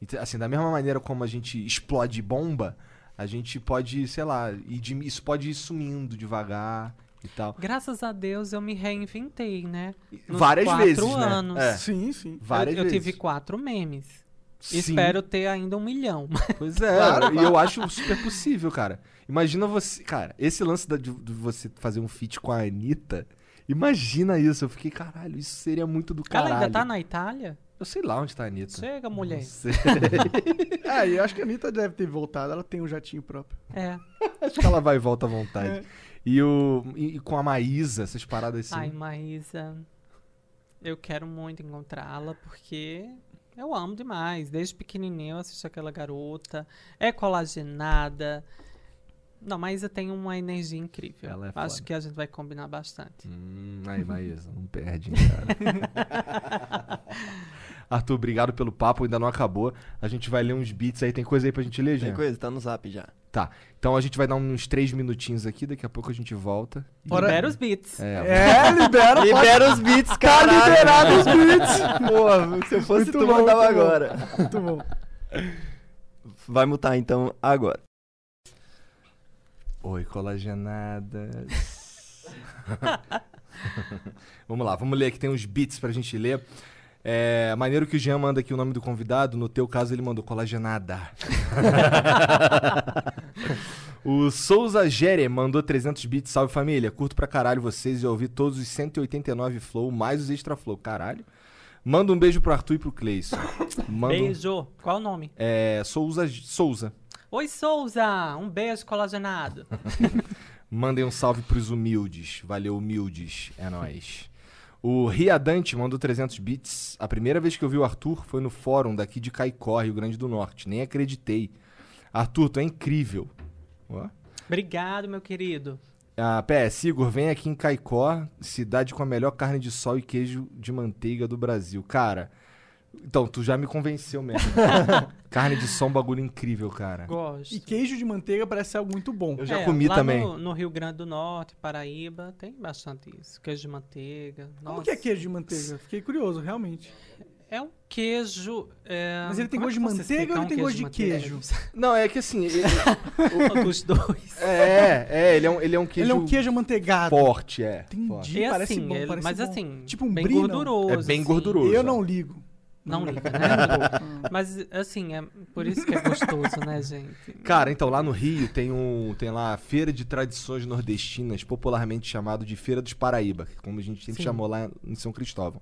[SPEAKER 1] Então, Assim, da mesma maneira como a gente explode bomba, a gente pode, sei lá, ir de- isso pode ir sumindo devagar e tal.
[SPEAKER 3] Graças a Deus eu me reinventei, né? Nos
[SPEAKER 1] Várias
[SPEAKER 3] quatro
[SPEAKER 1] vezes, né?
[SPEAKER 3] anos.
[SPEAKER 1] É,
[SPEAKER 2] Sim, sim.
[SPEAKER 1] várias
[SPEAKER 3] eu, eu
[SPEAKER 1] vezes.
[SPEAKER 3] tive quatro memes.
[SPEAKER 1] Sim.
[SPEAKER 3] Espero ter ainda um milhão. <laughs>
[SPEAKER 1] Pois é, e eu acho super possível, cara. Imagina você. Cara, esse lance da- de, de você fazer um feat com a Anitta. Imagina isso. Eu fiquei, caralho, isso seria muito do caralho.
[SPEAKER 3] Ela ainda tá na Itália?
[SPEAKER 1] Eu sei lá onde tá a Anitta.
[SPEAKER 3] Chega, mulher.
[SPEAKER 1] Não sei.
[SPEAKER 2] <laughs>
[SPEAKER 1] <laughs>
[SPEAKER 2] É, e eu acho que a Anitta deve ter voltado. Ela tem um jatinho próprio.
[SPEAKER 3] É.
[SPEAKER 1] Acho que ela vai e volta à vontade. E, o, e, e com a Maísa, essas paradas assim.
[SPEAKER 3] Ai, Maísa. Eu quero muito encontrá-la porque eu amo demais. Desde pequenininha eu assisto aquela garota. É colagenada. Não, Maísa tem uma energia incrível.
[SPEAKER 1] Ela é
[SPEAKER 3] Acho
[SPEAKER 1] foda.
[SPEAKER 3] que a gente vai combinar bastante.
[SPEAKER 1] Hum, ai, Maísa, não perde, hein, cara.
[SPEAKER 3] <laughs>
[SPEAKER 1] Arthur, obrigado pelo papo, ainda não acabou. A gente vai ler uns beats aí, tem coisa aí pra gente ler,
[SPEAKER 4] Tem
[SPEAKER 1] gente?
[SPEAKER 4] coisa, tá no zap já.
[SPEAKER 1] Tá. Então a gente vai dar uns três minutinhos aqui, daqui a pouco a gente volta.
[SPEAKER 2] Ora-
[SPEAKER 3] Libera os beats.
[SPEAKER 1] É,
[SPEAKER 2] É, libera.
[SPEAKER 4] Libera os beats, cara. Tá liberado os beats. <laughs> Porra, se eu fosse
[SPEAKER 2] Muito
[SPEAKER 4] tu,
[SPEAKER 2] bom,
[SPEAKER 4] mandava
[SPEAKER 2] muito bom.
[SPEAKER 4] agora.
[SPEAKER 2] Muito bom.
[SPEAKER 4] Vai mutar então agora.
[SPEAKER 1] Oi, colagenadas. vamos lá, vamos ler aqui, tem uns beats pra gente ler. É, maneiro que o Jean manda aqui o nome do convidado, no teu caso ele mandou colagenada.
[SPEAKER 3] <laughs>
[SPEAKER 1] o Souza Gere mandou 300 bits, salve família, curto pra caralho vocês e ouvi todos os 189 flow, mais os extra flow, caralho. Manda um beijo pro Arthur e pro Cleison. Manda um-
[SPEAKER 3] Beijo. Qual o nome?
[SPEAKER 1] É, Souza, Souza,
[SPEAKER 3] Oi, Souza. Um beijo
[SPEAKER 1] <laughs>
[SPEAKER 3] colagenado.
[SPEAKER 1] Mandem um salve pros humildes. Valeu, humildes. É nóis. O Riadante mandou 300 bits. A primeira vez que eu vi o Arthur foi no fórum daqui de Caicó, Rio Grande do Norte. Nem acreditei. Arthur, tu é incrível. Ó.
[SPEAKER 3] Obrigado, meu querido.
[SPEAKER 1] Ah, PS, Igor, vem aqui em Caicó, cidade com a melhor carne de sol e queijo de manteiga do Brasil. Cara, então, tu já me convenceu
[SPEAKER 2] <laughs>
[SPEAKER 1] mesmo. carne de sol é um bagulho incrível, cara.
[SPEAKER 3] Gosto. É,
[SPEAKER 2] E queijo de manteiga parece ser algo muito bom.
[SPEAKER 1] Eu já comi
[SPEAKER 3] lá
[SPEAKER 1] também.
[SPEAKER 3] No, no Rio Grande do Norte, Paraíba, tem bastante isso. Queijo de manteiga.
[SPEAKER 2] Como
[SPEAKER 3] Nossa.
[SPEAKER 2] que é queijo de manteiga? Fiquei curioso, realmente.
[SPEAKER 3] É um queijo. é,
[SPEAKER 2] Mas ele tem
[SPEAKER 3] como é
[SPEAKER 2] gosto de
[SPEAKER 3] que você
[SPEAKER 2] manteiga
[SPEAKER 3] explica
[SPEAKER 2] ou ele
[SPEAKER 3] um
[SPEAKER 2] tem gosto de
[SPEAKER 3] manteiga?
[SPEAKER 1] Não, é que assim. ele-
[SPEAKER 3] <laughs> Um dos dois.
[SPEAKER 1] é, é, ele é um, ele é um queijo.
[SPEAKER 2] Ele é um queijo amanteigado.
[SPEAKER 1] Forte, é. forte.
[SPEAKER 2] Entendi,
[SPEAKER 3] É
[SPEAKER 2] parece
[SPEAKER 3] assim,
[SPEAKER 2] bom,
[SPEAKER 3] ele-
[SPEAKER 2] parece
[SPEAKER 3] mas
[SPEAKER 2] bom.
[SPEAKER 3] assim,
[SPEAKER 2] Tipo um
[SPEAKER 3] bem
[SPEAKER 2] brie, não?
[SPEAKER 3] gorduroso.
[SPEAKER 1] É bem
[SPEAKER 3] assim.
[SPEAKER 1] gorduroso.
[SPEAKER 2] Eu não ligo.
[SPEAKER 3] Não liga, né? mas assim, é por isso que é gostoso, né, gente?
[SPEAKER 1] Cara, então lá no Rio tem um tem lá a Feira de Tradições Nordestinas, popularmente chamado de Feira dos Paraíba, como a gente sempre
[SPEAKER 3] Sim.
[SPEAKER 1] chamou lá em São Cristóvão.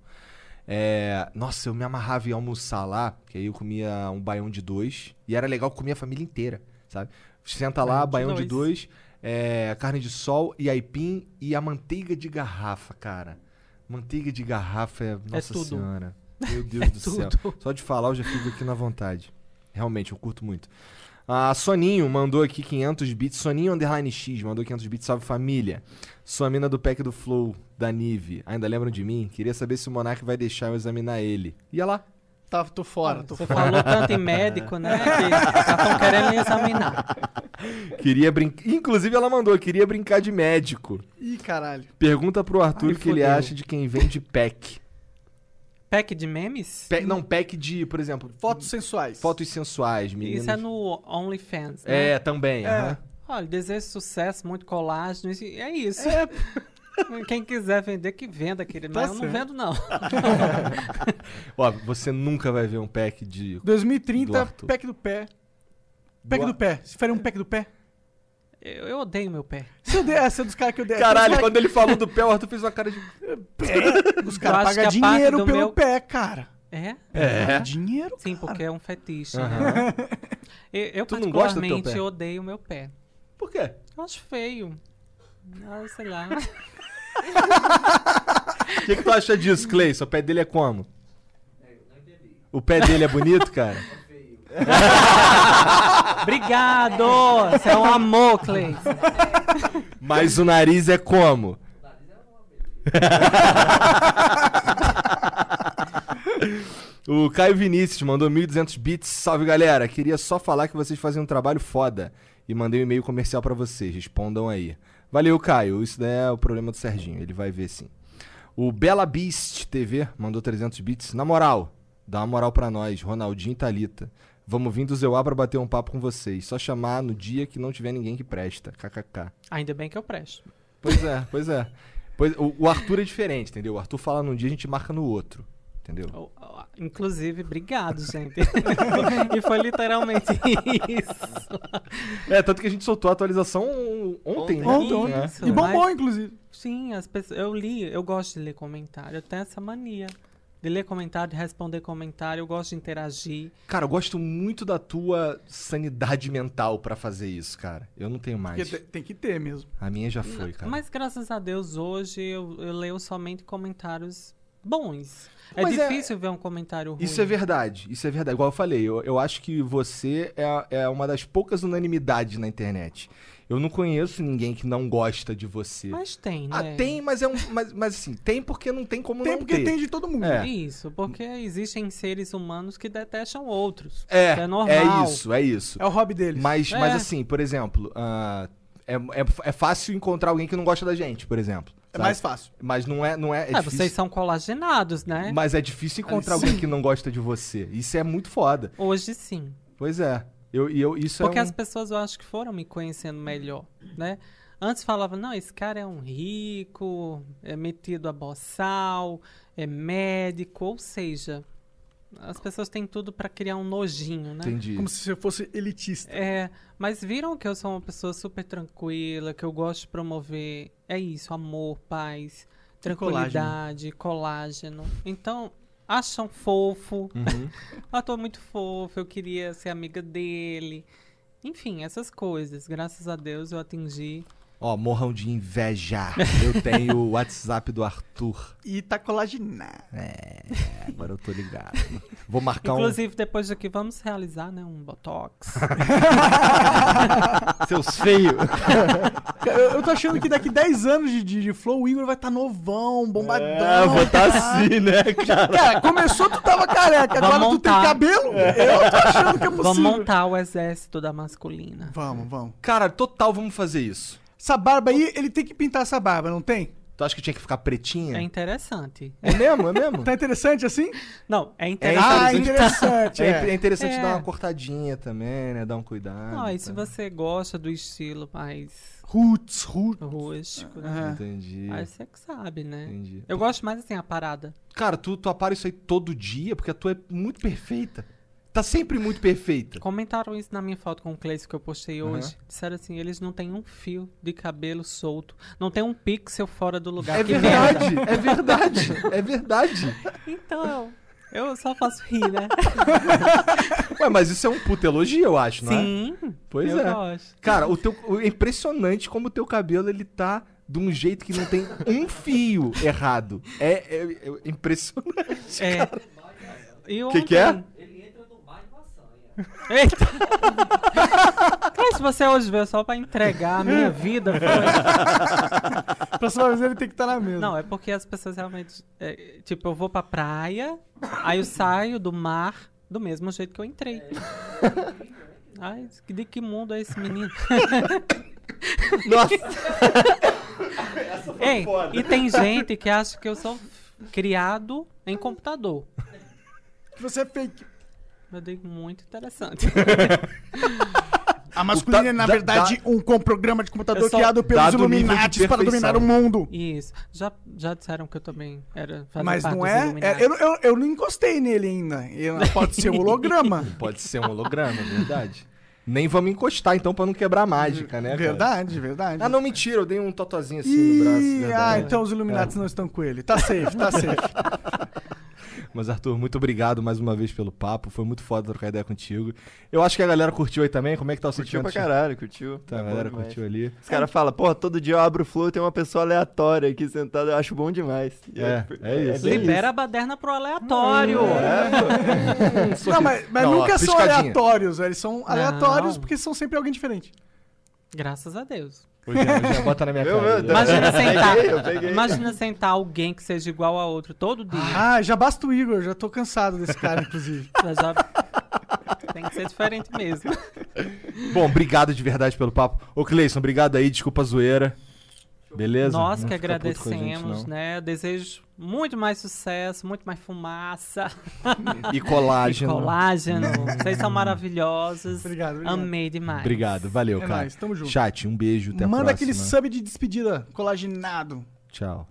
[SPEAKER 1] É, nossa, eu me amarrava em almoçar lá, que aí eu comia um baião de dois, e era legal comer a família inteira, sabe? Senta lá, baião de dois, é, carne de sol e aipim e a manteiga de garrafa, cara. Manteiga de garrafa é, nossa
[SPEAKER 3] tudo.
[SPEAKER 1] senhora. Meu
[SPEAKER 3] <laughs> É
[SPEAKER 1] Deus do céu. Só de falar eu já fico aqui na vontade. Realmente, eu curto muito. A Soninho mandou aqui 500 bits. Soninho underline X mandou 500 bits. Salve família. Sua mina do pack do Flow, da Nive. Ainda lembram de mim? Queria saber se o Monark vai deixar eu examinar ele. Ia lá.
[SPEAKER 2] Tá, tô fora, tô
[SPEAKER 3] Você
[SPEAKER 2] fora.
[SPEAKER 3] falou tanto em médico, né?
[SPEAKER 1] <laughs>
[SPEAKER 3] Que já estão querendo me examinar.
[SPEAKER 1] Queria brincar. Inclusive, ela mandou. Queria brincar de médico.
[SPEAKER 2] <laughs> Ih, caralho.
[SPEAKER 1] Pergunta pro Arthur
[SPEAKER 3] Ai,
[SPEAKER 1] o que ele
[SPEAKER 3] fodeu.
[SPEAKER 1] acha de quem vende pack.
[SPEAKER 3] Pack de memes?
[SPEAKER 1] Pack- não, pack de, por exemplo,
[SPEAKER 2] Fotos sensuais.
[SPEAKER 1] fotos sensuais, meninas.
[SPEAKER 3] Isso é no OnlyFans, né?
[SPEAKER 1] É, também. aham.
[SPEAKER 3] Olha, desejo sucesso, muito colágeno, isso- é isso. Quem quiser vender, que venda, querido.
[SPEAKER 2] Tá
[SPEAKER 3] Mas eu não
[SPEAKER 2] certo.
[SPEAKER 3] vendo, não.
[SPEAKER 1] Ó, você nunca vai ver um pack de.
[SPEAKER 2] 2030,
[SPEAKER 1] Arthur.
[SPEAKER 2] pack do pé. Pack do, pé. Se faria um pack do pé?
[SPEAKER 3] Eu, eu odeio meu pé.
[SPEAKER 2] Se eu der, essa é dos caras que eu der.
[SPEAKER 1] Caralho, quando ele falou do pé, o Arthur fez uma cara de.
[SPEAKER 2] Os caras
[SPEAKER 3] Eu acho que
[SPEAKER 2] pagam
[SPEAKER 3] a parte
[SPEAKER 2] dinheiro
[SPEAKER 3] do
[SPEAKER 2] pelo
[SPEAKER 3] meu-
[SPEAKER 2] pé, cara.
[SPEAKER 3] É?
[SPEAKER 2] É. Dinheiro?
[SPEAKER 3] Sim, porque é um fetiche. né? Eu, eu
[SPEAKER 1] Tu não gosta do teu
[SPEAKER 3] particularmente
[SPEAKER 1] pé?
[SPEAKER 3] odeio meu pé.
[SPEAKER 1] Por quê?
[SPEAKER 3] Eu acho feio. Ah, sei
[SPEAKER 1] <laughs>
[SPEAKER 3] lá.
[SPEAKER 1] O que, que tu acha disso, Cleison? O pé dele é como? O pé dele é bonito, cara?
[SPEAKER 3] Obrigado! Você é um amor, Clay.
[SPEAKER 1] Mas o nariz é como? O Caio Vinícius mandou 1.200 bits. Salve, galera. Queria só falar que vocês fazem um trabalho foda. E mandei um e-mail comercial pra vocês. Respondam aí. Valeu, Caio. Isso daí é o problema do Serginho. Ele vai ver sim. O Bela Beast TV mandou 300 bits. Na moral, dá uma moral pra nós, Ronaldinho e Thalita. Vamos vir do Zeuá pra bater um papo com vocês. Só chamar no dia que não tiver ninguém que presta. KKK.
[SPEAKER 3] Ainda bem que eu presto.
[SPEAKER 1] Pois é, pois é. Pois- o, o Arthur é diferente, entendeu? O Arthur fala num dia, a gente marca no outro. Entendeu?
[SPEAKER 3] Oh, oh, Inclusive, obrigado,
[SPEAKER 1] <laughs>
[SPEAKER 3] gente. e foi literalmente isso.
[SPEAKER 1] É, tanto que a gente soltou a atualização ontem, né?
[SPEAKER 2] Ontem,
[SPEAKER 1] É.
[SPEAKER 2] ontem.
[SPEAKER 3] Isso,
[SPEAKER 2] E bombou,
[SPEAKER 3] mas-
[SPEAKER 2] inclusive.
[SPEAKER 3] Sim, as pessoas, eu li, eu gosto de ler comentário. Eu tenho essa mania de ler comentário, de responder comentário. Eu gosto de interagir.
[SPEAKER 1] Cara, eu gosto muito da tua sanidade mental pra fazer isso, cara. Eu não tenho mais.
[SPEAKER 2] Porque te- tem que ter mesmo.
[SPEAKER 1] A minha já foi, cara.
[SPEAKER 3] Mas graças a Deus, hoje eu, eu leio somente comentários bons. É
[SPEAKER 1] Mas é-
[SPEAKER 3] difícil ver um comentário ruim.
[SPEAKER 1] Isso é verdade, isso é verdade. Igual eu falei, eu, eu acho que você é, é uma das poucas unanimidades na internet. Eu não conheço ninguém que não gosta de você.
[SPEAKER 3] Mas tem,
[SPEAKER 1] ah,
[SPEAKER 3] né?
[SPEAKER 1] tem, mas é um. Mas, mas assim, tem porque não tem como
[SPEAKER 2] Tem
[SPEAKER 1] não
[SPEAKER 2] porque
[SPEAKER 1] ter.
[SPEAKER 2] tem de todo mundo.
[SPEAKER 1] É.
[SPEAKER 3] Isso, porque existem seres humanos que detestam outros.
[SPEAKER 1] É,
[SPEAKER 3] Isso é
[SPEAKER 1] é
[SPEAKER 3] normal.
[SPEAKER 1] isso, é isso.
[SPEAKER 2] É o hobby deles.
[SPEAKER 1] Mas,
[SPEAKER 3] É.
[SPEAKER 1] mas assim, por exemplo, ah, é, é, é fácil encontrar alguém que não gosta da gente, por exemplo.
[SPEAKER 2] é
[SPEAKER 1] sabe?
[SPEAKER 2] mais fácil.
[SPEAKER 1] Mas não é, não é, é
[SPEAKER 3] Ah,
[SPEAKER 1] difícil.
[SPEAKER 3] vocês são colagenados, né?
[SPEAKER 1] Mas é difícil encontrar alguém que não gosta de você. Isso é muito foda.
[SPEAKER 3] Hoje sim.
[SPEAKER 1] Pois é. Eu, e eu, isso
[SPEAKER 3] Porque
[SPEAKER 1] é um...
[SPEAKER 3] as pessoas eu acho que foram me conhecendo melhor, né? Antes falava, não, esse cara é um rico, é metido a boçal, é médico, ou seja, as pessoas têm tudo pra criar um nojinho, né?
[SPEAKER 1] Entendi.
[SPEAKER 2] Como se você fosse elitista.
[SPEAKER 3] É, mas viram que eu sou uma pessoa super tranquila, que eu gosto de promover, é isso, amor, paz, tranquilidade, colágeno. Então, acham fofo. <laughs> eu tô muito fofo, eu queria ser amiga dele. Enfim, essas coisas. Graças a Deus eu atingi.
[SPEAKER 1] Ó, morram de inveja. Eu tenho o WhatsApp do Arthur.
[SPEAKER 2] E tá colaginado.
[SPEAKER 1] É, agora eu tô ligado. Vou marcar um
[SPEAKER 3] Inclusive, depois daqui, vamos realizar, né, um <laughs> botox.
[SPEAKER 4] Seus feios.
[SPEAKER 2] Eu, eu tô achando que daqui 10 anos de, de, de flow, o Igor vai tá novão, bombadão.
[SPEAKER 1] É,
[SPEAKER 4] Ah, vou tá assim, né, cara?
[SPEAKER 2] Cara, começou tu tava careca,
[SPEAKER 3] Vamos
[SPEAKER 2] agora tu tem
[SPEAKER 3] montar.
[SPEAKER 2] cabelo? Eu tô achando que é
[SPEAKER 3] vamos
[SPEAKER 2] possível.
[SPEAKER 3] montar o exército da masculina.
[SPEAKER 2] Vamos, vamos.
[SPEAKER 1] um... Cara, total, vamos fazer isso.
[SPEAKER 2] É. Essa barba aí, ele tem que pintar essa barba, não tem?
[SPEAKER 1] Tu acha que tinha que ficar pretinha?
[SPEAKER 3] É interessante.
[SPEAKER 1] É mesmo, é mesmo?
[SPEAKER 2] Tá interessante assim?
[SPEAKER 3] Não, é
[SPEAKER 2] ah,
[SPEAKER 3] interessante.
[SPEAKER 2] interessante.
[SPEAKER 1] <laughs> É,
[SPEAKER 2] é.
[SPEAKER 1] in- é interessante
[SPEAKER 3] É.
[SPEAKER 1] dar uma cortadinha também, né? Dar um cuidado.
[SPEAKER 3] Ah, e
[SPEAKER 1] tá?
[SPEAKER 3] se você gosta do estilo mais
[SPEAKER 2] Roots, roots.
[SPEAKER 3] rústico, né?
[SPEAKER 2] Aham.
[SPEAKER 1] Entendi.
[SPEAKER 3] aí você que sabe, né?
[SPEAKER 1] Entendi.
[SPEAKER 3] Eu gosto mais assim, a parada.
[SPEAKER 1] Cara, tu, tu apara isso aí todo dia, porque a tua é muito perfeita. Tá sempre muito perfeita.
[SPEAKER 3] Comentaram isso na minha foto com o Cleice que eu postei hoje. Disseram assim, eles não têm um fio de cabelo solto. Não tem um pixel fora do lugar.
[SPEAKER 1] É
[SPEAKER 3] que merda.
[SPEAKER 1] verdade, é verdade, é verdade.
[SPEAKER 3] Então, eu só faço rir, né?
[SPEAKER 1] Ué, mas isso é um puta elogio, eu acho, não é?
[SPEAKER 3] Sim,
[SPEAKER 1] Pois
[SPEAKER 3] eu
[SPEAKER 1] é.
[SPEAKER 3] gosto.
[SPEAKER 1] Cara, o teu, o- é impressionante como o teu cabelo ele tá de um jeito que não tem um fio errado. É, é- é impressionante.
[SPEAKER 3] É. E
[SPEAKER 1] Que que é?
[SPEAKER 3] ontem- Eita! <laughs> Cleice, você hoje veio só pra entregar
[SPEAKER 1] <laughs>
[SPEAKER 3] a minha vida, foi?
[SPEAKER 2] Próxima vez ele tem que estar na mesa.
[SPEAKER 3] Não, é porque as pessoas realmente. é, tipo, eu vou pra praia, aí eu saio do mar do mesmo jeito que eu entrei. Ai, que- de que mundo é esse
[SPEAKER 2] <laughs>
[SPEAKER 3] menino?
[SPEAKER 4] Nossa.
[SPEAKER 3] Ei, e tem gente que acha que eu sou criado em computador.
[SPEAKER 2] Que você é fake.
[SPEAKER 3] Eu digo, muito interessante.
[SPEAKER 2] A masculina é, na
[SPEAKER 1] Ah, da-
[SPEAKER 2] verdade, um com programa de computador
[SPEAKER 3] Eu só-
[SPEAKER 2] criado pelos
[SPEAKER 1] dado o nível de
[SPEAKER 2] Illuminatis para
[SPEAKER 1] perfeição.
[SPEAKER 2] dominar o mundo.
[SPEAKER 3] Isso. Já, já disseram que eu também era. fazia
[SPEAKER 2] Mas
[SPEAKER 3] parte
[SPEAKER 2] não
[SPEAKER 3] dos
[SPEAKER 2] é?
[SPEAKER 3] Illuminati.
[SPEAKER 2] é, eu, eu, eu não encostei nele ainda. Ele-
[SPEAKER 1] <laughs>
[SPEAKER 2] Pode ser um holograma.
[SPEAKER 1] Pode ser um holograma, é verdade. Nem vamos encostar então pra não quebrar a mágica, né? cara?
[SPEAKER 2] verdade, verdade.
[SPEAKER 1] Ah, não, mentira, eu dei um totozinho assim
[SPEAKER 2] Ih,
[SPEAKER 1] no braço.
[SPEAKER 2] ah,
[SPEAKER 1] verdade. É.
[SPEAKER 2] então os Illuminatis não estão com ele. Tá safe,
[SPEAKER 1] <laughs>
[SPEAKER 2] tá safe.
[SPEAKER 1] Mas, Arthur, muito obrigado mais uma vez pelo papo. Foi muito foda trocar ideia contigo. Eu acho que a galera curtiu aí também. Como é que tá o
[SPEAKER 4] Curtiu
[SPEAKER 1] sentimento?
[SPEAKER 4] pra caralho, curtiu.
[SPEAKER 1] Tá, a
[SPEAKER 4] bom
[SPEAKER 1] galera
[SPEAKER 4] demais.
[SPEAKER 1] curtiu ali.
[SPEAKER 4] Os caras falam, porra, todo dia eu abro o flow e tem uma pessoa aleatória aqui sentada, eu acho bom demais. E
[SPEAKER 1] É, é isso.
[SPEAKER 4] bem
[SPEAKER 3] Libera a baderna pro aleatório.
[SPEAKER 2] é. não, mas, mas
[SPEAKER 1] Não, ó,
[SPEAKER 2] nunca são
[SPEAKER 1] piscadinha.
[SPEAKER 2] aleatórios. Eles são aleatórios porque são sempre alguém diferente.
[SPEAKER 3] Graças a Deus.
[SPEAKER 1] Hoje é, hoje é, bota na minha
[SPEAKER 4] Meu,
[SPEAKER 1] cara.
[SPEAKER 4] meu Deus.
[SPEAKER 3] Imagina
[SPEAKER 4] Eu
[SPEAKER 3] sentar.
[SPEAKER 4] peguei, eu peguei.
[SPEAKER 3] Imagina sentar alguém que seja igual a outro todo dia.
[SPEAKER 2] Ah, já basta o Igor, já tô cansado desse cara, inclusive.
[SPEAKER 3] Ela já- Tem que ser diferente mesmo.
[SPEAKER 1] Bom, obrigado de verdade pelo papo. Ô, Cleison, obrigado aí, desculpa a zoeira. Beleza?
[SPEAKER 3] Nós
[SPEAKER 1] Não
[SPEAKER 3] que
[SPEAKER 1] fica puto com a gente,
[SPEAKER 3] agradecemos,
[SPEAKER 1] não.
[SPEAKER 3] né? Desejo muito mais sucesso, muito mais fumaça,
[SPEAKER 1] E colágeno.
[SPEAKER 3] colágeno. Vocês são maravilhosos.
[SPEAKER 2] Obrigado, obrigado.
[SPEAKER 3] Amei demais.
[SPEAKER 1] Obrigado, valeu,
[SPEAKER 2] É
[SPEAKER 1] cara.
[SPEAKER 2] nóis, tamo junto.
[SPEAKER 1] Chat, um beijo, até a
[SPEAKER 2] Manda
[SPEAKER 1] próxima.
[SPEAKER 2] aquele sub de despedida, colaginado.
[SPEAKER 1] Tchau.